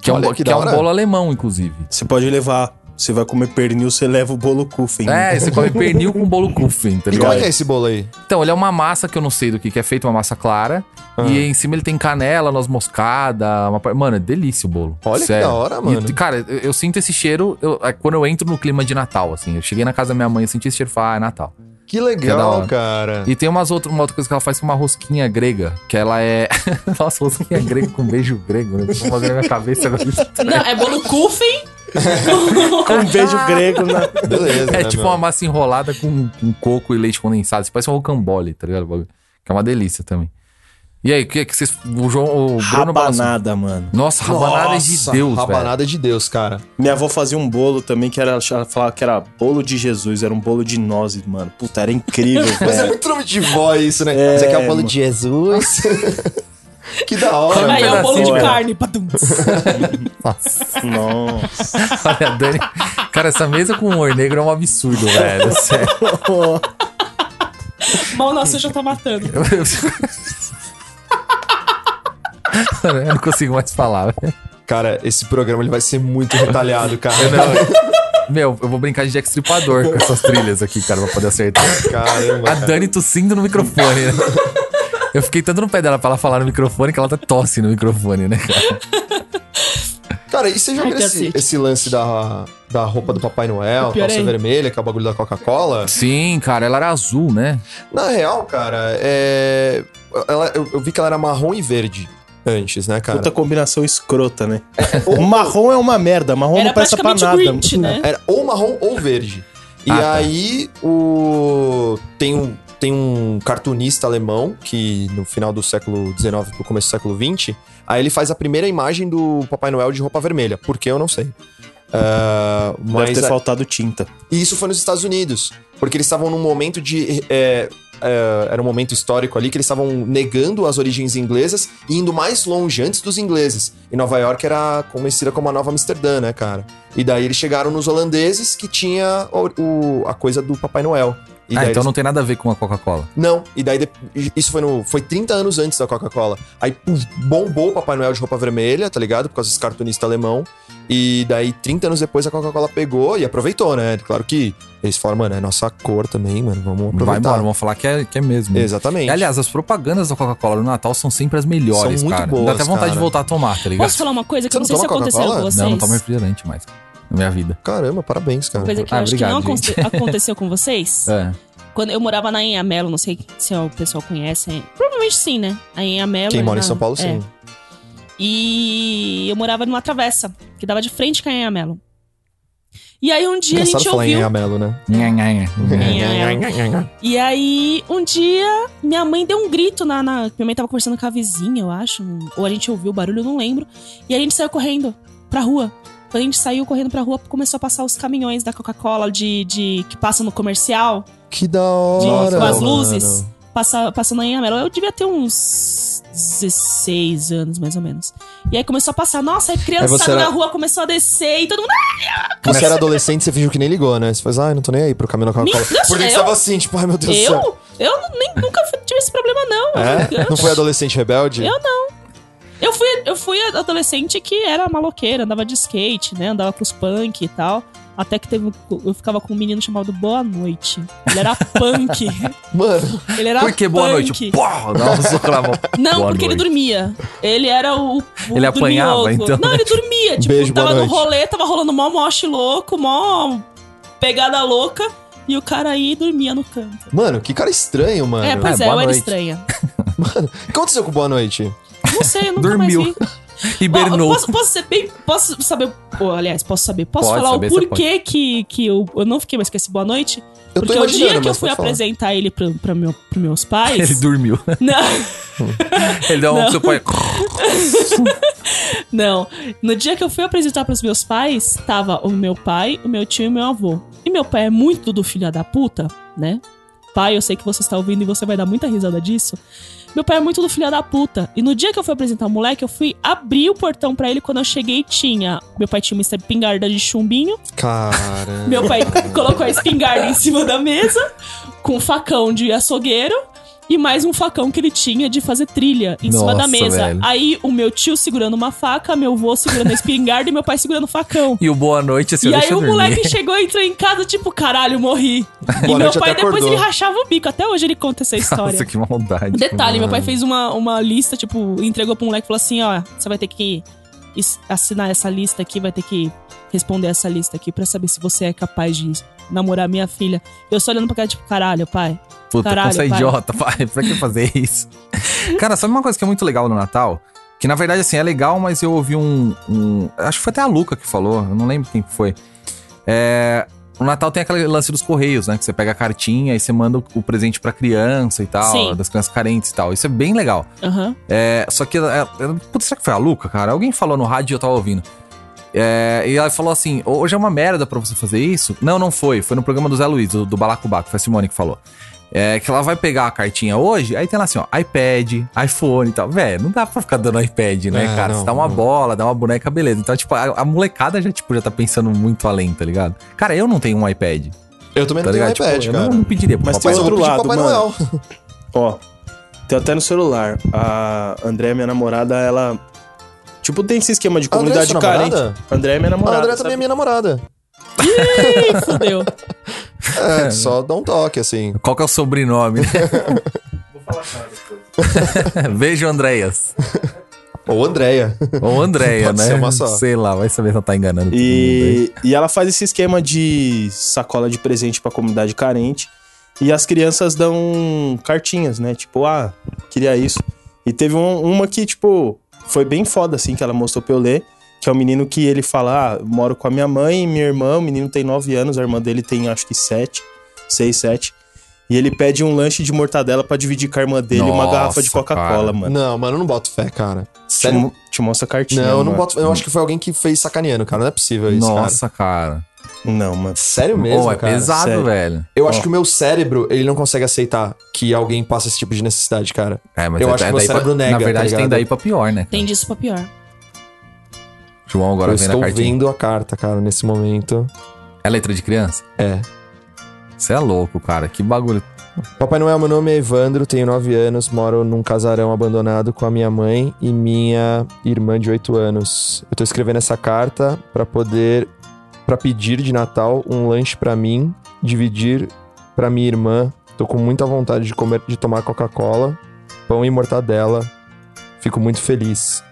Speaker 1: Que, é um,
Speaker 2: Olha
Speaker 1: bo-
Speaker 2: que
Speaker 1: que é
Speaker 2: da
Speaker 1: um
Speaker 2: hora.
Speaker 1: bolo alemão, inclusive.
Speaker 4: Você pode levar. Você vai comer pernil, você leva o bolo kufen.
Speaker 1: É, você come pernil com bolo Kufen, tá
Speaker 2: E
Speaker 1: ligado?
Speaker 2: como é que é esse bolo aí?
Speaker 1: Então, ele é uma massa que eu não sei do que, que é feito, uma massa clara. E
Speaker 2: Ah.
Speaker 1: em cima ele tem canela, noz moscada. Uma... par- Mano, é delícia o bolo.
Speaker 2: Olha que da hora,
Speaker 1: E,
Speaker 2: mano.
Speaker 1: cara, eu, eu sinto esse cheiro eu- é quando eu entro no clima de Natal, assim. Eu cheguei na casa da minha mãe, eu senti esse cheiro e falei, ah, é Natal.
Speaker 2: Que
Speaker 1: Que da
Speaker 2: legal,
Speaker 1: hora.
Speaker 2: cara.
Speaker 1: E tem umas outras, uma outra coisa que ela faz com uma rosquinha grega, que ela é. Nossa, rosquinha grega com beijo grego, né? Tô fazendo na minha cabeça agora.
Speaker 3: Não, é bolo Kufen.
Speaker 4: Com um
Speaker 1: tá.
Speaker 4: beijo grego na.
Speaker 2: Beleza,
Speaker 1: É
Speaker 2: né,
Speaker 1: tipo
Speaker 2: meu?
Speaker 1: uma massa enrolada com, com coco e leite condensado. Isso parece um rocambole, tá ligado? o bagulho? Que é uma delícia também. E aí, o que é que vocês. O, João, o Bruno balançou.
Speaker 4: Rabanada, mano.
Speaker 1: Nossa, rabanada é de
Speaker 2: Nossa,
Speaker 1: Deus, velho.
Speaker 2: Rabanada de Deus, cara.
Speaker 4: Minha avó fazia um bolo também que era. Ela falava que era bolo de Jesus, era um bolo de nozes, mano. Puta, era incrível,
Speaker 2: Mas é
Speaker 4: velho.
Speaker 2: muito nome de vó isso, né?
Speaker 4: É,
Speaker 2: Isso aqui é o bolo
Speaker 4: mano.
Speaker 2: de Jesus. que da hora.
Speaker 1: Come
Speaker 3: Aí é
Speaker 2: mano.
Speaker 3: o bolo de
Speaker 4: pedacinho, é.
Speaker 3: carne. Badum.
Speaker 4: Nossa.
Speaker 1: Olha, a Dani. Cara, essa mesa com humor negro é um absurdo, velho. Sério.
Speaker 3: Mal nossa, já tá matando.
Speaker 1: Mano, Eu não consigo mais falar, velho.
Speaker 2: Cara, esse programa ele vai ser muito retalhado, cara.
Speaker 1: Meu, eu vou brincar de Jack Stripador com essas trilhas aqui, cara, pra poder acertar.
Speaker 2: Caramba.
Speaker 1: A
Speaker 2: cara.
Speaker 1: Dani tossindo no microfone, né? Eu fiquei tanto no pé dela pra ela falar no microfone que ela tá tosse no microfone, né, cara?
Speaker 2: Cara, e você já
Speaker 3: Ai,
Speaker 2: viu esse,
Speaker 3: cacete.
Speaker 2: esse lance da, da roupa do Papai Noel,
Speaker 3: O pior
Speaker 2: calça
Speaker 3: é-
Speaker 2: vermelha, que é o bagulho da Coca-Cola?
Speaker 1: Sim, cara, ela era azul, né?
Speaker 2: Na real, cara, é. ela- eu, eu vi que ela era marrom e verde antes, né, cara?
Speaker 4: Puta combinação escrota, né? O marrom é uma merda, marrom
Speaker 3: Era
Speaker 4: não presta pra
Speaker 3: praticamente
Speaker 4: nada.
Speaker 3: o Grinch, né?
Speaker 2: Era ou marrom ou verde. E
Speaker 1: Ah, tá.
Speaker 2: aí o tem um tem um cartunista alemão que no final do século XIX pro começo do século XX, aí ele faz a primeira imagem do Papai Noel de roupa vermelha. Por que eu não sei. Ah,
Speaker 4: Deve
Speaker 2: mas
Speaker 4: ter
Speaker 2: a-
Speaker 4: faltado tinta.
Speaker 2: e isso foi nos Estados Unidos, porque eles estavam num momento de é, é, era um momento histórico ali que eles estavam negando as origens inglesas e indo mais longe antes dos ingleses. E Nova York era conhecida como a Nova Amsterdã, né, cara? E daí eles chegaram nos holandeses que tinha o, o- a coisa do Papai Noel. E
Speaker 1: ah,
Speaker 2: daí
Speaker 1: então
Speaker 2: eles-
Speaker 1: não tem nada a ver com a Coca-Cola.
Speaker 2: não, e daí de- isso foi no foi 30 anos antes da Coca-Cola. Aí pum, bombou o Papai Noel de roupa vermelha, tá ligado? Por causa desse cartunista alemão. E daí 30 anos depois a Coca-Cola pegou e aproveitou, né? Claro que eles falaram, mano, é nossa cor também, mano, vamos
Speaker 1: Vai
Speaker 2: aproveitar.
Speaker 1: embora, vamos falar que é, que é mesmo.
Speaker 2: Exatamente.
Speaker 1: Aliás, as propagandas da Coca-Cola no Natal são sempre as melhores,
Speaker 2: São muito
Speaker 1: cara. Dá
Speaker 2: boas,
Speaker 1: até vontade
Speaker 2: cara.
Speaker 1: de voltar a tomar, tá ligado?
Speaker 3: Posso falar uma coisa que
Speaker 2: Você
Speaker 3: eu não sei
Speaker 2: não
Speaker 3: se
Speaker 2: toma
Speaker 3: aconteceu com
Speaker 2: Coca-Cola?
Speaker 3: vocês?
Speaker 1: não, não tomo refrigerante mais, cara. Na minha vida.
Speaker 2: Caramba, parabéns, cara.
Speaker 3: Coisa que eu
Speaker 1: Ah,
Speaker 3: acho
Speaker 1: obrigado,
Speaker 3: que não aconte- aconteceu com vocês.
Speaker 1: É.
Speaker 3: Quando eu morava na Anhamelo, não sei se o pessoal conhece. Provavelmente sim, né? A Anhamelo.
Speaker 2: Quem
Speaker 3: é
Speaker 2: mora em
Speaker 3: na-
Speaker 2: São Paulo,
Speaker 3: é.
Speaker 2: sim.
Speaker 3: E eu morava numa travessa, que dava de frente com a Anhamelo. E aí um dia a
Speaker 2: Engraçado
Speaker 3: gente
Speaker 2: falar em
Speaker 3: ouviu.
Speaker 2: Amelo, né?
Speaker 1: Nha, nha, nha.
Speaker 3: Anhamelo. E aí, um dia, minha mãe deu um grito na, na- Minha mãe tava conversando com a vizinha, eu acho. um, Ou a gente ouviu o barulho, eu não lembro. E aí a gente saiu correndo pra rua. Quando a gente saiu correndo pra rua, começou a passar os caminhões da Coca-Cola de, de que passam no comercial.
Speaker 2: Que da hora.
Speaker 3: com as
Speaker 2: mano.
Speaker 3: luzes. Passa, passando em Amelo. Eu devia ter uns 16 anos, mais ou menos. E aí começou a passar. Nossa, aí
Speaker 2: você
Speaker 3: criançada
Speaker 2: era-
Speaker 3: na rua começou a descer e todo mundo.
Speaker 2: Você era adolescente, você fingiu que nem ligou, né? Você faz, ai, não tô nem aí pro caminho da Coca-Cola. Por
Speaker 3: Minha-
Speaker 2: que que
Speaker 3: eu-
Speaker 2: você tava assim, tipo, ai meu Deus do céu.
Speaker 3: Eu? Eu não- nem, nunca fui- tive esse problema, não.
Speaker 2: É? Não foi adolescente rebelde?
Speaker 3: Eu Eu fui, eu fui adolescente que era maloqueira, andava de skate, né? Andava com os punk e tal. Até que teve. um- Eu ficava com um menino chamado Boa Noite. Ele era punk.
Speaker 2: Mano,
Speaker 3: Ele era
Speaker 1: Por que boa
Speaker 3: punk.
Speaker 1: noite? Porra, dá um soco na mão.
Speaker 3: Não,
Speaker 1: Boa
Speaker 3: porque ele
Speaker 1: noite.
Speaker 3: dormia. Ele era o. o
Speaker 1: Ele apanhava,
Speaker 3: dorminhoco.
Speaker 1: então,
Speaker 3: Não,
Speaker 1: né?
Speaker 3: ele dormia. Tipo,
Speaker 2: Beijo, boa
Speaker 3: tava no
Speaker 2: noite.
Speaker 3: rolê, tava rolando mó moche louco, mó pegada louca. E o cara aí dormia no canto.
Speaker 2: mano, que cara estranho, mano.
Speaker 3: é, pois
Speaker 1: é,
Speaker 3: é,
Speaker 1: boa
Speaker 3: eu era
Speaker 1: noite.
Speaker 3: estranha.
Speaker 2: O que aconteceu com Boa Noite?
Speaker 3: Não sei, eu nunca
Speaker 1: Dormiu.
Speaker 3: mais vi.
Speaker 1: Hibernou.
Speaker 3: Ó, posso, posso ser bem. Posso saber. Pô, aliás, posso saber. Posso
Speaker 1: Pode
Speaker 3: falar
Speaker 1: saber,
Speaker 3: o
Speaker 1: você
Speaker 3: porquê que, que eu, eu não fiquei mais com esse boa noite?
Speaker 2: Eu tô
Speaker 3: Porque o dia
Speaker 2: imaginando,
Speaker 3: que eu
Speaker 2: mas
Speaker 3: fui
Speaker 2: pode falar.
Speaker 3: apresentar ele pro, pra meu, pros meus pais.
Speaker 1: Ele dormiu.
Speaker 3: Não.
Speaker 1: Ele deu um
Speaker 3: Não.
Speaker 1: pro seu pai.
Speaker 3: Não. No dia que eu fui apresentar pros meus pais, tava o meu pai, o meu tio e o meu avô. E meu pai é muito do filho da puta, né? Pai, eu sei que você está ouvindo e você vai dar muita risada disso. Meu pai é muito do filho da puta. E no dia que eu fui apresentar o moleque, eu fui abrir o portão pra ele. Quando eu cheguei, tinha. Meu pai tinha uma esp- espingarda de chumbinho.
Speaker 2: Cara.
Speaker 3: Meu pai colocou a espingarda em cima da mesa, com um facão de açougueiro e mais um facão que ele tinha de fazer trilha em cima
Speaker 1: Nossa,
Speaker 3: da mesa.
Speaker 1: velho.
Speaker 3: Aí o meu tio segurando uma faca, meu avô segurando a espingarda e meu pai segurando o facão.
Speaker 1: E o boa noite, assim,
Speaker 3: e aí
Speaker 1: deixa eu
Speaker 3: o
Speaker 1: dormir.
Speaker 3: moleque chegou e entrou em casa, tipo, caralho, morri. E
Speaker 2: Boa
Speaker 3: meu
Speaker 2: noite,
Speaker 3: pai
Speaker 2: até
Speaker 3: depois
Speaker 2: acordou.
Speaker 3: ele rachava o bico. Até hoje ele conta essa história.
Speaker 1: Nossa, que maldade.
Speaker 3: Detalhe, meu pai fez uma, uma lista, tipo, entregou pro moleque e falou assim, ó, você vai ter que is- assinar essa lista aqui, vai ter que responder essa lista aqui pra saber se você é capaz de namorar minha filha. Eu só olhando pra cara, tipo, caralho, pai.
Speaker 1: Puta,
Speaker 3: Caralho,
Speaker 1: você é
Speaker 3: pai.
Speaker 1: idiota, pai. Pra que fazer isso? Cara, sabe uma coisa que é muito legal no Natal? Que na verdade, assim, é legal, mas eu ouvi um. um- acho que foi até a Luca que falou, eu não lembro quem foi. É, O Natal tem aquele lance dos correios, né? Que você pega a cartinha e você manda o- o presente pra criança e tal,
Speaker 3: Sim.
Speaker 1: das crianças carentes e tal. Isso é bem legal.
Speaker 3: Aham.
Speaker 1: É, só que. ela- ela- ela- Putz, será que foi a Luca, cara? Alguém falou no rádio e eu tava ouvindo. É, e ela falou assim: hoje é uma merda pra você fazer isso? Não, não foi. Foi no programa do Zé Luiz, do, do Balacobaco, foi a Simone que falou. É, que ela vai pegar a cartinha hoje, aí tem lá assim, ó, iPad, iPhone e tal. Velho, não dá pra ficar dando iPad, né,
Speaker 2: É,
Speaker 1: cara?
Speaker 2: não,
Speaker 1: você dá uma
Speaker 2: não.
Speaker 1: bola, dá uma boneca, beleza. Então, tipo, a, a molecada já, tipo, já tá pensando muito além, tá ligado? Cara, eu não tenho um iPad,
Speaker 2: Eu também
Speaker 1: tá
Speaker 2: não tenho um
Speaker 1: ligado?
Speaker 2: iPad,
Speaker 1: tipo, eu
Speaker 2: cara.
Speaker 1: não, não pediria pro
Speaker 4: Mas
Speaker 1: papai.
Speaker 2: Mas eu
Speaker 1: não.
Speaker 2: vou
Speaker 4: Outro
Speaker 2: pedir pro
Speaker 4: lado,
Speaker 2: Papai
Speaker 4: mano.
Speaker 2: Noel.
Speaker 4: Ó, tem até no celular. A André, minha namorada, ela. Tipo, tem esse esquema de
Speaker 2: A Andréia é
Speaker 4: comunidade
Speaker 2: sua
Speaker 4: carente.
Speaker 2: namorada?
Speaker 4: André é minha
Speaker 2: A
Speaker 4: namorada.
Speaker 2: André
Speaker 4: sabe?
Speaker 2: também é minha namorada.
Speaker 3: Ih, fudeu.
Speaker 2: É, só dá um toque, assim.
Speaker 1: Qual que é o sobrenome? Vou falar depois. Beijo, Andréas.
Speaker 2: Ou Andréia.
Speaker 1: Ou Andréia,
Speaker 2: Pode
Speaker 1: né?
Speaker 2: ser uma só.
Speaker 1: Sei lá, vai saber se ela tá enganando. todo mundo aí.
Speaker 4: E, e ela faz esse esquema de sacola de presente pra comunidade carente. E as crianças dão cartinhas, né? Tipo, ah, queria isso. E teve um- uma que, tipo, foi bem foda, assim, que ela mostrou pra eu ler. Que é o menino que ele fala, ah, eu moro com a minha mãe e minha irmã. O menino tem 9 anos, a irmã dele tem, acho que 7, 6, 7. E ele pede um lanche de mortadela pra dividir com a irmã dele e uma
Speaker 1: Nossa,
Speaker 4: garrafa de Coca-Cola,
Speaker 1: cara.
Speaker 4: mano.
Speaker 2: Não, mano, eu não boto fé, cara.
Speaker 4: Te,
Speaker 2: Sério?
Speaker 4: mo- te mostra a cartinha.
Speaker 2: Não, eu não
Speaker 4: mano.
Speaker 2: boto. Eu acho que foi alguém que fez sacaneando, cara. Não é possível isso, cara.
Speaker 1: Nossa, cara.
Speaker 4: Não, mano.
Speaker 2: Sério mesmo,
Speaker 1: Pô, é
Speaker 2: cara.
Speaker 1: pesado,
Speaker 4: sério.
Speaker 1: velho.
Speaker 2: Eu acho que o meu cérebro, ele não consegue aceitar que alguém passa esse tipo de necessidade, cara.
Speaker 1: É, mas
Speaker 2: Eu
Speaker 1: é,
Speaker 2: acho
Speaker 1: é
Speaker 2: que meu
Speaker 1: daí pra-
Speaker 2: cérebro nega,
Speaker 1: Na
Speaker 2: tá
Speaker 1: verdade, tem
Speaker 2: ligado?
Speaker 1: daí pra pior, né?
Speaker 3: Tem disso pra pior.
Speaker 1: João agora
Speaker 2: eu
Speaker 1: vem na
Speaker 2: estou
Speaker 1: cartinha.
Speaker 2: vendo a carta, cara, nesse momento.
Speaker 1: É letra de criança?
Speaker 2: É.
Speaker 1: Você é louco, cara. Que bagulho.
Speaker 2: Papai Noel, meu nome é Evandro, tenho 9 anos, moro num casarão abandonado com a minha mãe e minha irmã de 8 anos. Eu tô escrevendo essa carta pra poder pra pedir de Natal um lanche pra mim, dividir pra minha irmã. Tô com muita vontade de comer, de tomar Coca-Cola, pão e mortadela. Fico muito feliz.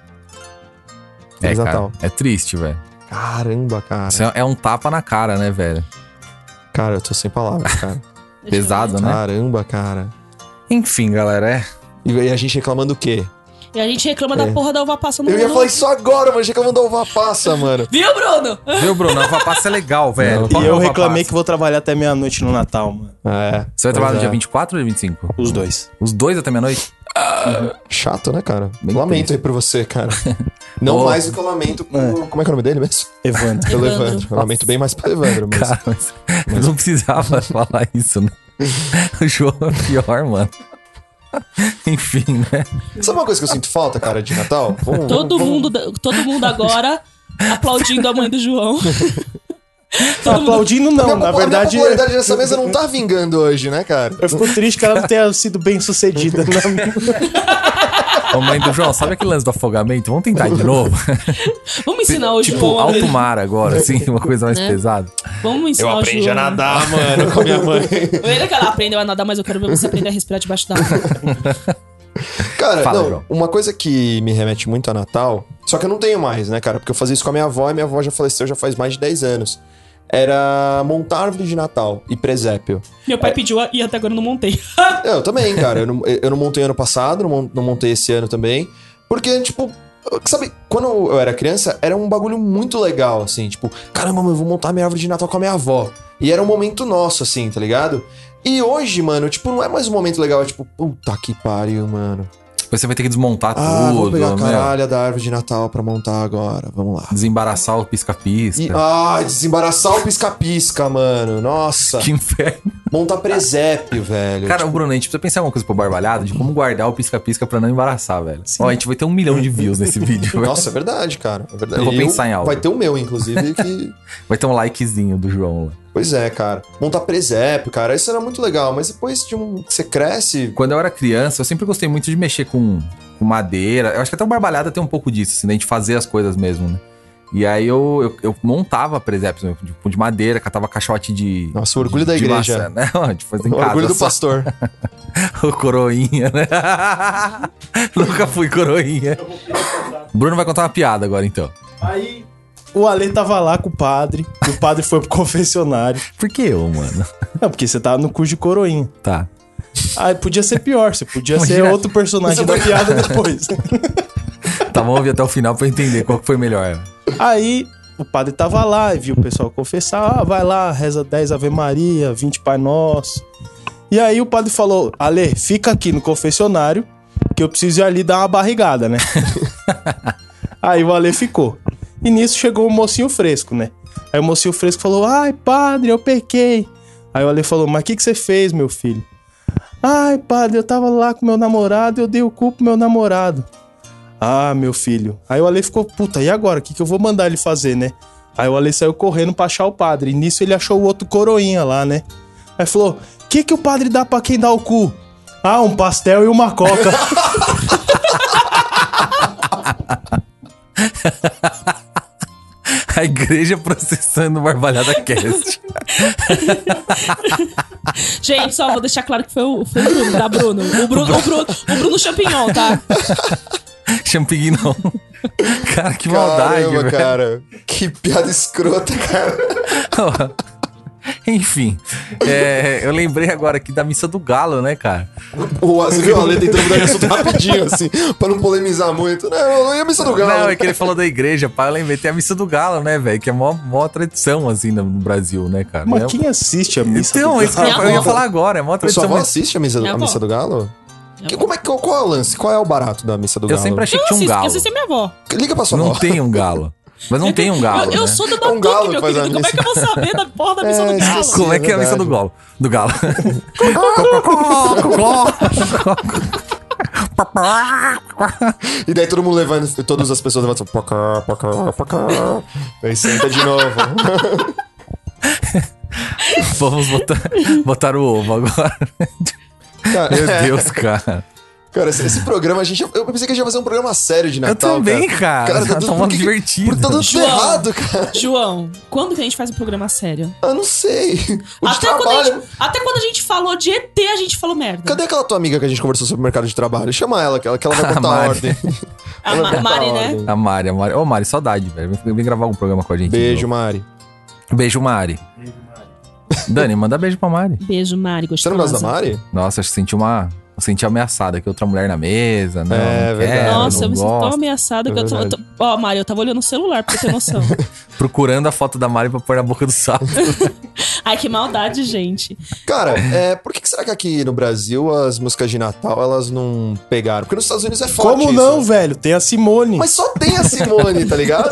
Speaker 1: É,
Speaker 2: Feliz
Speaker 1: cara.
Speaker 2: Natal.
Speaker 1: É triste, velho.
Speaker 2: Caramba, cara.
Speaker 1: Isso é- É um tapa na cara, né, velho?
Speaker 2: Cara, eu tô sem palavras, cara.
Speaker 3: Deixa eu
Speaker 1: Pesado, né?
Speaker 2: Caramba, cara.
Speaker 1: Enfim, galera, é.
Speaker 2: E e a gente reclamando o quê?
Speaker 3: ver. E a gente reclama
Speaker 2: É.
Speaker 3: da porra da uva passa no
Speaker 2: Eu ia
Speaker 3: mundo.
Speaker 2: falar isso agora, mas reclamando da uva passa, mano.
Speaker 3: Viu, Bruno?
Speaker 1: Viu, Bruno? A uva passa é legal, velho. Qual
Speaker 4: E
Speaker 1: que é a
Speaker 4: eu
Speaker 1: uva
Speaker 4: reclamei
Speaker 1: passa?
Speaker 4: que vou trabalhar até meia-noite no Natal, mano.
Speaker 2: É.
Speaker 1: Você vai trabalhar no dia 24 ou dia 25?
Speaker 4: Os dois.
Speaker 1: Os dois até meia-noite?
Speaker 2: Chato, né, cara?
Speaker 1: Bem
Speaker 2: lamento
Speaker 1: triste.
Speaker 2: aí por você, cara. Não
Speaker 1: Oh.
Speaker 2: mais do que eu lamento por...
Speaker 4: É.
Speaker 2: Como é que é o nome dele mesmo?
Speaker 4: Evandro.
Speaker 2: Pelo
Speaker 3: Evandro.
Speaker 2: Evandro. Eu lamento bem mais pelo Evandro, mas...
Speaker 1: Cara, Tá, mas eu não precisava falar isso, né? O João é pior, mano. Enfim, né?
Speaker 2: Sabe uma coisa que eu sinto falta, cara, de Natal? Vamos-
Speaker 3: Todo
Speaker 2: vamos-
Speaker 3: mundo, todo mundo agora aplaudindo a mãe do João.
Speaker 4: Aplaudindo não,
Speaker 2: Minha-
Speaker 4: na
Speaker 2: A
Speaker 4: verdade.
Speaker 2: minha popularidade dessa mesa não tá vingando hoje, né, cara?
Speaker 4: Eu fico triste que ela não tenha sido bem sucedida. né, na-
Speaker 1: Ô, mãe do João, sabe aquele lance do afogamento? Vamos tentar de novo?
Speaker 3: Vamos ensinar o
Speaker 1: tipo,
Speaker 3: João.
Speaker 1: alto mar agora, assim, uma coisa mais
Speaker 3: Né?
Speaker 1: pesada.
Speaker 3: Vamos ensinar o João.
Speaker 2: nadar, mano, com a minha mãe.
Speaker 3: Ele é que ela aprendeu a nadar, mas eu quero ver você aprender a respirar debaixo da água.
Speaker 2: Cara,
Speaker 1: Fala,
Speaker 2: não,
Speaker 1: João.
Speaker 2: uma coisa que me remete muito a Natal, só que eu não tenho mais, né, cara? Porque eu fazia isso com a minha avó e minha avó já faleceu já faz mais de 10 anos. Era montar árvore de Natal e presépio.
Speaker 3: Meu pai pediu e até agora eu não montei.
Speaker 2: É, Eu também, cara. eu, não, eu não montei ano passado, não mon- não montei esse ano também. Porque, tipo, sabe, quando eu era criança, era um bagulho muito legal, assim. Tipo, caramba, mano, eu vou montar minha árvore de Natal com a minha avó. E era um momento nosso, assim, tá ligado? E hoje, mano, tipo, não é mais um momento legal. É tipo, puta que pariu, mano.
Speaker 1: Você vai ter que desmontar
Speaker 2: Ah, vou
Speaker 1: tudo,
Speaker 2: pegar a
Speaker 1: né?
Speaker 2: caralha da árvore de Natal pra montar agora. Vamos lá.
Speaker 1: desembaraçar o pisca-pisca.
Speaker 2: E, ah, desembaraçar o pisca-pisca, mano. Nossa.
Speaker 1: Que inferno.
Speaker 2: Montar presépio, velho.
Speaker 1: Cara, o Bruno, a gente precisa pensar em uma coisa pro barbalhada de como guardar o pisca-pisca pra não embaraçar, velho. Ó, a gente vai ter um milhão de views nesse vídeo, velho.
Speaker 2: Nossa, é verdade, cara. É verdade.
Speaker 1: Eu vou
Speaker 2: E
Speaker 1: pensar em algo.
Speaker 2: Vai ter o meu, inclusive, que.
Speaker 1: Vai ter um likezinho do João lá.
Speaker 2: pois é, cara. Montar presépio, cara. Isso era muito legal, mas depois de um. que Você cresce.
Speaker 1: Quando eu era criança, eu sempre gostei muito de mexer com, com madeira. Eu acho que até o Barbalhada tem um pouco disso, assim, da gente fazer as coisas mesmo, né? E aí eu, eu, eu montava presépios né, tipo, de madeira, catava caixote de.
Speaker 2: Nossa, o orgulho da
Speaker 1: de maçã,
Speaker 2: igreja.
Speaker 1: né? Não, de fazer em
Speaker 2: O
Speaker 1: casa.
Speaker 2: orgulho do
Speaker 1: só
Speaker 2: pastor.
Speaker 1: o coroinha, né? Nunca fui coroinha. Bruno vai contar uma piada agora, então.
Speaker 4: Aí o Ale tava lá com o padre, e o padre foi pro confessionário.
Speaker 1: Por que eu, mano?
Speaker 4: Não, porque você tava no cu de coroinha.
Speaker 1: Tá.
Speaker 4: Ah, podia ser pior, você podia ser
Speaker 1: Imagina.
Speaker 4: outro personagem da piada depois.
Speaker 1: Tá, vamos ouvir até o final pra eu entender qual que foi melhor.
Speaker 4: Aí o padre tava lá e viu o pessoal confessar: ah, vai lá, reza 10 Ave Maria, 20 Pai Nosso. E aí o padre falou: Ale, fica aqui no confessionário, que eu preciso ir ali dar uma barrigada, né? aí o Ale ficou. E nisso chegou o mocinho fresco, né? Aí o mocinho fresco falou: ai, padre, eu pequei. Aí o Ale falou: mas o que, que você fez, meu filho? Ai, padre, eu tava lá com meu namorado e eu dei o cu pro meu namorado. Ah, meu filho. Aí o Ale ficou, puta, e agora? O que, que eu vou mandar ele fazer, né? Aí o Ale saiu correndo pra achar o padre. E nisso ele achou o outro coroinha lá, né? Aí falou: que que o padre dá pra quem dá o cu? Ah, um pastel e uma coca.
Speaker 1: A igreja processando o Barbalhada Cast.
Speaker 3: Gente, só vou deixar claro que foi o, foi o Bruno, da Bruno. O Bruno, o Bruno, o Bruno Champignon, tá?
Speaker 1: Champignon. Cara, que maldade,
Speaker 2: Caramba,
Speaker 1: velho.
Speaker 2: cara. Que piada escrota, cara.
Speaker 1: Enfim, é, eu lembrei agora aqui da missa do galo, né, cara?
Speaker 2: O Você viu o Ale tentando mudar de assunto rapidinho, assim, pra não polemizar muito. Não, não ia missa do galo.
Speaker 1: Não, é que ele falou da igreja, pá, eu lembrei, tem a missa do galo, né, velho? Que é a maior, maior tradição, assim, no no Brasil, né, cara?
Speaker 4: Mas
Speaker 1: É-
Speaker 4: quem assiste a missa?
Speaker 1: Então,
Speaker 4: do
Speaker 1: isso que eu,
Speaker 3: Minha
Speaker 1: eu ia
Speaker 3: avó.
Speaker 1: falar agora, é a maior
Speaker 2: Sua
Speaker 1: tradição.
Speaker 2: avó
Speaker 1: Mas
Speaker 2: assiste a missa,
Speaker 3: Minha
Speaker 2: a
Speaker 3: avó.
Speaker 2: missa do galo?
Speaker 3: Minha
Speaker 2: Que- como é, que- qual, qual é o lance? Qual é o barato da missa do
Speaker 1: eu
Speaker 2: galo?
Speaker 1: sempre achei
Speaker 3: Eu
Speaker 1: que tinha um
Speaker 3: assisto, eu
Speaker 1: galo.
Speaker 3: assisto a minha avó.
Speaker 2: Liga pra sua
Speaker 1: Não
Speaker 2: avó.
Speaker 1: tem um galo. Mas não tem um galo.
Speaker 3: é Eu, eu
Speaker 1: né?
Speaker 3: sou
Speaker 2: É
Speaker 3: da
Speaker 2: um
Speaker 3: Batuque,
Speaker 2: galo
Speaker 3: meu
Speaker 2: que faz a
Speaker 3: querido. Como é que eu vou saber da porra da missão
Speaker 2: É,
Speaker 3: do galo?
Speaker 2: esqueci.
Speaker 1: Como é que é a missa
Speaker 2: verdade.
Speaker 1: do galo? Do galo.
Speaker 2: E daí todo mundo levando, todas as pessoas levantam. Pocá, pocá, pocá. Aí senta de novo.
Speaker 1: Vamos botar, botar o ovo agora.
Speaker 2: Cara,
Speaker 1: Meu
Speaker 2: é,
Speaker 1: Deus, cara.
Speaker 2: Cara, esse, esse programa, a gente, eu pensei que a gente ia fazer um programa sério de Natal.
Speaker 1: também, cara. Tá
Speaker 2: dando-
Speaker 1: uma
Speaker 2: por que que-
Speaker 1: divertida.
Speaker 2: Por, tá dando tudo
Speaker 3: João.
Speaker 2: errado, cara.
Speaker 3: João, quando que a gente faz um programa sério?
Speaker 2: Eu não sei. O de
Speaker 3: Até quando, a
Speaker 2: trabalho.
Speaker 3: gente, até quando a gente falou de ET, a gente falou merda.
Speaker 2: Cadê aquela tua amiga que a gente conversou sobre o mercado de trabalho? Chama ela, que ela, que ela vai
Speaker 1: A
Speaker 2: contar a,
Speaker 1: Mari.
Speaker 2: ordem.
Speaker 3: a
Speaker 2: Ela
Speaker 3: Ma-
Speaker 2: vai botar
Speaker 3: Mari,
Speaker 2: a
Speaker 3: né?
Speaker 2: ordem.
Speaker 1: A Mari, a Mari. Ô, Mari, saudade, velho. Vem, vem gravar um programa com a gente. de
Speaker 2: Beijo, Mari.
Speaker 1: novo. Beijo, Mari. Dani, manda beijo pra Mari.
Speaker 3: Beijo, Mari,
Speaker 2: Você
Speaker 3: gostosa.
Speaker 2: não gosta da
Speaker 3: assim?
Speaker 2: Mari?
Speaker 1: Nossa, eu senti uma. Eu senti ameaçada que outra mulher na mesa. Não,
Speaker 2: É,
Speaker 1: não
Speaker 2: verdade.
Speaker 1: quero,
Speaker 3: Nossa,
Speaker 1: não
Speaker 3: eu me sinto tão
Speaker 1: gosto.
Speaker 3: ameaçada que
Speaker 2: É
Speaker 3: eu tô, eu tô- Ó, Mari, eu tava olhando o celular, pra você ter noção.
Speaker 1: Procurando a foto da Mari pra pôr na boca do sapo.
Speaker 3: Ai, que maldade, gente.
Speaker 2: Cara, é, por que que será que aqui no Brasil as músicas de Natal elas não pegaram? Porque nos Estados Unidos é forte
Speaker 4: Como
Speaker 2: isso.
Speaker 4: não, velho? Tem a Simone.
Speaker 2: Mas só tem a Simone, tá ligado?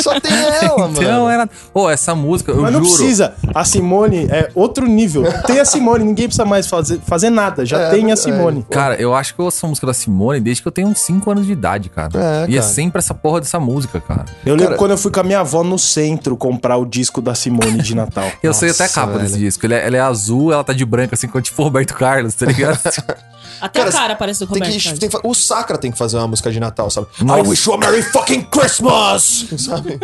Speaker 2: Só tem ela,
Speaker 1: Então
Speaker 2: mano.
Speaker 1: era. Ô, essa música, eu
Speaker 4: Mas não
Speaker 1: juro.
Speaker 4: precisa. A Simone é outro nível. Tem a Simone, ninguém precisa mais fazer, fazer nada. Já
Speaker 2: É,
Speaker 4: tem a
Speaker 2: verdade.
Speaker 4: Simone.
Speaker 1: Cara, eu acho que eu ouço essa música da Simone desde que eu tenho uns 5 anos de idade, cara.
Speaker 2: É,
Speaker 1: e é
Speaker 2: cara.
Speaker 1: sempre essa porra dessa música, cara.
Speaker 4: Eu lembro
Speaker 2: Cara-
Speaker 4: quando eu fui com a minha avó no centro comprar o disco da Simone de Natal.
Speaker 1: Eu sei até
Speaker 2: Nossa,
Speaker 1: a capa desse
Speaker 2: velho.
Speaker 1: disco. Ele é, ela é azul, ela tá de branco, assim, como tipo o Roberto Carlos, tá ligado?
Speaker 3: Até
Speaker 2: Cara,
Speaker 3: a cara parece do
Speaker 2: Tem
Speaker 3: Roberto.
Speaker 2: que,
Speaker 3: Carlos.
Speaker 2: tem que fa- o Sacra tem que fazer uma música de Natal, sabe? I
Speaker 1: Nossa.
Speaker 2: wish you a Merry fucking Christmas! Sabe?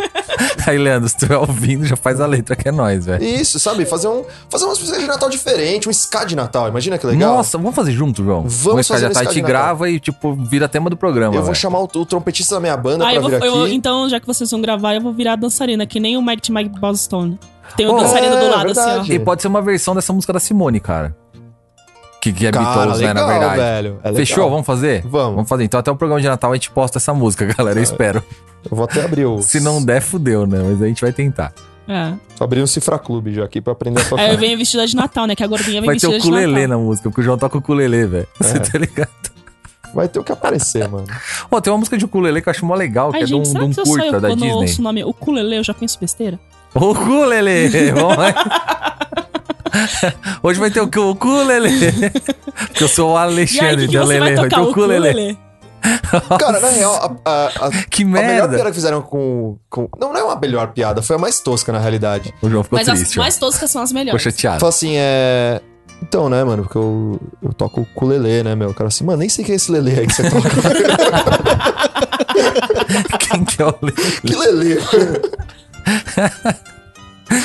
Speaker 1: Aí, Leandro, se tu é ouvindo, já faz a letra que é nós, velho.
Speaker 2: Isso, sabe? Fazer, um, fazer umas músicas de Natal diferente, um ska de Natal, imagina que legal.
Speaker 1: Nossa, vamos fazer junto, João?
Speaker 2: Vamos
Speaker 1: Vamos
Speaker 2: fazer
Speaker 1: já
Speaker 2: um
Speaker 1: tá, a
Speaker 2: Escada
Speaker 1: gente
Speaker 2: de Natal.
Speaker 1: grava e, tipo, vira tema do programa.
Speaker 2: eu vou
Speaker 1: velho.
Speaker 2: chamar o, o trompetista da minha banda
Speaker 3: Ah,
Speaker 2: pra
Speaker 3: eu vou,
Speaker 2: vir aqui.
Speaker 3: eu- então, já que vocês vão gravar, eu vou virar dançarina, que nem o Mike de Mike Boston. Tem o
Speaker 1: Oh,
Speaker 3: dançarino
Speaker 2: é,
Speaker 3: do lado,
Speaker 2: verdade.
Speaker 3: assim, ó.
Speaker 1: E pode ser uma versão dessa música da Simone, cara. Que, que é
Speaker 2: Cara,
Speaker 1: Beatles, né, na
Speaker 2: legal,
Speaker 1: verdade.
Speaker 2: velho. É legal.
Speaker 1: Fechou? Vamos fazer?
Speaker 2: Vamos.
Speaker 1: Vamos fazer. Então até o programa de Natal a gente posta essa música, galera. Eu espero.
Speaker 2: Eu vou até abrir o.
Speaker 1: Se não der, fudeu, né? Mas a gente vai tentar.
Speaker 3: É.
Speaker 2: Vou abrir um Cifra Clube já aqui pra aprender a tocar.
Speaker 3: Aí eu venho vestida de Natal, né? Que a gordinha vem
Speaker 1: Vai ter o
Speaker 3: vestida
Speaker 1: né?
Speaker 3: de Natal.
Speaker 1: culelê na música, porque o João toca o culelê, velho.
Speaker 2: É.
Speaker 1: Você tá ligado?
Speaker 2: Vai ter o que aparecer, mano.
Speaker 1: Pô, tem uma música de ukulele que eu acho mó legal, que
Speaker 3: Ai,
Speaker 1: é de um, de
Speaker 3: gente, será
Speaker 1: um
Speaker 3: que se eu saio
Speaker 1: curta da
Speaker 3: quando eu ouço o
Speaker 1: Disney.
Speaker 3: nome ukulele, eu já penso besteira?
Speaker 1: O ukulele! Vamos lá. Hoje vai ter o que? O ukulele. Porque eu sou o
Speaker 3: E aí, o
Speaker 1: Alexandre
Speaker 3: que,
Speaker 1: de
Speaker 3: que você vai
Speaker 1: Alele. Vai ter
Speaker 3: tocar?
Speaker 1: o ukulele.
Speaker 3: Ukulele.
Speaker 2: Cara, na real, a, a, a,
Speaker 1: Que
Speaker 2: a melhor
Speaker 1: merda.
Speaker 2: piada que fizeram com, com. Não, não é uma melhor piada, foi a mais tosca na realidade.
Speaker 1: O João ficou
Speaker 3: Mas as
Speaker 1: triste. ó.
Speaker 3: mais toscas são as
Speaker 1: Ficou
Speaker 3: melhores.
Speaker 1: chateado.
Speaker 2: Falou assim, é. Então, né, mano, porque eu, eu toco com o Lelê, né, meu? O cara assim, mano, nem sei quem é esse Lelê aí que você toca.
Speaker 1: Quem que é o Lele?
Speaker 2: que Lelê?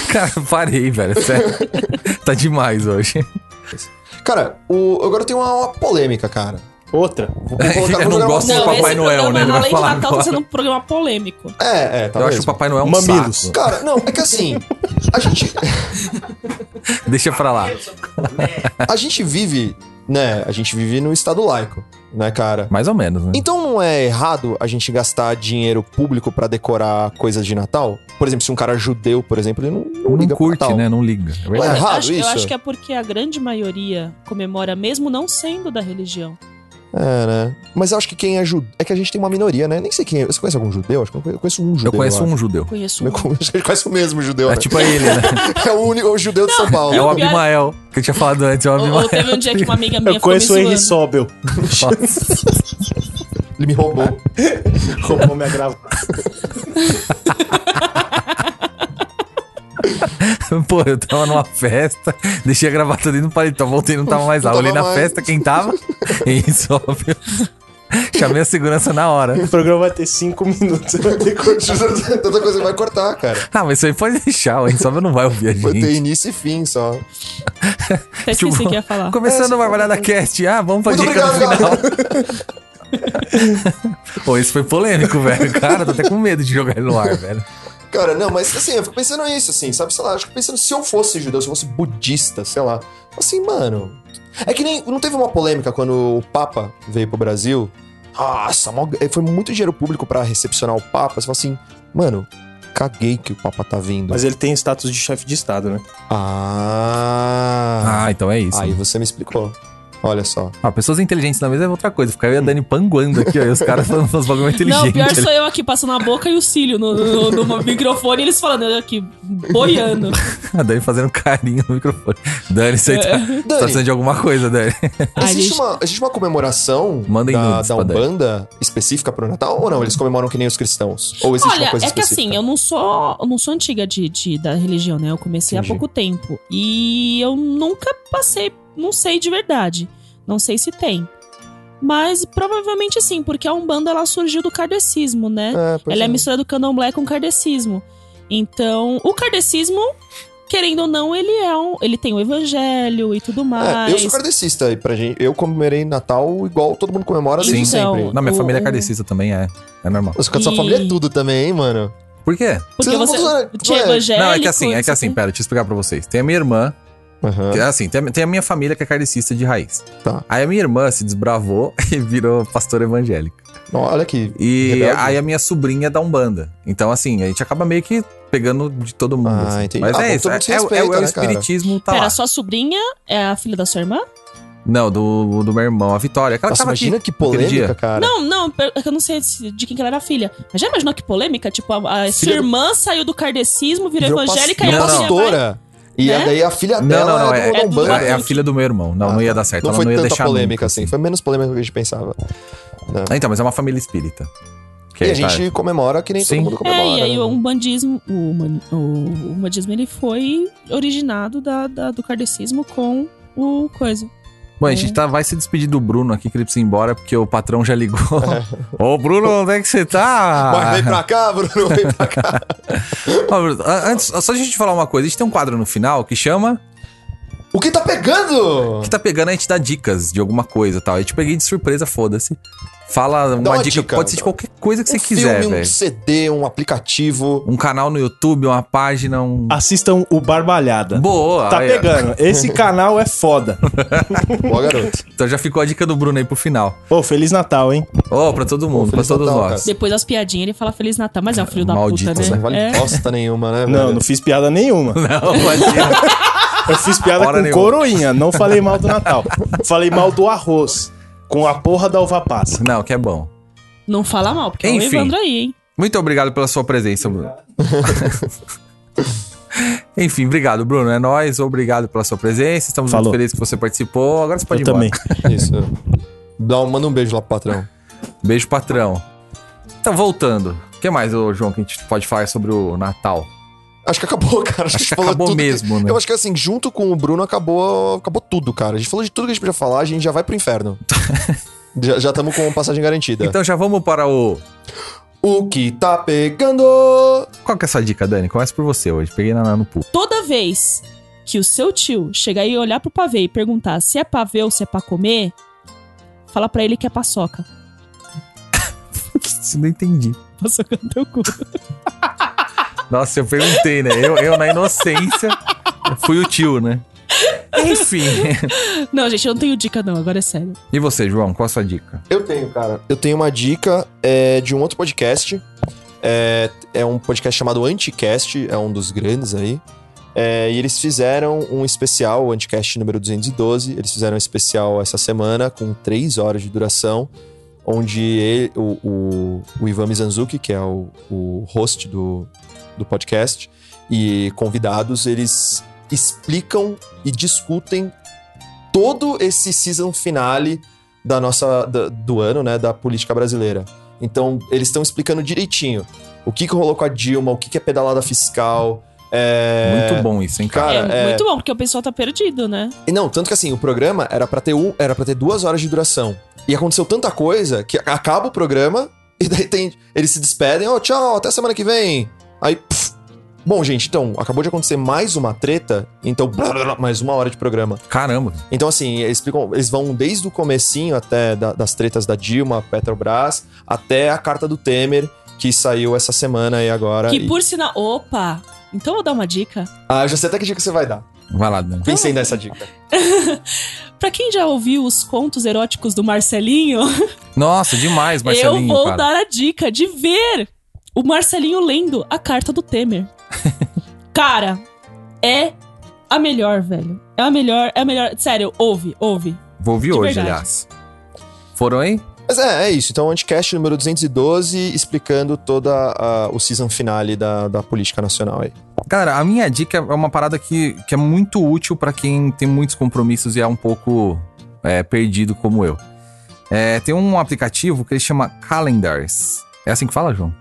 Speaker 1: Cara, parei, velho. Sério. tá demais hoje.
Speaker 2: Cara, o, agora tem uma, uma polêmica, cara.
Speaker 4: Outra.
Speaker 2: Vou, vou
Speaker 1: É, Eu
Speaker 2: colocar, um
Speaker 1: não
Speaker 2: vou jogar
Speaker 1: gosto
Speaker 2: uma-
Speaker 1: de
Speaker 3: Não,
Speaker 1: Papai
Speaker 3: esse
Speaker 1: Noel,
Speaker 3: programa,
Speaker 1: né? Ele vai
Speaker 3: além de
Speaker 1: falar
Speaker 3: Natal,
Speaker 1: agora.
Speaker 3: tá sendo um programa polêmico.
Speaker 2: É, é, tá
Speaker 1: eu acho
Speaker 2: mesmo.
Speaker 1: o Papai Noel um
Speaker 4: Mamilos.
Speaker 1: saco.
Speaker 2: Cara, não, é que assim, a gente,
Speaker 1: Deixa pra lá.
Speaker 2: a gente vive, né, a gente vive num estado laico, né, cara?
Speaker 1: Mais ou menos, né?
Speaker 2: Então não é errado a gente gastar dinheiro público pra decorar coisas de Natal? Por exemplo, se um cara judeu, por exemplo, ele não, não,
Speaker 1: Não
Speaker 2: liga pro
Speaker 1: curte,
Speaker 2: Natal.
Speaker 1: né? Não liga. É
Speaker 2: Tá
Speaker 1: verdade.
Speaker 2: errado
Speaker 3: eu, acho, eu
Speaker 2: isso?
Speaker 3: acho que é porque a grande maioria comemora, mesmo não sendo da religião.
Speaker 2: É, né? Mas eu acho que quem é judeu... É que a gente tem uma minoria, né? Nem sei quem é. Você conhece algum judeu? Acho que eu conhe- eu conheço um
Speaker 1: Eu
Speaker 2: judeu.
Speaker 1: conheço
Speaker 2: acho.
Speaker 1: um judeu.
Speaker 3: Conheço um.
Speaker 2: Eu conheço- eu conheço o mesmo judeu,
Speaker 1: É
Speaker 2: né?
Speaker 1: tipo ele, né?
Speaker 2: É o único o judeu de São Paulo.
Speaker 1: É o
Speaker 3: pior-
Speaker 1: Abimael, que eu tinha falado antes. É o
Speaker 3: Ou,
Speaker 1: Abimael.
Speaker 3: ou teve um dia que uma amiga minha
Speaker 4: Eu conheço
Speaker 3: ficou
Speaker 4: o
Speaker 3: me
Speaker 4: Henry
Speaker 3: zoando.
Speaker 4: Sobel.
Speaker 2: Ele me roubou.
Speaker 4: Roubou minha gravata.
Speaker 1: Pô, eu tava numa festa, deixei a gravata dentro do paletó, voltei não tava mais
Speaker 2: Não
Speaker 1: lá. Olhei
Speaker 2: tava
Speaker 1: na
Speaker 2: mais.
Speaker 1: festa quem tava. E sóbio. Chamei a segurança na hora.
Speaker 4: O programa vai ter cinco minutos. Vai ter curso.
Speaker 2: Tanta coisa que vai cortar, cara.
Speaker 1: Ah, mas isso aí pode deixar, o Insóbio não vai ouvir a
Speaker 2: Vai ter
Speaker 1: gente.
Speaker 2: início e fim só.
Speaker 3: Até esqueci o que ia falar.
Speaker 1: Começando o Barbalhada Cast. Ah, vamos pra
Speaker 2: É, Muito
Speaker 1: dica
Speaker 2: obrigado,
Speaker 1: no final. Pô, isso foi polêmico, velho. Cara, tô até com medo de jogar ele no ar, velho.
Speaker 2: Cara, não, mas assim, eu fico pensando nisso, assim, sabe? Sei lá, acho que pensando se eu fosse judeu, se eu fosse budista, sei lá. Assim, mano. É que nem. Não teve uma polêmica quando o Papa veio pro Brasil? Nossa, mó- eh, foi muito dinheiro público pra recepcionar o Papa. Você fala assim, mano, caguei que o Papa tá vindo.
Speaker 4: Mas ele tem status de chefe de Estado, né?
Speaker 2: Ah.
Speaker 1: Ah, então é isso.
Speaker 2: aí você me explicou. Olha só.
Speaker 1: Ah, pessoas inteligentes na mesa é outra coisa. Ficar eu e a Dani panguando aqui, ó. E os caras falando uns bagulho
Speaker 3: Não, pior
Speaker 2: né?
Speaker 1: inteligente.
Speaker 3: sou eu aqui passando a boca e o cílio no, no- no microfone, eles falando eu aqui, boiando.
Speaker 1: a Dani fazendo carinho no microfone. Dani, isso aí
Speaker 3: É,
Speaker 1: tá, tá
Speaker 2: Dani.
Speaker 1: precisando de alguma coisa, Dani.
Speaker 3: Ai,
Speaker 2: Existe,
Speaker 3: gente,
Speaker 2: uma, existe uma comemoração
Speaker 1: Mandem
Speaker 2: da,
Speaker 1: nudes
Speaker 2: da
Speaker 1: pra Dani.
Speaker 2: Umbanda específica pro Natal? Ou não? Eles comemoram que nem os cristãos? Ou existe
Speaker 3: Olha,
Speaker 2: uma coisa
Speaker 3: é que
Speaker 2: específica?
Speaker 3: assim, eu não sou, eu não sou antiga de, de- da religião, né? Eu comecei
Speaker 2: Entendi.
Speaker 3: há pouco tempo. E eu nunca passei, não sei de verdade. Não sei se tem. Mas provavelmente sim, porque a Umbanda ela surgiu do kardecismo, né?
Speaker 2: É, pois
Speaker 3: Ela é a
Speaker 2: é.
Speaker 3: mistura do candomblé com o kardecismo. Então, o kardecismo, querendo ou não, ele é um, ele tem o evangelho e tudo mais.
Speaker 2: É, eu sou kardecista e pra gente, eu comemorei Natal igual todo mundo comemora desde
Speaker 1: Sim.
Speaker 2: sempre.
Speaker 1: Na minha
Speaker 3: o-
Speaker 1: família é
Speaker 3: o-
Speaker 1: cardecista também, é. É normal.
Speaker 2: Nossa, com a sua
Speaker 3: Então, E-
Speaker 2: família é tudo também, hein, mano?
Speaker 1: Por quê?
Speaker 3: Porque
Speaker 2: Vocês não
Speaker 3: você
Speaker 2: vão zoar,
Speaker 3: tinha
Speaker 2: não é?
Speaker 3: evangélico.
Speaker 1: não, é que assim, é que assim, pera, deixa eu explicar pra vocês. Tem a minha irmã,
Speaker 2: Aham.
Speaker 1: que é assim, tem a, tem a minha família que é cardecista de raiz.
Speaker 2: Ah. Tá.
Speaker 1: Aí a minha irmã se desbravou e virou pastora evangélica.
Speaker 2: Não, Olha aqui.
Speaker 1: E
Speaker 2: Rebelde.
Speaker 1: aí a minha sobrinha é da Umbanda. Então, assim, a gente acaba meio que pegando de todo mundo.
Speaker 2: Ah, entendi.
Speaker 1: Mas
Speaker 2: Ah,
Speaker 1: é
Speaker 2: bom,
Speaker 1: isso.
Speaker 2: todo
Speaker 1: É,
Speaker 2: mundo se
Speaker 1: é o- é o
Speaker 2: respeita, né, cara?
Speaker 1: espiritismo tá
Speaker 3: Pera,
Speaker 1: lá.
Speaker 3: sua sobrinha é a filha da sua irmã?
Speaker 1: Não, do, do meu irmão, a Vitória. Aquela
Speaker 2: Nossa,
Speaker 1: que tava
Speaker 2: imagina
Speaker 1: aqui
Speaker 2: que
Speaker 1: aquele dia.
Speaker 2: polêmica, cara.
Speaker 3: Não, não, per- é que eu não sei se- de quem que ela era filha. Mas já imaginou que polêmica? Tipo, a, a sua
Speaker 2: Filha do-
Speaker 3: irmã saiu do kardecismo, virou,
Speaker 2: Virou
Speaker 3: evangélica é
Speaker 1: pas-
Speaker 3: e
Speaker 1: Não,
Speaker 3: a
Speaker 1: não.
Speaker 3: filha vai-
Speaker 2: pastora. E
Speaker 3: Né?
Speaker 2: daí a filha
Speaker 1: Não,
Speaker 2: dela
Speaker 1: não, não.
Speaker 2: é
Speaker 1: É,
Speaker 2: do Umbanda.
Speaker 1: é, a filha do meu irmão. Não,
Speaker 2: Ah,
Speaker 1: não ia
Speaker 2: tá.
Speaker 1: dar certo.
Speaker 2: Não
Speaker 1: ela
Speaker 2: foi
Speaker 1: não ia
Speaker 2: tanta
Speaker 1: deixar
Speaker 2: polêmica
Speaker 1: nunca,
Speaker 2: assim. Foi menos polêmica do que a gente pensava.
Speaker 1: Ah, Então, mas é uma família espírita. Que
Speaker 2: e a
Speaker 1: aí tá-
Speaker 2: gente comemora que nem
Speaker 1: Sim.
Speaker 2: todo mundo comemora.
Speaker 3: É, e aí
Speaker 2: né?
Speaker 3: o umbandismo, o, uman- o umbandismo ele foi originado da, da- do kardecismo com o coisa.
Speaker 1: Bom, a gente tá, vai se despedir do Bruno aqui, que ele precisa ir embora, porque o patrão já ligou. Ô, Bruno, onde é que você tá?
Speaker 2: Mas é vem pra cá, Bruno, vem pra cá.
Speaker 1: Ó, Bruno, a- Antes, só a gente falar uma coisa. A gente tem um quadro no final que chama...
Speaker 2: O que tá pegando?
Speaker 1: que tá pegando, a gente dá dicas de alguma coisa e tal. Eu te peguei de surpresa, foda-se. Fala uma,
Speaker 2: uma
Speaker 1: dica,
Speaker 2: dica,
Speaker 1: pode ser de
Speaker 2: então.
Speaker 1: qualquer coisa que
Speaker 2: um
Speaker 1: você quiser,
Speaker 2: filme, um
Speaker 1: velho.
Speaker 2: CD, um aplicativo.
Speaker 1: Um canal no YouTube, uma página, um.
Speaker 4: Assistam o Barbalhada.
Speaker 1: Boa!
Speaker 4: Tá
Speaker 1: aí, ó.
Speaker 4: pegando. Esse canal é foda.
Speaker 2: Boa, garoto.
Speaker 1: Então já ficou a dica do Bruno aí pro final.
Speaker 4: Ô, Feliz Natal, hein?
Speaker 1: Ô, pra todo mundo, pra
Speaker 2: Feliz
Speaker 1: todos
Speaker 2: Natal,
Speaker 1: nós.
Speaker 3: Depois das piadinhas ele fala Feliz Natal, mas é um filho da
Speaker 1: Maldito,
Speaker 3: puta, né?
Speaker 2: Não vale
Speaker 3: É.
Speaker 2: bosta nenhuma, né?
Speaker 4: Não,
Speaker 2: velho?
Speaker 4: não fiz piada nenhuma.
Speaker 1: Não, imagina.
Speaker 4: Eu fiz piada
Speaker 1: Hora
Speaker 4: com
Speaker 1: nenhuma.
Speaker 4: coroinha, não falei mal do Natal. Falei mal do arroz, com a porra da uva passa.
Speaker 1: Não, que é bom.
Speaker 3: Não fala mal, porque é o
Speaker 1: Enfim.
Speaker 3: Evandro aí, hein?
Speaker 1: Muito obrigado pela sua presença, Bruno. Enfim, obrigado, Bruno. É nóis. Obrigado pela sua presença. Estamos
Speaker 4: Falou.
Speaker 1: muito felizes que você participou. Agora você pode
Speaker 4: Eu
Speaker 1: ir embora.
Speaker 4: também.
Speaker 2: Isso. Dá um, manda um beijo lá pro patrão.
Speaker 1: Beijo, patrão. Então, voltando. O que mais, ô, João, que a gente pode falar sobre o Natal?
Speaker 2: Acho que acabou, cara.
Speaker 1: Acho
Speaker 2: Acho, a gente
Speaker 1: que
Speaker 2: falou
Speaker 1: acabou
Speaker 2: tudo que-
Speaker 1: mesmo, né?
Speaker 2: Eu acho que assim, junto com o Bruno, acabou, acabou tudo, cara. A gente falou de tudo que a gente podia falar, a gente já vai pro inferno. já estamos com passagem garantida.
Speaker 1: Então já vamos para o.
Speaker 2: O que tá pegando?
Speaker 1: Qual que é essa dica, Dani? Começa por você hoje. Peguei na, na- no pulo.
Speaker 3: Toda vez que o seu tio chegar e olhar pro pavê e perguntar se é pavê ou se é pra comer, fala pra ele que é paçoca.
Speaker 1: Isso eu não entendi.
Speaker 3: Paçoca no teu cu.
Speaker 1: Nossa, eu perguntei, né? Eu, eu na inocência, fui o tio, né? Enfim.
Speaker 3: Não, gente, eu não tenho dica não, agora é sério.
Speaker 1: E você, João, qual a sua dica?
Speaker 2: Eu tenho, cara. Eu tenho uma dica é, de um outro podcast. É, é um podcast chamado Anticast, é um dos grandes aí. É, e eles fizeram um especial, o Anticast número 212. Eles fizeram um especial essa semana com três horas de duração, onde ele- o, o- o Ivan Mizanzuki, que é o, o host do, do podcast, e convidados, eles explicam e discutem todo esse season finale da nossa da- do ano, né, da política brasileira. Então, eles estão explicando direitinho o que, que rolou com a Dilma, o que, que é pedalada fiscal. É...
Speaker 1: Muito bom isso, hein, cara?
Speaker 2: Cara,
Speaker 3: é,
Speaker 2: é-
Speaker 3: muito bom, porque o pessoal tá perdido, né?
Speaker 2: E não, tanto que assim, o programa era pra ter um, era para ter duas horas de duração. E aconteceu tanta coisa que acaba o programa e daí tem, eles se despedem, ó, tchau, até semana que vem. Aí, pff. bom, gente, então acabou de acontecer mais uma treta, então blá, blá, blá, mais uma hora de programa.
Speaker 1: Caramba.
Speaker 2: Então assim, eles explicam, eles vão desde o comecinho até da- das tretas da Dilma, Petrobras, até a carta do Temer que saiu essa semana aí agora.
Speaker 3: Que
Speaker 2: É, E-
Speaker 3: por sinal... Opa! Então eu vou dar uma dica.
Speaker 2: Ah, eu já sei até que dica você vai dar.
Speaker 1: Vai lá, Dani.
Speaker 2: Pensei nessa dica.
Speaker 3: Pra quem já ouviu os contos eróticos do Marcelinho,
Speaker 1: Nossa, demais, Marcelinho.
Speaker 3: eu vou
Speaker 1: cara.
Speaker 3: dar a dica de ver o Marcelinho lendo a carta do Temer. Cara, é a melhor, velho. É a melhor, é a melhor. Sério, ouve, ouve.
Speaker 1: Vou ouvir
Speaker 3: De
Speaker 1: hoje,
Speaker 3: verdade.
Speaker 1: aliás. Foram aí?
Speaker 2: Mas é, é isso. Então, Anticast número 212, explicando toda a- o season finale da, da política nacional aí.
Speaker 1: Cara, a minha dica é uma parada que, que é muito útil pra quem tem muitos compromissos e é um pouco é, perdido como eu. É, tem um aplicativo que ele chama Calendars. É assim que fala, João?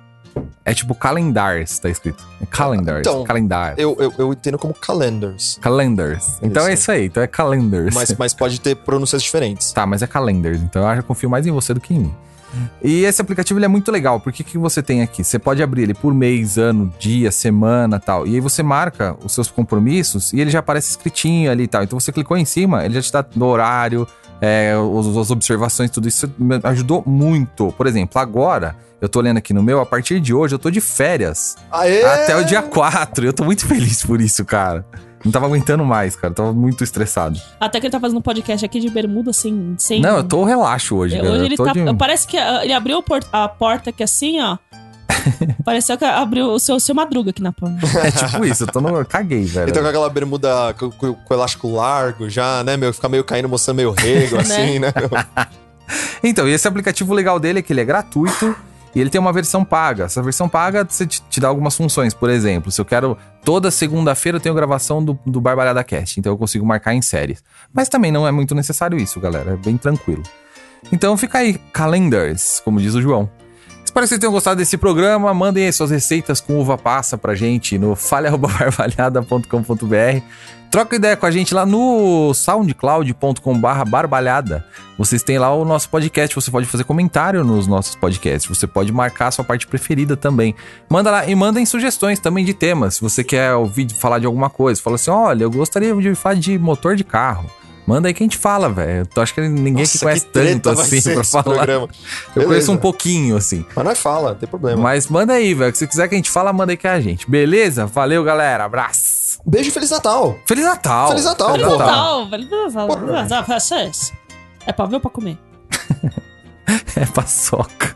Speaker 1: É tipo Calendars, tá escrito. É Calendars.
Speaker 2: Então,
Speaker 1: calendar.
Speaker 2: Eu, eu, eu entendo como calendars,
Speaker 1: Calendars. Então é
Speaker 2: Isso.
Speaker 1: isso aí, então é Calendars.
Speaker 2: mas, mas pode ter pronúncias diferentes.
Speaker 1: Tá, mas é calendars, então eu já confio mais em você do que em mim. E esse aplicativo ele é muito legal, porque o que você tem aqui? Você pode abrir ele por mês, ano, dia, semana tal. E aí você marca os seus compromissos e ele já aparece escritinho ali e tal. Então você clicou em cima, ele já te dá no horário, é, os- as observações, tudo isso me ajudou muito. Por exemplo, agora, eu tô olhando aqui no meu, a partir de hoje eu tô de férias.
Speaker 2: Aê!
Speaker 1: Até o dia 4. Eu tô muito feliz por isso, cara. Não tava aguentando mais, cara. Eu Tava muito estressado.
Speaker 3: Até que ele tá fazendo um podcast aqui de bermuda sem. sem
Speaker 1: Não, eu tô relaxo hoje,
Speaker 3: É,
Speaker 1: galera.
Speaker 3: Hoje
Speaker 1: Eu
Speaker 3: ele
Speaker 1: tô
Speaker 3: tá.
Speaker 1: de- um-
Speaker 3: Parece que ah, ele abriu a por- a porta aqui assim, ó. Pareceu que abriu o seu, seu madruga aqui na porta.
Speaker 1: É tipo isso, eu tô no. Caguei, velho.
Speaker 2: Então com aquela bermuda com, com- com elástico largo já, né, meu? Fica meio caindo, mostrando meio rego, assim, né?
Speaker 1: Então, e esse aplicativo legal dele é que ele é gratuito e ele tem uma versão paga. Essa versão paga você te, te dá algumas funções, por exemplo, se eu quero. Toda segunda-feira eu tenho gravação do, do Barbarada Cast, então eu consigo marcar em séries. Mas também não é muito necessário isso, galera. É bem tranquilo. Então fica aí, calendars, como diz o João. Espero que vocês tenham gostado desse programa. Mandem aí suas receitas com uva passa pra gente no falha.barbalhada.com.br. Troca ideia com a gente lá no soundcloud.com.br barbalhada. Vocês têm lá o nosso podcast, você pode fazer comentário nos nossos podcasts, você pode marcar a sua parte preferida também. Manda lá e mandem sugestões também de temas. Se você quer ouvir falar de alguma coisa, fala assim: olha, eu gostaria de falar de motor de carro. Manda aí que a gente fala, velho. Eu acho que ninguém aqui conhece tanto assim pra falar. Eu conheço um
Speaker 2: pouco.
Speaker 1: pouquinho, assim.
Speaker 2: Mas nós fala, não tem problema.
Speaker 1: Mas manda aí, velho. Se quiser que a gente fala, manda aí que é a gente. Beleza? Valeu, galera. Abraço.
Speaker 2: Beijo e Feliz Natal.
Speaker 1: Feliz Natal.
Speaker 2: Feliz Natal,
Speaker 1: Feliz
Speaker 2: pô.
Speaker 1: Natal.
Speaker 3: Natal, velho. É pra ver ou pra comer?
Speaker 1: É paçoca.